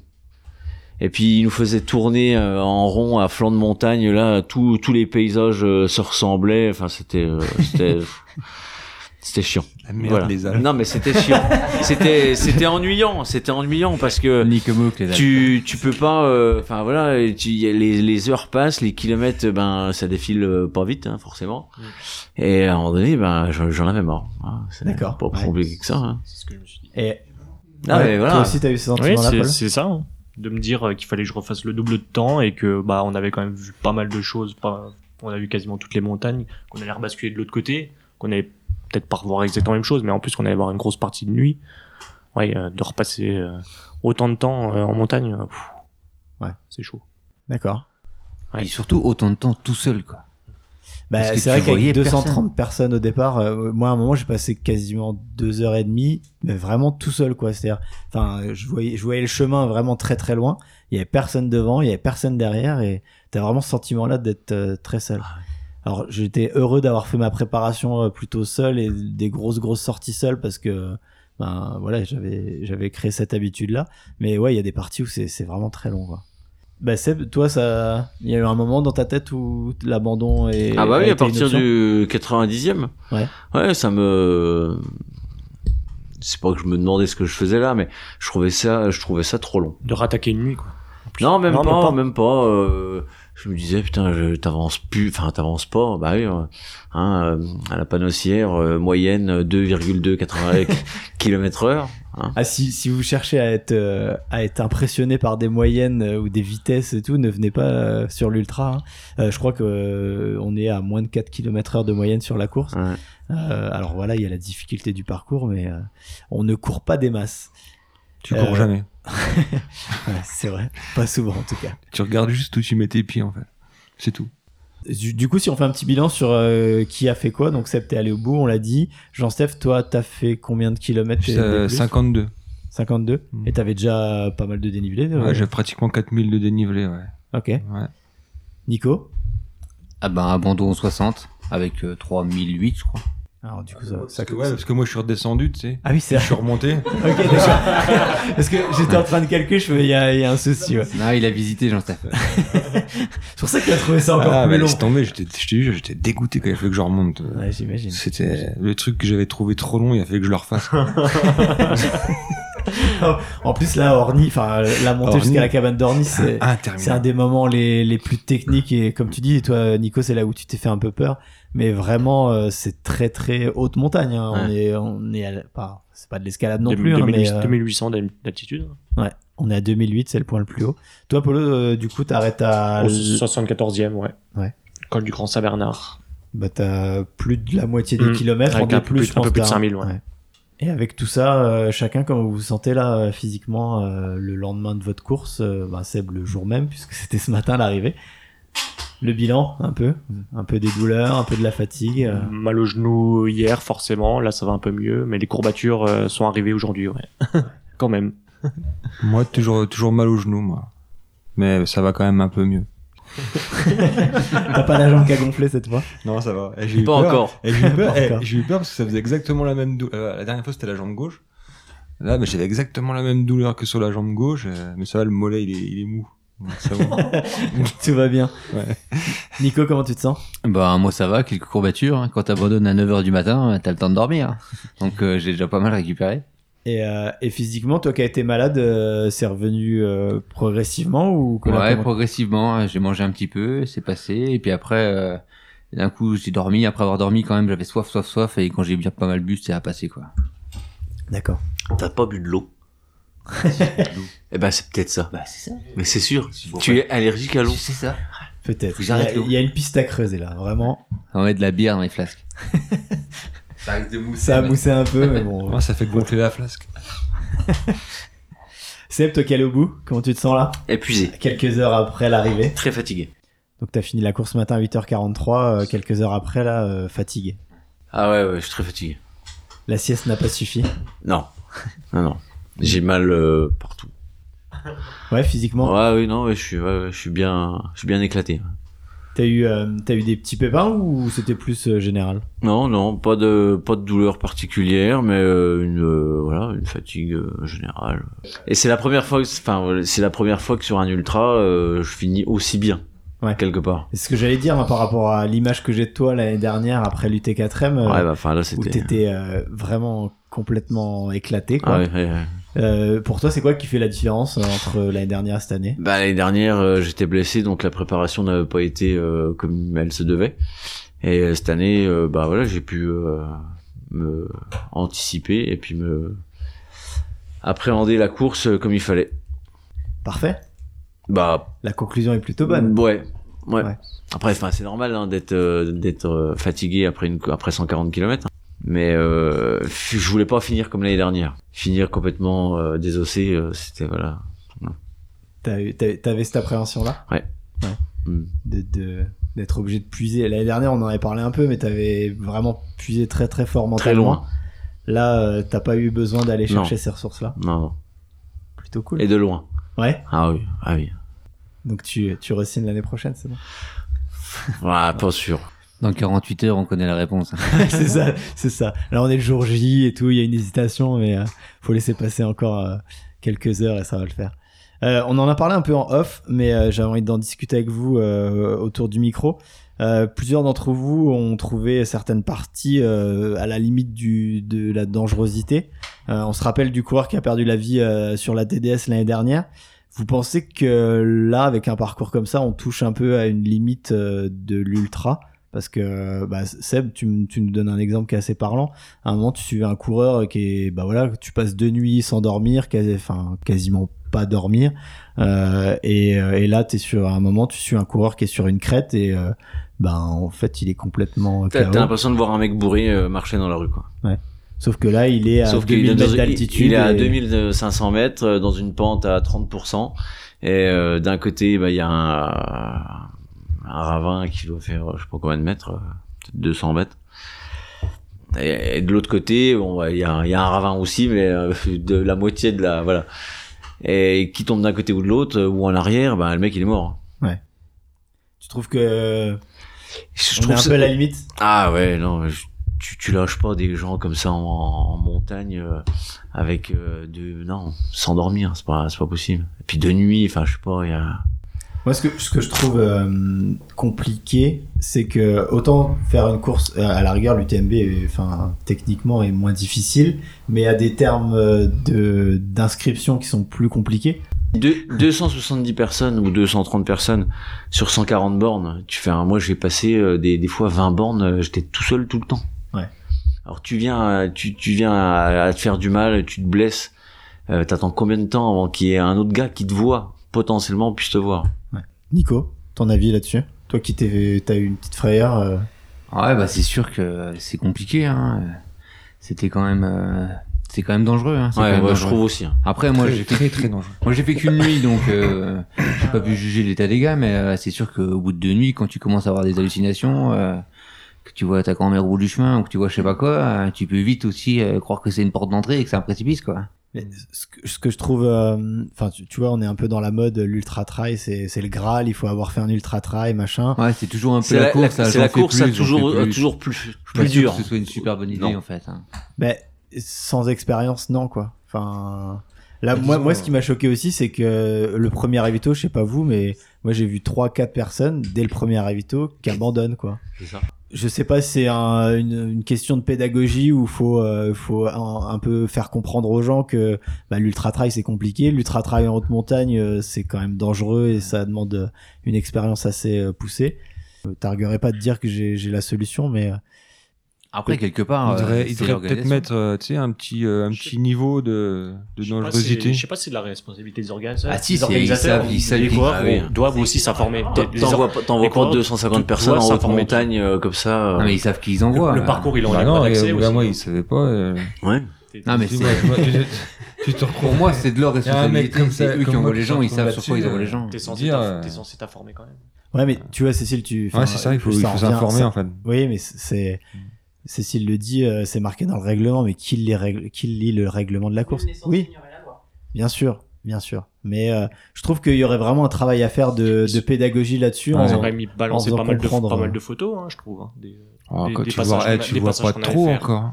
S6: Et puis, il nous faisait tourner euh, en rond à flanc de montagne. Là, tous tous les paysages euh, se ressemblaient. Enfin, c'était, euh, c'était, c'était chiant.
S5: La merde des Alpes.
S6: Non, mais c'était chiant. c'était, c'était ennuyant. C'était ennuyant parce
S7: Euh,
S6: que tu, tu peux pas. euh, Enfin voilà, tu, y a- les, les heures passent, les kilomètres, ben ça défile euh, pas vite, hein, forcément.
S2: Mm.
S6: Et à un moment donné, ben j'en j'en avais marre. hein. C'est
S2: D'accord.
S6: Pas plus
S2: Ouais.
S6: compliqué que ça. hein.
S2: Et
S6: Ah,
S2: Ouais,
S6: mais voilà.
S2: Toi aussi, t'as eu ce
S11: Oui,
S2: sentiment-là,
S11: c'est
S2: Paul
S11: c'est ça. hein. De me dire euh, qu'il fallait que je refasse le double de temps et que bah on avait quand même vu pas mal de choses. pas- on a vu quasiment toutes les montagnes, qu'on allait rebasculer de l'autre côté, qu'on allait peut-être pas revoir exactement la même chose, mais en plus qu'on allait avoir une grosse partie de nuit. Ouais, euh, de repasser euh, autant de temps euh, en montagne, euh, pff,
S2: Ouais.
S11: c'est chaud.
S2: D'accord.
S7: Et surtout autant de temps tout seul, quoi.
S2: Bah,
S7: Parce que
S2: c'est
S7: tu
S2: vrai qu'avec
S7: voyais
S2: 230
S7: personne.
S2: personnes au départ, euh, moi à un moment j'ai passé quasiment deux heures et demie, mais vraiment tout seul quoi. C'est-à-dire, enfin, je voyais, je voyais le chemin vraiment très très loin. Il y avait personne devant, il y avait personne derrière, et t'as vraiment ce sentiment-là d'être euh, très seul. Alors j'étais heureux d'avoir fait ma préparation euh, plutôt seul et des grosses grosses sorties seules parce que ben voilà j'avais j'avais créé cette habitude là. Mais ouais, il y a des parties où c'est c'est vraiment très long quoi. Bah Seb, toi, ça, il y a eu un moment dans ta tête où l'abandon est.
S6: Ah bah
S2: a
S6: oui,
S2: été
S6: à
S2: une
S6: partir
S2: option
S6: du 90e.
S2: Ouais.
S6: Ouais, ça me c'est pas que je me demandais ce que je faisais là mais je trouvais ça je trouvais ça trop long.
S11: De rattaquer une nuit, quoi.
S6: Non, même
S11: Non,
S6: pas,
S11: même pas.
S6: même pas euh, je me disais putain, je t'avance plus enfin t'avances pas. Bah oui. euh, Hein, euh, à la panossière euh, moyenne euh, 2,2 km/h. Hein.
S2: Ah, si, si vous cherchez à être, euh, à être impressionné par des moyennes euh, ou des vitesses et tout, ne venez pas euh, sur l'ultra. hein. Euh, je crois que euh, on est à moins de 4 km heure de moyenne sur la course.
S6: Ouais.
S2: Euh, alors voilà, il y a la difficulté du parcours, mais euh, on ne court pas des masses.
S5: Tu
S2: Euh,
S5: cours jamais.
S2: Ouais, c'est vrai, pas souvent en tout cas.
S5: Tu regardes juste où tu mets tes pieds en fait. C'est tout.
S2: Du, du coup, si on fait un petit bilan sur euh, qui a fait quoi, donc Seb, t'es allé au bout, on l'a dit. Jean-Steph, toi, t'as fait combien de kilomètres
S5: J'étais
S2: des
S5: à
S2: plus
S5: 52.
S2: 52 Et t'avais déjà pas mal de dénivelé euh,
S5: Ouais, j'ai pratiquement 4000 de dénivelé, ouais.
S2: Ok.
S5: Ouais.
S2: Nico
S7: Ah ben, abandon en 60 avec euh, 3008, je crois.
S2: Alors, du coup, ça,
S5: Parce que, ouais, parce que moi je suis redescendu, tu sais.
S2: Ah oui, c'est
S5: Je suis remonté.
S2: Ok, d'accord. Parce que j'étais en train de calculer, je me- il y, a il y a un souci. Ouais.
S7: Non, il a visité Jean-Steph.
S2: C'est pour ça qu'il a trouvé ça encore
S5: Ah,
S2: plus
S5: bah,
S2: long.
S5: laisse tomber, j'étais- je te jure, j'étais dégoûté quand il a fallu que je remonte.
S2: Ouais, j'imagine.
S5: C'était le truc que j'avais trouvé trop long, il a fallu que je le refasse.
S2: en plus, là, Orny, enfin, la montée
S5: Orny. Ah,
S2: jusqu'à la cabane d'Orny, c'est
S5: Interminable.
S2: c'est un des moments les, les plus techniques. Et comme tu dis, et toi, Nico, c'est là où tu t'es fait un peu peur. Mais vraiment, euh, c'est très, très haute montagne. hein. On
S11: Ouais.
S2: est, on est à la- pas- c'est pas de l'escalade non
S11: Deux-
S2: plus. hein,
S11: 2008
S2: mais, euh,
S11: 2800 d'altitude.
S2: ouais, on est à 2008, c'est le point le plus haut. Toi, Polo, euh, du coup, t'arrêtes à.
S11: Au 74e, ouais.
S2: Ah, Ouais.
S11: Col du Grand Saint-Bernard.
S2: Bah, t'as plus de la moitié des
S11: Mm.
S2: kilomètres,
S11: Avec
S2: en
S11: un
S2: plus,
S11: peu plus-
S2: je
S11: un
S2: pense,
S11: peu plus de
S2: t'as-
S11: 5000, ouais.
S2: Et avec tout ça, euh, chacun, comment vous vous sentez là euh, physiquement euh, le lendemain de votre course, euh, bah, Seb le jour même, puisque c'était ce matin l'arrivée. Le bilan, un peu, un peu des douleurs, un peu de la fatigue. euh.
S11: Mal au genou hier, forcément. Là, ça va un peu mieux. Mais les courbatures euh, sont arrivées aujourd'hui, ouais. Quand même.
S5: moi, toujours, toujours mal au genou, moi. Mais ça va quand même un peu mieux.
S2: T'as pas la jambe qui a gonflé cette fois
S5: Non, ça va. Eh,
S2: j'ai eu
S5: peur.
S2: encore.
S5: Et J'ai eu, peur.
S2: Pas
S5: et
S2: encore.
S5: j'ai eu peur parce que ça faisait exactement la même douleur. la dernière fois, c'était la jambe gauche. Là, mais j'avais exactement la même douleur que sur la jambe gauche. euh, Mais ça va, le mollet, il est, il est mou. Donc, ça va.
S2: Tout va bien.
S5: Ouais.
S2: Nico, comment tu te sens
S7: Bah, moi ça va, quelques courbatures. hein. Quand t'abandonnes à 9h du matin, euh, t'as le temps de dormir. Donc euh, j'ai déjà pas mal récupéré.
S2: et, euh, et physiquement, toi qui as été malade, euh, c'est revenu euh, progressivement ou comment-
S7: ouais,
S2: comment-
S7: progressivement, euh, j'ai mangé un petit peu, c'est passé. Et puis après, euh, d'un coup, j'ai dormi. Après avoir dormi, quand même, j'avais soif, soif, soif. Et quand j'ai bien pas mal bu, c'est à passer quoi.
S2: D'accord.
S6: T'as pas bu de l'eau. Eh ben, c'est peut-être ça.
S7: Bah, c'est ça.
S6: Mais c'est sûr,
S7: pour
S6: tu
S7: ça.
S6: es allergique à l'eau.
S7: C'est ça.
S2: Peut-être.
S7: Faut que
S2: Il y, a,
S7: j'arrête l'eau.
S2: il y a une piste à creuser là, vraiment.
S7: On met de la bière dans les flasques.
S6: Ça risque de mousser.
S2: Ça a moussé un peu, mais bon.
S5: Moi, ça fait gonfler la flasque.
S2: Seb, toi qui allais au bout, comment tu te sens là
S6: Épuisé.
S2: Quelques heures après l'arrivée.
S6: Très fatigué.
S2: Donc t'as fini la course ce matin à 8h43, euh, quelques heures après là, euh, fatigué.
S6: Ah ouais, ouais, je suis très fatigué.
S2: La sieste n'a pas suffi.
S6: Non. Non, non. J'ai mal euh, partout.
S2: Ouais, physiquement.
S6: Ouais, oui, non, ouais, je suis, ouais, ouais, je suis bien, je suis bien éclaté.
S2: T'as eu, euh, t'as eu des petits pépins ou c'était plus euh, général
S6: Non, non, pas de, pas de douleur particulière, mais euh, une, euh, voilà, une fatigue euh, générale. Et c'est la première fois, que- enfin, voilà, c'est la première fois que sur un ultra, euh, je finis aussi bien,
S2: Ouais.
S6: quelque part.
S2: C'est ce que j'allais dire moi, par rapport à l'image que j'ai de toi l'année dernière après l'UT4M. euh,
S6: Ouais, bah, enfin, là,
S2: Où
S6: c'était-
S2: t'étais euh, vraiment complètement éclaté quoi.
S6: Ah ouais, ouais, ouais.
S2: Euh, pour toi c'est quoi qui fait la différence euh, entre l'année dernière et cette année
S6: Bah, l'année dernière, euh, j'étais blessé, donc la préparation n'avait pas été euh, comme elle se devait. Et euh, cette année, euh, bah voilà, j'ai pu euh, me anticiper et puis me appréhender la course euh, comme il fallait.
S2: Parfait.
S6: Bah,
S2: La conclusion est plutôt bonne.
S6: Ouais. Ouais.
S2: Ouais.
S6: Après, enfin, c'est normal hein, d'être euh, d'être euh, fatigué après une cou- après 140 km. hein. Mais euh, f- je voulais pas finir comme l'année dernière. Finir complètement euh, désossé, euh, c'était voilà.
S2: T'as eu- t'as- T'avais cette appréhension-là
S6: Ouais. Mm.
S2: de- de- D'être obligé de puiser. L'année dernière, on en avait parlé un peu, mais t'avais vraiment puisé très très fort mentalement.
S6: loin.
S2: Là, euh, t'as pas eu besoin d'aller
S6: Non.
S2: chercher ces ressources-là.
S6: Non, non.
S2: Plutôt cool.
S6: Et de loin.
S2: Ouais.
S6: Ah oui, ah oui.
S2: Donc tu, tu re-signes l'année prochaine, c'est bon.
S6: Ouais, pas sûr.
S7: Dans 48 heures, on connaît la réponse.
S2: c'est ça, c'est ça. Là, on est le jour J et tout, il y a une hésitation, mais euh, faut laisser passer encore euh, quelques heures et ça va le faire. Euh, on en a parlé un peu en off, mais euh, j'avais envie d'en discuter avec vous euh, autour du micro. Euh, plusieurs d'entre vous ont trouvé certaines parties euh, à la limite du, de la dangerosité. Euh, on se rappelle du coureur qui a perdu la vie euh, sur la TDS l'année dernière. Vous pensez que là, avec un parcours comme ça, on touche un peu à une limite euh, de l'ultra Parce que bah, Seb, tu, m- tu nous donnes un exemple qui est assez parlant. À un moment, tu suivais un coureur qui est, bah voilà, tu passes deux nuits sans dormir, quasi- enfin quasiment pas dormir. Euh, et, euh, et là, t'es sur à un moment, tu suis un coureur qui est sur une crête et euh, ben en fait, il est complètement
S6: T'as
S2: KO.
S6: t'as l'impression de voir un mec bourré euh, marcher dans la rue, quoi.
S2: Ouais. Sauf que là, il est à
S6: Sauf qu'il
S2: 2000
S6: est, dans-
S2: mètres
S6: il,
S2: d'altitude.
S6: il est à
S2: et-
S6: 2500 mètres euh, dans une pente à 30%. Et euh, d'un côté, bah, il y a un, un ravin qui doit faire, euh, je sais pas combien de mètres, euh, peut-être 200 mètres. Et, et de l'autre côté, bon, bah, il y, a un- il y a un ravin aussi, mais euh, de la moitié de la. Voilà. Et qui tombe d'un côté ou de l'autre, euh, ou en arrière, bah, le mec il est mort.
S2: Tu trouves que
S6: Je
S2: on est un
S6: ça-
S2: peu à la limite
S6: Ah ouais, non, je- tu, tu lâches pas des gens comme ça en, en montagne euh, avec euh, de non s'endormir c'est pas c'est pas possible et puis de nuit enfin je sais pas il y a
S2: Moi, ce que, ce que je trouve euh, compliqué, c'est que autant faire une course, euh, à la rigueur, l'UTMB, est- enfin, techniquement, est moins difficile, mais à des termes euh, de- d'inscription qui sont plus compliqués.
S6: Deux- 270 personnes ou 230 personnes sur 140 bornes tu fais un moi j'ai passé euh, des, des fois 20 bornes euh, j'étais tout seul tout le temps
S2: Ouais.
S6: alors tu viens euh, tu, tu viens à, à te faire du mal tu te blesses euh, t'attends combien de temps avant qu'il y ait un autre gars qui te voit potentiellement puisse te voir
S2: Nico, ton avis là-dessus Toi qui t'es- t'as eu une petite frayeur euh,
S7: Ouais, bah c'est sûr que c'est compliqué. Hein. C'était quand même, euh, c'est quand même dangereux. Hein. C'est
S6: Ouais,
S7: quand même
S6: ouais, je
S7: dangereux.
S6: trouve aussi, hein.
S7: Après, moi,
S6: Très,
S7: j'ai fait
S6: très, très dangereux.
S7: Moi, j'ai fait qu'une nuit, donc euh, j'ai pas pu juger l'état des gars, mais euh, c'est sûr qu'au bout de deux nuits, quand tu commences à avoir des hallucinations, euh, que tu vois ta grand-mère au bout du chemin ou que tu vois je sais pas quoi, euh, tu peux vite aussi euh, croire que c'est une porte d'entrée et que c'est un précipice, quoi.
S2: Mais ce que, ce que je trouve, euh, enfin, tu, tu vois, on est un peu dans la mode, l'ultra trail, c'est c'est le graal, il faut avoir fait un ultra trail, machin.
S7: Ouais, c'est toujours un peu la, course. euh, à
S6: c'est
S7: j'en
S6: la
S7: fais
S6: course
S7: plus,
S6: à
S7: j'en fais
S6: toujours- à toujours plus-
S7: Je suis
S6: plus
S7: pas sûr
S6: dur.
S7: Que ce soit une super bonne idée
S6: Non.
S7: en fait. hein.
S2: Ben, sans expérience, non, quoi. Enfin, là,
S7: Bah,
S2: moi,
S7: disons,
S2: moi, ce qui m'a choqué aussi, c'est que le premier avito, je sais pas vous, mais moi, j'ai vu trois, quatre personnes dès le premier avito qui abandonnent, quoi.
S6: C'est ça.
S2: Je sais pas si c'est un- une, une question de pédagogie où faut euh, faut un, un peu faire comprendre aux gens que bah, l'ultra trail c'est compliqué, l'ultra trail en haute montagne euh, c'est quand même dangereux et ça demande euh, une expérience assez euh, poussée. Je targuerai pas de dire que j'ai j'ai la solution, mais euh,
S7: Après, quelque
S2: Ah
S7: part,
S5: il
S7: euh,
S5: devrait, il
S7: c'est
S5: devrait peut-être
S7: l'organisation.
S5: mettre euh, tu sais, un petit, euh, un petit niveau de, de
S11: Je sais pas si-
S5: dangerosité.
S11: Je sais pas si c'est de la responsabilité des organisateurs.
S7: Ah, si,
S11: des
S7: c'est- ils
S11: organisateurs.
S7: savent- ils savent
S11: les
S7: qu'ils-
S11: coureurs
S7: ah oui.
S11: vont- doivent aussi s'informer.
S6: T'en-
S11: Les
S6: T'en
S11: or-
S6: vois pas, t'en vois
S11: les
S6: pas
S11: coureurs
S6: 250
S11: doivent
S6: personnes en haute
S11: s'informer.
S6: montagne euh, comme ça. euh.
S7: Non, mais ils savent qui ils envoient.
S11: Le- le
S7: euh.
S11: parcours, il en
S7: Bah
S11: a
S7: non,
S11: pas
S7: et
S11: d'accès
S7: au
S11: aussi. hein.
S7: bout d'un
S5: Moi, il savait pas. euh,
S6: Ouais.
S2: Ah,
S7: Non, mais
S5: Tu
S7: c'est.
S5: vois, tu vois, je- tu te
S7: Pour moi, c'est de leur
S5: Il y a un mec
S7: responsabilité.
S5: comme
S7: C'est
S5: ça,
S7: eux qui
S5: comme
S7: envoient
S5: moi,
S7: les
S5: qui
S7: gens, ils
S5: s'informe
S7: savent sur quoi ils
S5: là-dessus,
S7: envoient les
S5: euh,
S7: gens.
S11: T'es censé
S5: Dire,
S11: t'inf-
S5: euh,
S11: t'es censé t'informer quand même.
S2: Ouais, mais tu vois, Cécile, tu. enfin,
S5: Ouais, c'est ça, il faut-
S2: ça
S5: il faut
S2: revient-
S5: s'informer, hein.
S2: ça-
S5: en fait.
S2: Oui, mais c'est- c'est. Cécile le dit, euh, c'est marqué dans le règlement, mais qui, les règles- qui lit le rrèglement de la course Oui. Bien sûr, bien sûr. Mais euh, je trouve qu'il y aurait vraiment un travail à faire de, de pédagogie là-dessus.
S11: Ils
S2: en-
S11: ont quand même
S2: en
S11: balancé
S2: faisant
S11: pas mal de,
S2: comprendre,
S11: pas mal
S2: euh,
S11: de photos, hein, je trouve. hein, des-
S5: Oh,
S11: des-
S5: quand
S11: des
S5: tu
S11: passages
S5: vois, eh,
S11: qu'on a-
S5: tu
S11: des
S5: vois
S11: passages
S5: pas
S11: qu'on allait
S5: trop
S11: faire.
S5: encore hein,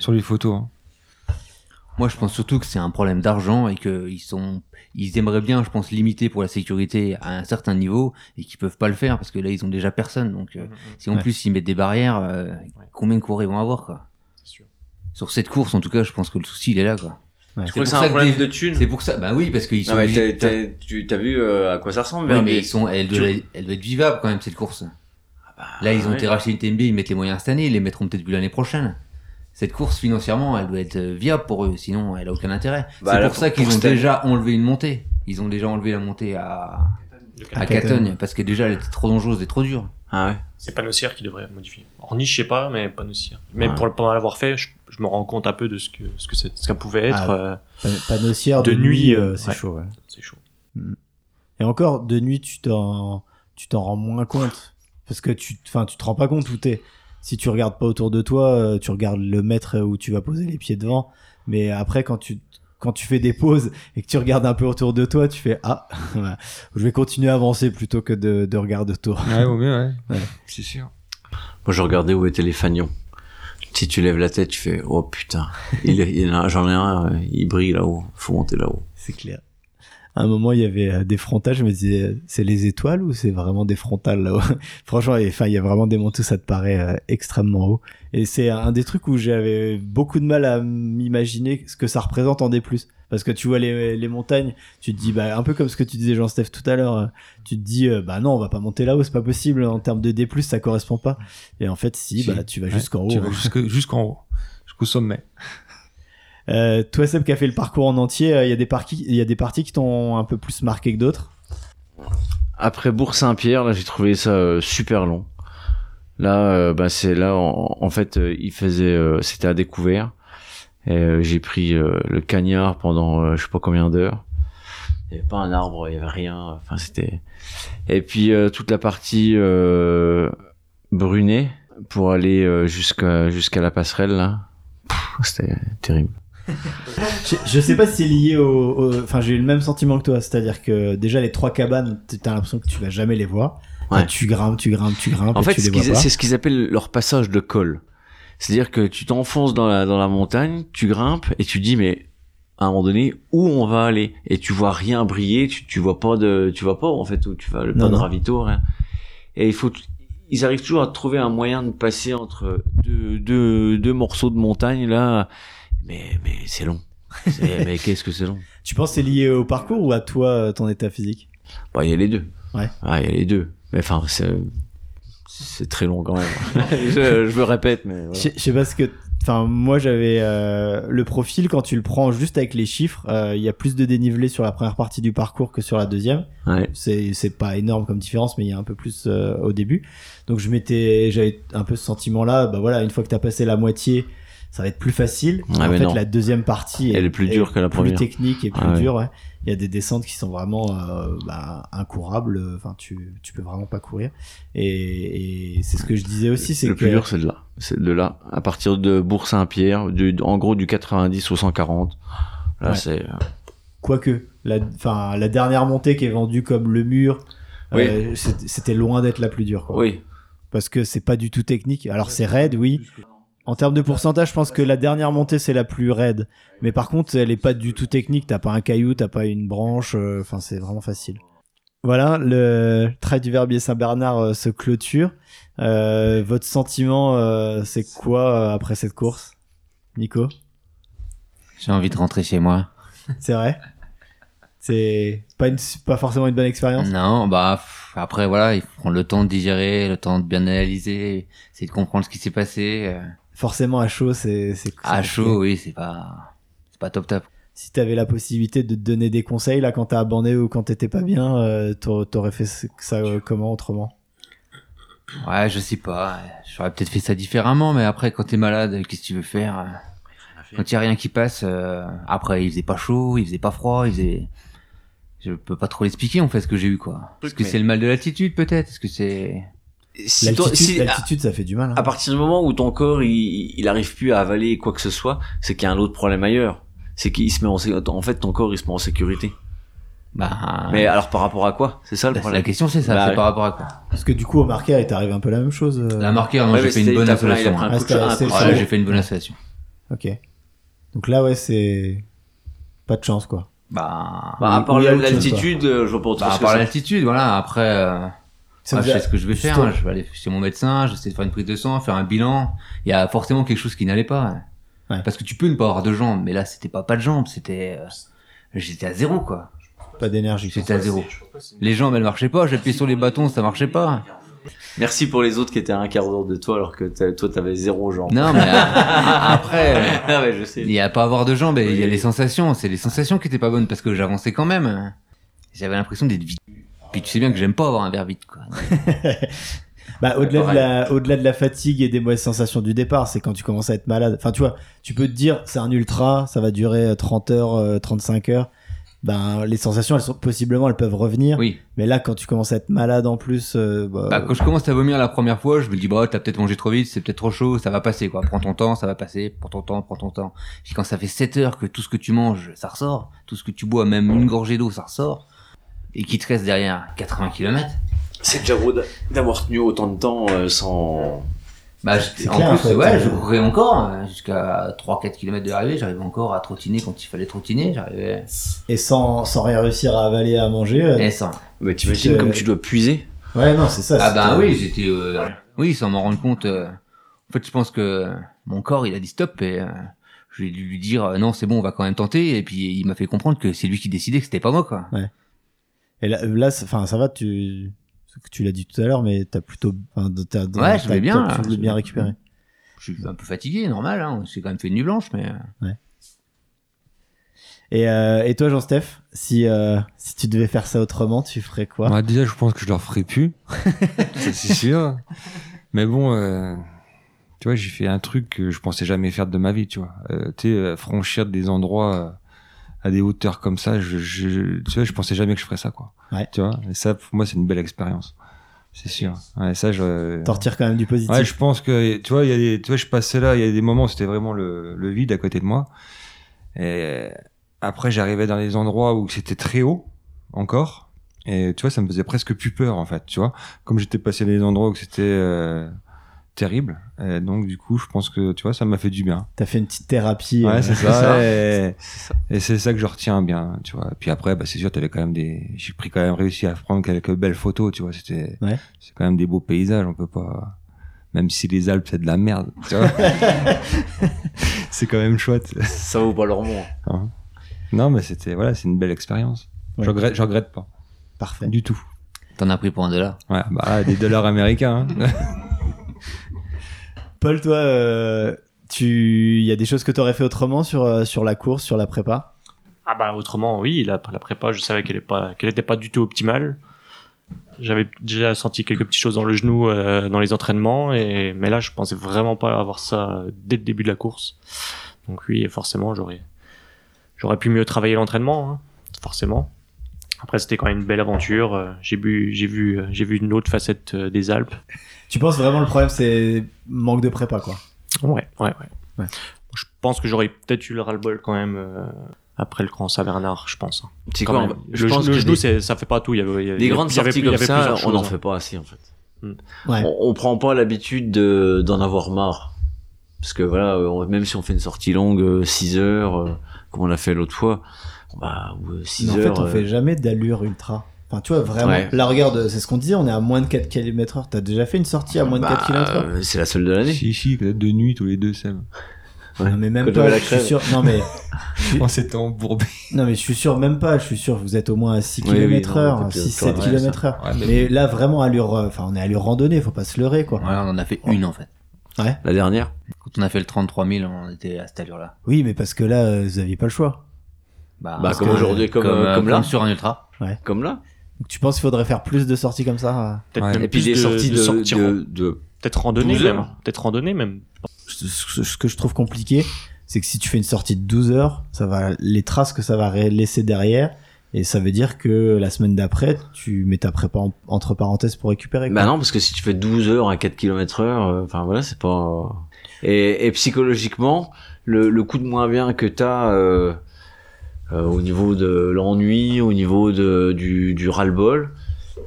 S5: sur les photos. hein.
S7: Moi, je pense surtout que c'est un problème d'argent et qu'ils sont, ils aimeraient bien, je pense, limiter pour la sécurité à un certain niveau et qu'ils peuvent pas le faire parce que là, ils ont déjà personne. Donc,
S6: Mm,
S7: euh, si en
S2: Ouais.
S7: plus ils mettent des barrières, euh, combien de coureurs ils vont avoir, quoi. Sur cette course, en tout cas, je pense que le souci, il est là, quoi.
S6: Tu
S7: pour
S6: crois que c'est
S7: ça
S6: un problème
S7: des-
S6: de thunes
S7: C'est pour ça, bah oui, parce qu'ils sont.
S6: Non, mais
S7: obligés
S6: t'as-
S7: de-
S6: t'as- tu as vu euh, à quoi ça ressemble
S7: Oui,
S6: vers
S7: mais
S6: des-
S7: ils sont, elle, doit,
S6: Tu-
S7: elle doit être vivable quand même cette course. Là, ils ont
S6: bah, ouais.
S7: été rachetés une TMB, ils mettent les moyens cette année, ils les mettront peut-être plus l'année prochaine. Cette course financièrement, elle doit être euh, viable pour eux, sinon elle a aucun intérêt.
S6: Bah,
S7: c'est
S6: là,
S7: pour ça
S6: pour-
S7: qu'ils
S6: pour
S7: ont
S6: cette année.
S7: déjà enlevé une montée. Ils ont déjà enlevé la montée à à Catogne parce que déjà elle était trop dangereuse et trop dure.
S6: Ah ouais.
S2: euh.
S11: C'est Panossière qui devrait modifier. Orny, je sais pas, mais Panossière. Même
S7: Ouais.
S11: pour, pour l'avoir fait, je, je me rends compte un peu de ce que ce que c'est- ce qu'elle pouvait être.
S2: Ah,
S11: euh,
S2: pan- panossière de,
S11: de
S2: nuit,
S11: nuit,
S2: euh,
S11: euh,
S2: c'est
S11: ouais.
S2: chaud. ouais.
S11: C'est chaud.
S2: Et encore, de nuit, tu t'en, tu t'en rends moins compte. Parce que tu, enfin, tu te rends pas compte où t'es. Si tu regardes pas autour de toi, euh, tu regardes le mètre où tu vas poser les pieds devant. Mais après, quand tu, quand tu fais des pauses et que tu regardes un peu autour de toi, tu fais Ah, je vais continuer à avancer plutôt que de, de regarder autour.
S5: Ouais, vaut mieux, ouais.
S2: Ouais.
S5: C'est sûr.
S6: Moi, je regardais où étaient les fagnons. Si tu lèves la tête, tu fais oh putain, il est- il y en a- j'en ai un, euh, il brille là-haut, faut monter là-haut.
S2: C'est clair. À un moment, il y avait euh, des frontales. Je me disais, euh, c'est les étoiles ou c'est vraiment des frontales là-haut Franchement, et, enfin, il y a vraiment des montées où ça te paraît euh, extrêmement haut. Et c'est un des trucs où j'avais beaucoup de mal à m'imaginer ce que ça représente en D+. Parce que tu vois les, les montagnes, tu te dis, bah, un peu comme ce que tu disais Jean-Steph tout à l'heure, euh, tu te dis, euh, bah non, on va pas monter là-haut, c'est pas possible, en termes de D+, ça correspond pas. Et en fait, si, bah, tu vas
S5: Ouais,
S2: jusqu'en haut.
S5: Tu
S2: hein.
S5: vas jusque- jusqu'en haut. Jusqu'au sommet.
S2: Euh, toi, Seb, qui a fait le parcours en entier, euh, il y a des parties, il y a des parties qui t'ont un peu plus marqué que d'autres.
S6: Après Bourg-Saint-Pierre, là, j'ai trouvé ça euh, super long. Là, euh, bah, c'est là, en, en fait, euh, il faisait, euh, c'était à découvert. Et euh, j'ai pris euh, le cagnard pendant euh, je sais pas combien d'heures. Il n'y avait pas un arbre, il n'y avait rien. Enfin, c'était. Et puis euh, toute la partie euh, Brunet pour aller euh, jusqu'à jusqu'à la passerelle là. Pff, C'était terrible.
S2: Je, je sais pas si c'est lié au. au- Enfin, j'ai eu le même sentiment que toi, c'est-à-dire que déjà les trois cabanes, t- t'as l'impression que tu vas jamais les voir.
S6: Ouais.
S2: Et Tu grimpes, tu grimpes, tu grimpes.
S6: En
S2: et
S6: fait,
S2: tu
S6: ce
S2: les vois
S6: qu'ils-
S2: pas.
S6: c'est ce qu'ils appellent leur passage de col. C'est-à-dire que tu t'enfonces dans la, dans la montagne, tu grimpes et tu dis mais à un moment donné où on va aller et tu vois rien briller, tu, tu vois pas de tu vois pas en fait où tu vas le
S13: Non,
S6: pas de
S13: non.
S6: ravito rien. Et il faut ils arrivent toujours à trouver un moyen de passer entre deux, deux, deux morceaux de montagne là mais mais c'est long. C'est- mais qu'est-ce que c'est long
S2: Tu penses que c'est lié au parcours ou à toi, euh, ton état physique
S6: Bah, il y a les deux.
S2: Ouais.
S6: Ah, il y a les deux. Mais enfin, c'est, c'est très long quand même. je, je me répète, mais. voilà.
S2: Je sais- je sais pas ce que. Enfin, moi j'avais euh, le profil quand tu le prends juste avec les chiffres, euh, il y a plus de dénivelé sur la première partie du parcours que sur la deuxième.
S6: Ouais.
S2: C'est c'est pas énorme comme différence, mais il y a un peu plus euh, au début. Donc je m'étais, j'avais un peu ce sentiment-là. Bah voilà, une fois que t'as passé la moitié, ça va être plus facile.
S6: Ouais,
S2: Mais en
S6: Ah, mais
S2: fait,
S6: non.
S2: la deuxième partie
S6: Elle est plus dure que la
S2: plus
S6: première.
S2: technique et plus
S6: Ah ouais.
S2: dure. ouais. Il y a des descentes qui sont vraiment euh, bah, incourables. Enfin, tu tu peux vraiment pas courir. Et, et c'est ce que je disais aussi, c'est
S6: Le
S2: que
S6: plus dur, c'est de là. C'est de là. À partir de Bourg-Saint-Pierre, du- en gros, du 90 au 140. Là,
S2: Ouais.
S6: c'est. euh,
S2: Quoique, la, enfin, la dernière montée qui est vendue comme le mur,
S6: Oui.
S2: euh, c'est- c'était loin d'être la plus dure. Quoi.
S6: Oui.
S2: Parce que c'est pas du tout technique. Alors c'est raide, oui. En termes de pourcentage, je pense que la dernière montée c'est la plus raide. Mais par contre, elle est pas du tout technique. T'as pas un caillou, t'as pas une branche. euh, Enfin, c'est vraiment facile. Voilà, le trait du Verbier Saint-Bernard euh, se clôture. Euh, votre sentiment, euh, c'est quoi euh, après cette course, Nico
S7: J'ai envie de rentrer chez moi.
S2: C'est vrai. C'est pas, une- pas forcément une bonne expérience.
S7: Non, bah pff, après voilà, il faut prendre le temps de digérer, le temps de bien analyser, essayer de comprendre ce qui s'est passé. euh.
S2: Forcément, à chaud, c'est. c'est-
S7: À
S2: c'est-
S7: chaud, oui, c'est pas, c'est pas top top.
S2: Si t'avais la possibilité de te donner des conseils, là, quand t'as abandonné ou quand t'étais pas bien, euh, t'aur- t'aurais fait ce- ça euh, comment autrement
S7: Ouais, je sais pas. J'aurais peut-être fait ça différemment, mais après quand t'es malade, qu'est-ce que tu veux faire euh? Quand il y a rien qui passe, euh, après il faisait pas chaud, il faisait pas froid, il faisait. Je peux pas trop l'expliquer en fait ce que j'ai eu quoi. Est-ce que
S6: mais-
S7: c'est le mal de l'altitude peut-être Est-ce que c'est
S6: Si toi- si- Ah,
S2: l'altitude, ça fait du mal. hein.
S6: À partir du moment où ton corps, il, il arrive plus à avaler quoi que ce soit, c'est qu'il y a un autre problème ailleurs. C'est qu'il se met en, sé- en fait, ton corps, il se met en sécurité.
S7: Bah.
S6: Mais euh, alors, par rapport à quoi C'est ça le
S7: Bah,
S6: problème.
S7: la question, c'est ça, c'est par rapport à quoi
S2: Parce que du coup, au marqueur, il t'arrive un peu la même chose. euh.
S7: La marqueur, non, j'ai fait une bonne installation. hein.
S2: Ah, c'était- c'était le
S7: Ouais,
S2: seul.
S7: j'ai fait une bonne installation.
S2: Ok. Donc là, ouais, c'est. Pas de chance, quoi.
S7: Bah,
S6: Bah, à part l'altitude, euh, je vois pas autre
S7: Bah,
S6: chose
S7: à
S6: que
S7: part
S6: ça.
S7: l'altitude, voilà. Après, euh,
S6: Ça
S7: bah,
S6: vous
S7: je
S6: a-
S7: sais ce que je vais faire.
S6: Justement.
S7: hein. Je vais aller chez mon médecin, j'essaie de faire une prise de sang, faire un bilan. Il y a forcément quelque chose qui n'allait pas. hein. Parce que tu peux ne pas avoir de jambes, mais là, c'était pas pas de jambes, c'était. euh, J'étais à zéro, quoi.
S2: Pas d'énergie.
S7: J'étais à zéro. Les jambes, elles marchaient pas. J'appuyais sur les bâtons, ça marchait pas.
S6: Merci pour les autres qui étaient à un quart d'heure de toi alors que t'as- toi t'avais zéro genre.
S7: Non, mais euh, après, euh,
S6: Non, mais je sais.
S7: il y a pas à avoir de jambes, et il y a les sensations. C'est les sensations qui étaient pas bonnes parce que j'avançais quand même. J'avais l'impression d'être vide. Puis tu sais bien que j'aime pas avoir un verre vide, quoi.
S2: Bah, au-delà de
S7: pareil.
S2: la, au-delà de la fatigue et des mauvaises sensations du départ, c'est quand tu commences à être malade. Enfin, tu vois, tu peux te dire, c'est un ultra, ça va durer euh, 30 heures, euh, 35 heures. Ben, les sensations, elles sont, possiblement, elles peuvent revenir.
S7: Oui.
S2: Mais là, quand tu commences à être malade en plus, euh, bah,
S7: Bah, quand je commence à vomir la première fois, je me dis, bah, t'as peut-être mangé trop vite, c'est peut-être trop chaud, ça va passer, quoi. Prends ton temps, ça va passer, prends ton temps, prends ton temps. Puis quand ça fait 7 heures que tout ce que tu manges, ça ressort, tout ce que tu bois, même une gorgée d'eau, ça ressort, et qu'il te reste derrière 80 km.
S6: C'est déjà beau d'a- d'avoir tenu autant de temps euh, sans.
S7: Bah, je- en plus, ouais, je courais encore, euh, jusqu'à 3-4 km de l'arrivée, j'arrivais encore à trottiner quand il fallait trottiner, j'arrivais.
S2: et sans, sans rien réussir à avaler, à manger. euh,
S7: Et sans.
S6: Mais t'imagines
S2: te-
S6: comme tu dois puiser
S2: Ouais, non, c'est ça.
S7: Ah
S2: c'est-
S7: bah oui, j'étais... euh, Oui, sans m'en rendre compte. euh, En fait, je pense que mon corps, il a dit stop et euh, j'ai dû lui dire euh, non, c'est bon, on va quand même tenter. Et puis il m'a fait comprendre que c'est lui qui décidait que c'était pas moi, quoi.
S2: Ouais. Et là, là c'est- enfin, ça va, tu, tu l'as dit tout à l'heure, mais t'as plutôt, enfin, t'as,
S7: ouais, je
S2: t'as-
S7: vais bien.
S2: t'as-
S7: là.
S2: Tu l'as bien récupéré.
S7: Je suis un peu fatigué, normal. Hein. J'ai quand même fait une nuit blanche, mais... euh,
S2: Et, euh, et toi, Jean-Steph, si, euh, si tu devais faire ça autrement, tu ferais quoi
S5: Bah, déjà, je pense que je leur ferai plus. Ça, c'est sûr. Mais bon, euh, tu vois, j'ai fait un truc que je pensais jamais faire de ma vie, tu vois. Euh, tu sais, euh, franchir des endroits euh, à des hauteurs comme ça, je, je, je- tu vois, je pensais jamais que je ferais ça, quoi. Tu vois, et ça, pour moi, c'est une belle expérience. C'est sûr. Ouais, ça, je.
S2: T'en retires quand même du positif.
S5: Ouais, je pense que, tu vois, il y a des, tu vois, je passais là, il y a des moments où c'était vraiment le, le vide à côté de moi. Et après, j'arrivais dans des endroits où c'était très haut, encore. Et tu vois, ça me faisait presque plus peur, en fait, tu vois. Comme j'étais passé dans des endroits où c'était euh, terrible. Et donc, du coup, je pense que, tu vois, ça m'a fait du bien.
S2: T'as fait une petite thérapie.
S5: Ouais,
S2: euh,
S5: c'est ça. Et et c'est ça que je retiens bien, tu vois. Puis après, bah, c'est sûr, t'avais quand même des, j'ai pris quand même réussi à prendre quelques belles photos, tu vois. C'était,
S2: Ouais.
S5: c'est quand même des beaux paysages, on peut pas, même si les Alpes, c'est de la merde, tu vois. c'est quand même chouette.
S6: Ça vaut pas leur nom.
S5: Hein. Non, mais c'était, voilà, c'est une belle expérience.
S6: Ouais.
S5: Je regrette, je regrette pas.
S2: Parfait.
S5: Du tout.
S7: T'en as pris pour un dollar.
S5: Ouais, bah, là, des dollars américains, hein.
S2: Paul, toi, euh, tu, il y a des choses que t'aurais fait autrement sur, euh, sur la course, sur la prépa
S4: Ah bah autrement oui, la, la prépa, je savais qu'elle est pas, qu'elle n'était pas du tout optimale. J'avais déjà senti quelques petites choses dans le genou euh, dans les entraînements, et mais là je pensais vraiment pas avoir ça dès le début de la course. Donc oui, forcément j'aurais, j'aurais pu mieux travailler l'entraînement, hein, forcément. Après c'était quand même une belle aventure. euh, J'ai bu, j'ai vu, euh, j'ai vu une autre facette euh, des Alpes.
S2: Tu penses vraiment le problème, c'est manque de prépa, quoi.
S4: Ouais, ouais, ouais. Je pense que j'aurais peut-être eu le ras-le-bol quand même euh, après le cran Saint-Bernard, je pense. hein.
S6: Tu sais
S4: Quand
S6: quoi,
S4: même.
S6: je
S4: le,
S6: pense
S4: le
S6: que
S4: genou,
S6: des-
S4: c'est- ça fait pas tout. Il y avait, il y avait-
S6: Des grandes
S4: il y avait-
S6: sorties
S4: il y
S6: comme
S4: avait
S6: ça,
S4: plusieurs
S6: on
S4: choses,
S6: n'en
S4: hein.
S6: fait pas assez en fait.
S4: Hmm.
S6: On, on prend pas l'habitude de- d'en avoir marre. Parce que voilà, euh, on- même si on fait une sortie longue, 6 heures, euh, comme on l'a fait l'autre fois, bah, ou
S2: Mais
S6: 6
S2: en
S6: heures.
S2: fait, on
S6: euh,
S2: fait jamais d'allure ultra. Enfin, tu vois, vraiment.
S6: Ouais.
S2: Là, regarde, c'est ce qu'on disait, on est à moins de 4 km/h. T'as déjà fait une sortie à moins de
S6: bah,
S2: 4 km/h
S6: euh, C'est la seule de l'année.
S5: Si, si, peut-être de nuit tous les deux, Sam.
S2: Non, mais même
S6: Quand
S2: pas,
S6: j'avais la
S2: je suis
S6: crève.
S2: sûr. Non, mais.
S5: On s'était embourbé.
S2: Non, mais je suis sûr, même pas. Je suis sûr, vous êtes au moins à 6
S6: Oui, oui, non,
S2: km/h,
S6: on était
S2: 6-7
S6: autour de-
S2: km/h.
S6: Ouais, mais-
S2: mais... là, vraiment, allure. euh, Enfin, on est allure randonnée, faut pas se leurrer, quoi.
S7: Ouais, on en a fait une en fait.
S2: Ouais.
S6: La dernière
S7: Quand on a fait le 33 000, on était à cette allure-là.
S2: Oui, mais parce que là, euh, vous aviez pas le choix.
S6: Bah, comme aujourd'hui, comme, euh,
S7: euh,
S6: comme là.
S7: sur un ultra.
S2: Ouais.
S6: Comme là.
S2: Donc, tu penses qu'il faudrait faire plus de sorties comme ça euh
S4: Peut-être même
S6: Et puis
S4: plus
S6: des
S4: de-
S6: sorties
S4: de
S6: de.
S4: sortir en-
S6: de- hein. de-
S4: Peut-être randonnée
S6: 12
S4: même.
S6: heures.
S4: Peut-être randonnée même.
S2: ce- ce ce que je trouve compliqué, c'est que si tu fais une sortie de 12 heures, ça va, les traces que ça va ré- laisser derrière, et ça veut dire que la semaine d'après, tu mets ta prépa en- entre parenthèses pour récupérer. quoi.
S6: Bah non, parce que si tu fais 12 heures à 4 km heure, euh, enfin voilà, c'est pas... Et, et psychologiquement, le, le coup de moins bien que t'as euh, euh, au niveau de l'ennui, au niveau de, du, du ras-le-bol,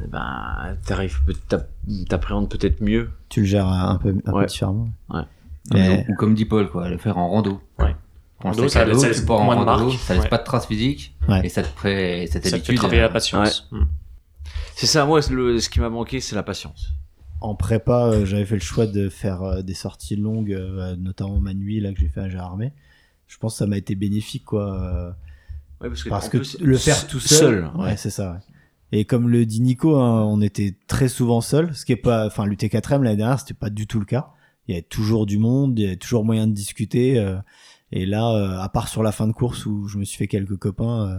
S6: eh ben, t'arrives peut- t'app- t'appréhendes peut-être mieux.
S2: Tu le gères un peu, un peu
S6: Ouais.
S2: différemment.
S6: Ouais.
S2: Mais-
S7: Ou comme dit Paul, quoi, le faire en rando.
S4: Ouais.
S7: Prends le
S4: Rando,
S7: sac à
S4: ça
S7: dos,
S4: laisse
S7: tu pars en
S4: moins de
S7: rando,
S4: marques.
S7: ça laisse
S4: Ouais.
S7: pas de traces physiques
S2: Ouais.
S7: et ça te pré... cette
S4: Ça te fait
S7: habitude.
S4: travailler
S7: euh,
S4: la patience. Hmm.
S6: C'est ça, moi, c'est le, ce qui m'a manqué, c'est la patience.
S2: En prépa, euh, j'avais fait le choix de faire euh, des sorties longues, euh, notamment ma nuit là que j'ai fait à Gérardmer. Je pense que ça m'a été bénéfique quoi. euh,
S6: Ouais, parce que,
S2: parce
S6: en
S2: que
S6: plus,
S2: le faire
S6: s-
S2: tout seul, ouais,
S6: ouais.
S2: c'est ça. ouais. Et comme le dit Nico, hein, on était très souvent seul, ce qui est pas, enfin l'UT4M l'année dernière, c'était pas du tout le cas. Il y avait toujours du monde, il y avait toujours moyen de discuter. euh, et là, euh, à part sur la fin de course où je me suis fait quelques copains, euh,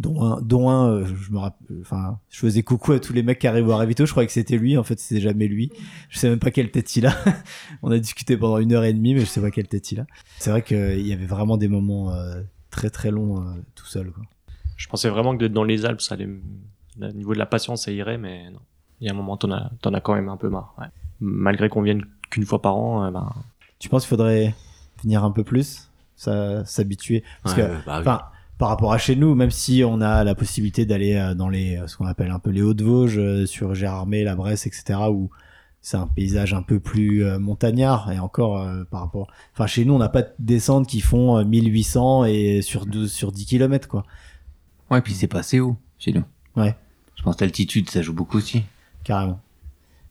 S2: dont un, dont un, euh, je me rappelle, enfin, je faisais coucou à tous les mecs qui arrivaient à Ravito. Je croyais que c'était lui, en fait, c'était jamais lui. Je sais même pas quelle tête il a. on a discuté pendant une heure et demie, mais je sais pas quelle tête il a. C'est vrai qu'il y avait vraiment des moments euh, très très longs euh, tout seul. Quoi.
S4: Je pensais vraiment que d'être dans les Alpes, ça allait... au niveau de la patience, ça irait, mais non. Il y a un moment, t'en as, t'en as quand même un peu marre. ouais. Malgré qu'on vienne qu'une fois par an, euh, ben,
S2: Tu penses qu'il faudrait venir un peu plus, ça- s'habituer Parce
S6: Ouais,
S2: que,
S6: bah oui.
S2: enfin, par rapport à chez nous, même si on a la possibilité d'aller euh, dans les, euh, ce qu'on appelle un peu les Hauts-de-Vosges, euh, sur Gérardmer, la Bresse, etc., où c'est un paysage un peu plus euh, montagnard, et encore euh, par rapport. Enfin, chez nous, on n'a pas de descentes qui font euh, 1800 et sur, 12, sur 10 km, quoi.
S7: Ouais, puis c'est pas assez haut chez nous.
S2: Ouais.
S7: Je pense que l'altitude, ça joue beaucoup aussi.
S2: Carrément.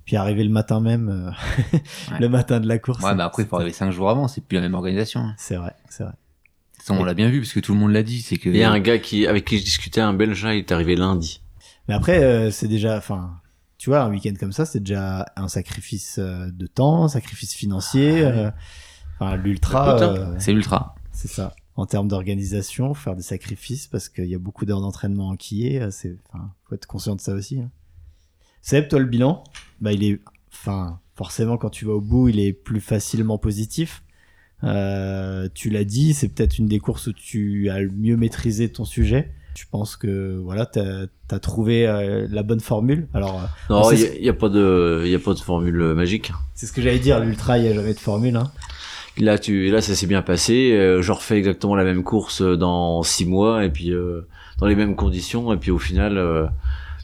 S2: Puis arriver le matin même, euh, le matin de la course.
S7: Ouais, mais après, il faut arriver 5 jours avant, c'est plus la même organisation. hein.
S2: C'est vrai, c'est vrai.
S7: Ça, on l'a bien vu, parce que tout le monde l'a dit. C'est que...
S6: Il y a un gars qui, avec qui je discutais, un Belge, il est arrivé lundi.
S2: Mais après, euh, c'est déjà, enfin, tu vois, un week-end comme ça, c'est déjà un sacrifice euh, de temps, un sacrifice financier. euh, Enfin, l'ultra,
S7: Putain,
S2: euh,
S7: C'est ultra.
S2: c'est ça. En termes d'organisation, faire des sacrifices parce qu'il y a beaucoup d'heures d'entraînement enquillées. euh, C'est, enfin, faut être conscient de ça aussi. hein. Seb, toi, le bilan, bah, il est, enfin, forcément, quand tu vas au bout, il est plus facilement positif. Euh, tu l'as dit, c'est peut-être une des courses où tu as le mieux maîtrisé ton sujet. Tu penses que voilà, t'as as trouvé euh, la bonne formule. Alors, euh,
S6: Non,
S2: on
S6: il
S2: sait-
S6: n'y a, pas de, il y a pas de formule euh, magique.
S2: c'est ce que j'allais dire. L'ultra, il n'y a jamais de formule. Hein.
S6: Là, tu, là, ça s'est bien passé. Euh, je refais exactement la même course euh, dans six mois et puis euh, dans les mêmes conditions. Et puis au final, euh,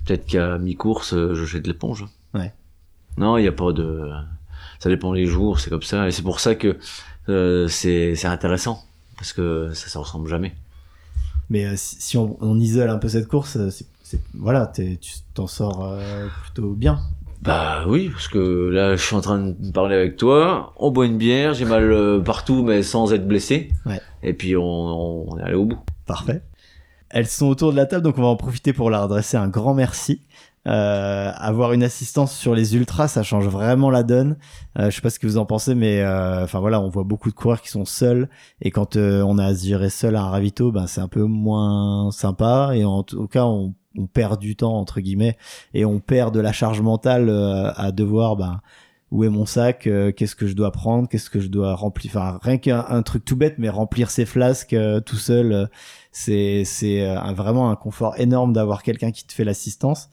S6: peut-être qu'à mi-course, euh, je jette l'éponge.
S2: Ouais.
S6: Non, il n'y a pas de.
S14: ça dépend les jours, c'est comme ça. Et c'est pour ça que euh, c'est c'est intéressant, parce que ça se ressemble jamais.
S2: Mais euh, si, si on, on isole un peu cette course, euh, c'est- c'est- voilà, t'es- tu t'en sors euh, plutôt bien.
S14: Bah oui, parce que là, je suis en train de parler avec toi, on boit une bière, j'ai mal euh, partout, mais sans être blessé.
S2: Ouais.
S14: Et puis on, on- on est allé au bout.
S2: Parfait. Elles sont autour de la table, donc on va en profiter pour leur adresser un grand merci. Euh, avoir une assistance sur les ultras, ça change vraiment la donne. Euh, je sais pas ce que vous en pensez, mais euh, enfin voilà, on voit beaucoup de coureurs qui sont seuls, et quand euh, on a à se gérer seul à un ravito, ben c'est un peu moins sympa, et en tout cas on, on perd du temps entre guillemets, et on perd de la charge mentale euh, à devoir ben où est mon sac, euh, qu'est-ce que je dois prendre, qu'est-ce que je dois remplir, enfin rien qu'un un truc tout bête, mais remplir ses flasques euh, tout seul, euh, c'est c'est euh, un- vraiment un confort énorme d'avoir quelqu'un qui te fait l'assistance.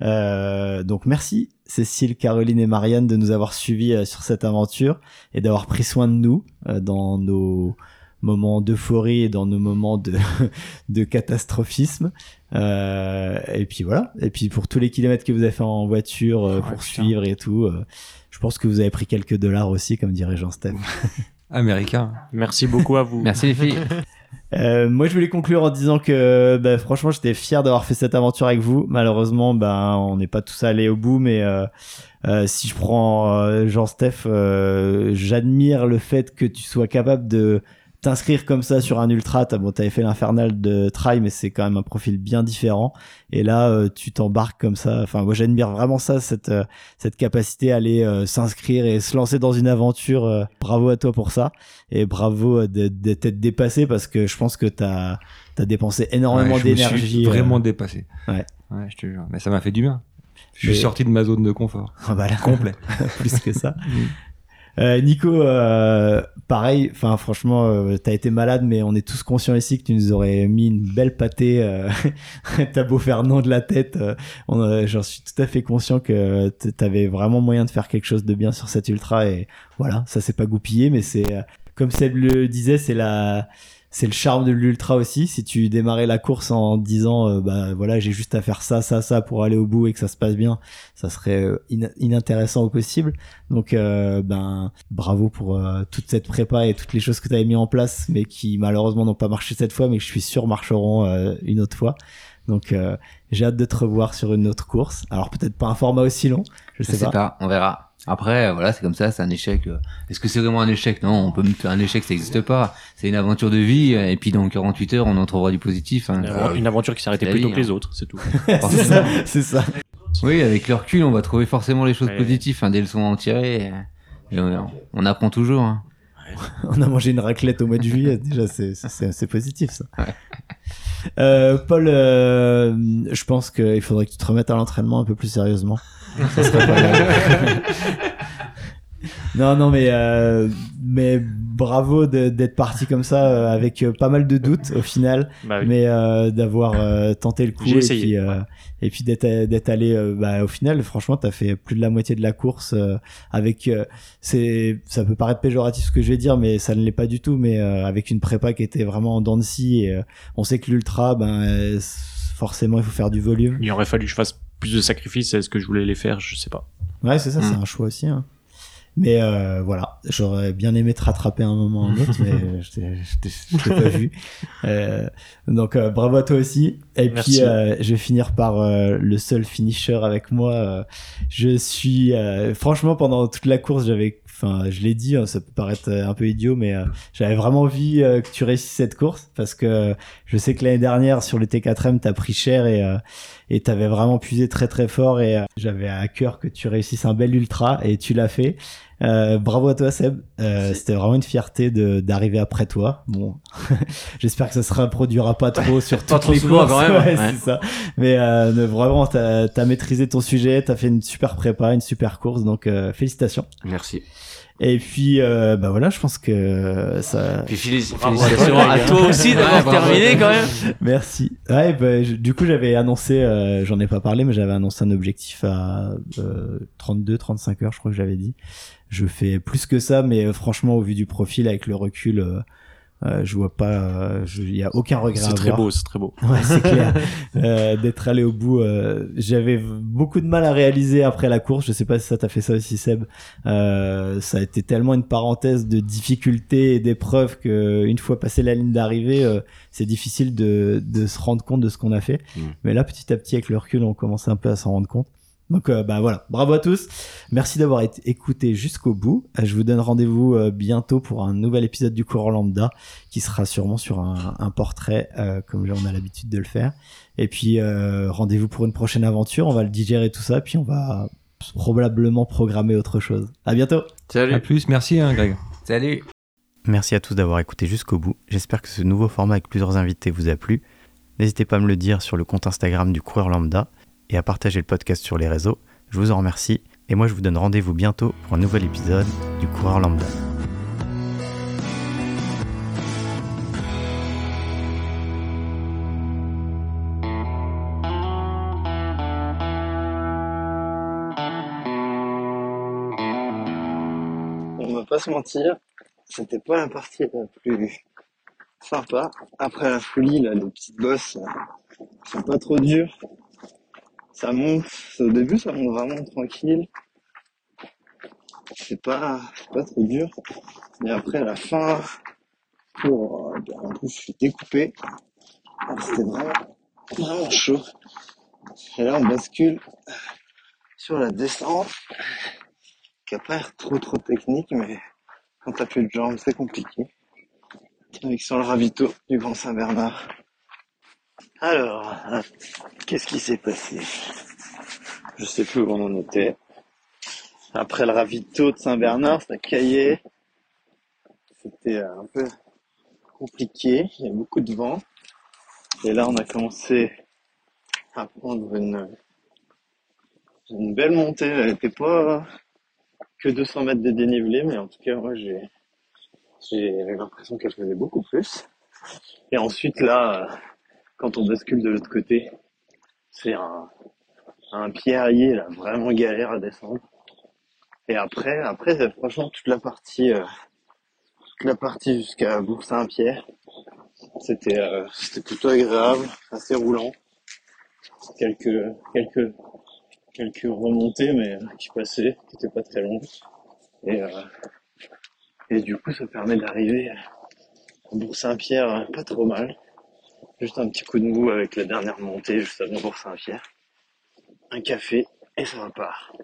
S2: Euh, donc merci Cécile, Caroline et Marianne de nous avoir suivis euh, sur cette aventure et d'avoir pris soin de nous euh, dans nos moments d'euphorie et dans nos moments de, de catastrophisme. Euh, et puis voilà. Et puis pour tous les kilomètres que vous avez fait en voiture, euh, pour suivre et tout, euh, je pense que vous avez pris quelques dollars aussi, comme dirait Jean-Steph.
S5: Américain.
S11: Merci beaucoup à vous.
S7: Merci les filles.
S2: Euh, moi, je voulais conclure en disant que bah, franchement, j'étais fier d'avoir fait cette aventure avec vous. Malheureusement, ben on n'est pas tous allés au bout, mais euh, euh, si je prends euh, Jean-Steph, euh, j'admire le fait que tu sois capable de t'inscrire comme ça sur un ultra. T'as, bon, t'avais fait l'infernal de Try, mais c'est quand même un profil bien différent. Et là, euh, tu t'embarques comme ça. Enfin, moi, j'admire vraiment ça, cette, euh, cette capacité à aller euh, s'inscrire et se lancer dans une aventure. Euh, bravo à toi pour ça. Et bravo euh, de, de t'être dépassé parce que je pense que t'as, t'as dépensé énormément
S5: Ouais, je me suis
S2: d'énergie. euh,
S5: Vraiment dépassé.
S2: Ouais.
S5: Ouais, je te jure. Mais ça m'a fait du bien. Je suis
S2: Mais-
S5: sorti de ma zone de confort.
S2: Ah bah là. Mm.
S5: Complet.
S2: plus que ça. Euh, Nico, euh, pareil, enfin franchement, euh, t'as été malade, mais on est tous conscients ici que tu nous aurais mis une belle pâtée. euh, t'as beau faire non de la tête, euh, on, euh, j'en suis tout à fait conscient que euh, t- t'avais vraiment moyen de faire quelque chose de bien sur cet ultra et voilà, ça s'est pas goupillé, mais c'est euh, comme Seb le disait, c'est la c'est le charme de l'ultra aussi. Si tu démarrais la course en disant, euh, bah voilà, j'ai juste à faire ça, ça, ça pour aller au bout et que ça se passe bien, ça serait euh, in- inintéressant au possible. Donc, euh, ben, bravo pour euh, toute cette prépa et toutes les choses que tu avais mis en place, mais qui malheureusement n'ont pas marché cette fois, mais que je suis sûr marcheront euh, une autre fois. Donc, euh, j'ai hâte de te revoir sur une autre course. Alors, peut-être pas un format aussi long, je,
S7: Je sais pas. on verra. Après, euh, voilà, c'est comme ça, c'est un échec. euh. Est-ce que c'est vraiment un échec Non, on peut me- un échec, ça n'existe pas. C'est une aventure de vie, euh, et puis dans 48 heures, on en trouvera du positif. hein.
S11: Une aventure- une aventure qui s'arrêtait
S7: C'est la
S11: plus tôt
S7: vie,
S11: que les
S7: hein.
S11: autres, c'est tout.
S7: Forcément.
S11: ça,
S2: c'est ça.
S7: Oui, avec le recul, on va trouver forcément les choses
S11: Ouais.
S7: positives, hein, des leçons à en tirer. euh, et on, on apprend toujours. hein.
S2: on a mangé une raclette au mois de juillet. Déjà, c'est- c'est c'est positif, ça. Euh, Paul, euh, je pense qu'il faudrait que tu te remettes à l'entraînement un peu plus sérieusement. Ça serait pas mal. non, non, mais, euh, mais bravo de- d'être parti comme ça euh, avec euh, pas mal de doutes au final,
S11: Bah oui.
S2: mais euh, d'avoir euh, tenté le coup
S11: J'ai
S2: et
S11: essayé,
S2: puis, euh, et puis d'être d'être allé euh, bah, au final franchement t'as fait plus de la moitié de la course euh, avec euh, c'est ça peut paraître péjoratif ce que je vais dire mais ça ne l'est pas du tout mais euh, avec une prépa qui était vraiment en dents de scie et euh, on sait que l'ultra ben euh, c- forcément il faut faire du volume
S11: Il aurait fallu que je fasse plus de sacrifices. Est-ce que je voulais les faire Je sais pas.
S2: ouais c'est ça
S11: Mm.
S2: c'est un choix aussi hein. mais euh, voilà j'aurais bien aimé te rattraper un moment ou un autre mais je t'ai- je t'ai je t'ai pas vu Euh, donc euh, bravo à toi aussi. Et puis
S11: Merci.
S2: euh, je vais finir par euh, le seul finisher avec moi. Euh, je suis euh, franchement pendant toute la course j'avais, enfin je l'ai dit, hein, ça peut paraître euh, un peu idiot, mais euh, j'avais vraiment envie euh, que tu réussisses cette course parce que euh, je sais que l'année dernière sur le T4M t'as pris cher et euh, et t'avais vraiment puisé très très fort et euh, j'avais à cœur que tu réussisses un bel ultra et tu l'as fait. Euh, bravo à toi Seb, Euh, c'était vraiment une fierté de- d'arriver après toi. Bon, j'espère que ça se reproduira pas trop sur
S14: Pas
S2: toutes
S14: trop
S2: les
S14: souvent,
S2: courses.
S14: quand même. hein.
S2: Ouais,
S14: Ouais.
S2: c'est ça. Mais euh, ne- vraiment, t'as as maîtrisé ton sujet, t'as fait une super prépa, une super course, donc euh, félicitations.
S14: Merci.
S2: Et puis, euh, bah voilà, je pense que ça.
S14: Puis félici- félicitations à toi aussi d'avoir terminé quand même.
S2: Merci. Ouais, bah, je- du coup, j'avais annoncé, euh, j'en ai pas parlé, mais j'avais annoncé un objectif à euh, 32, 35 heures, je crois que j'avais dit. Je fais plus que ça, mais euh, franchement, au vu du profil, avec le recul, euh, Euh, je vois pas, il y a aucun regret.
S11: C'est
S2: à
S11: très
S2: avoir.
S11: beau, c'est très beau.
S2: Ouais, c'est clair. Euh, D'être allé au bout, euh, j'avais beaucoup de mal à réaliser après la course. Je sais pas si ça t'a fait ça aussi, Seb. Euh, ça a été tellement une parenthèse de difficultés et d'épreuves que une fois passé la ligne d'arrivée, euh, c'est difficile de, de se rendre compte de ce qu'on a fait.
S14: Mm.
S2: Mais là, petit à petit, avec le recul, on commence un peu à s'en rendre compte. Donc euh, bah voilà, bravo à tous. Merci d'avoir été écouté jusqu'au bout. Euh, Je vous donne rendez-vous euh, bientôt pour un nouvel épisode du courant lambda qui sera sûrement sur un, un portrait euh, comme là, on a l'habitude de le faire. Et puis euh, rendez-vous pour une prochaine aventure. On va le digérer tout ça, puis on va probablement programmer autre chose. À bientôt.
S14: Salut.
S5: À plus, merci hein, Greg.
S7: Salut.
S1: Merci à tous d'avoir écouté jusqu'au bout. J'espère que ce nouveau format avec plusieurs invités vous a plu. N'hésitez pas à me le dire sur le compte Instagram du coureur lambda et à partager le podcast sur les réseaux. Je vous en remercie et moi je vous donne rendez-vous bientôt pour un nouvel épisode du coureur lambda.
S15: On va pas se mentir, c'était pas la partie la plus sympa. Après la folie, là, les petites bosses euh, sont pas trop dures. Ça monte, au début ça monte vraiment tranquille. C'est pas, c'est pas trop dur. Mais après à la fin, pour, euh, en plus je suis découpé. Ah, C'était vraiment, vraiment chaud. Et là on bascule sur la descente qui a pas l'air trop trop technique, mais quand t'as plus de jambes, c'est compliqué. Avec sur le ravito du Grand Saint-Bernard. Alors, qu'est-ce qui s'est passé Je sais plus où on en était. Après le ravito de Saint-Bernard, ça caillait. C'était euh, un peu compliqué, il y a beaucoup de vent. Et là, on a commencé à prendre une, une belle montée. Elle était pas que 200 mètres de dénivelé, mais en tout cas, moi, j'ai, j'avais l'impression qu'elle faisait beaucoup plus. Et ensuite, là, euh, quand on bascule de l'autre côté, c'est un, un pierrier, là, vraiment galère à descendre. Et après, après, euh, franchement, toute la partie, euh, toute la partie jusqu'à Bourg-Saint-Pierre, c'était, euh, c'était plutôt agréable, assez roulant. Quelques, quelques, quelques remontées, mais euh, qui passaient, qui n'étaient pas très longues. Et, euh, et du coup, ça permet d'arriver à Bourg-Saint-Pierre euh, pas trop mal. Juste un petit coup de mou avec la dernière montée juste avant Bourg-Saint-Pierre. Un café et ça repart.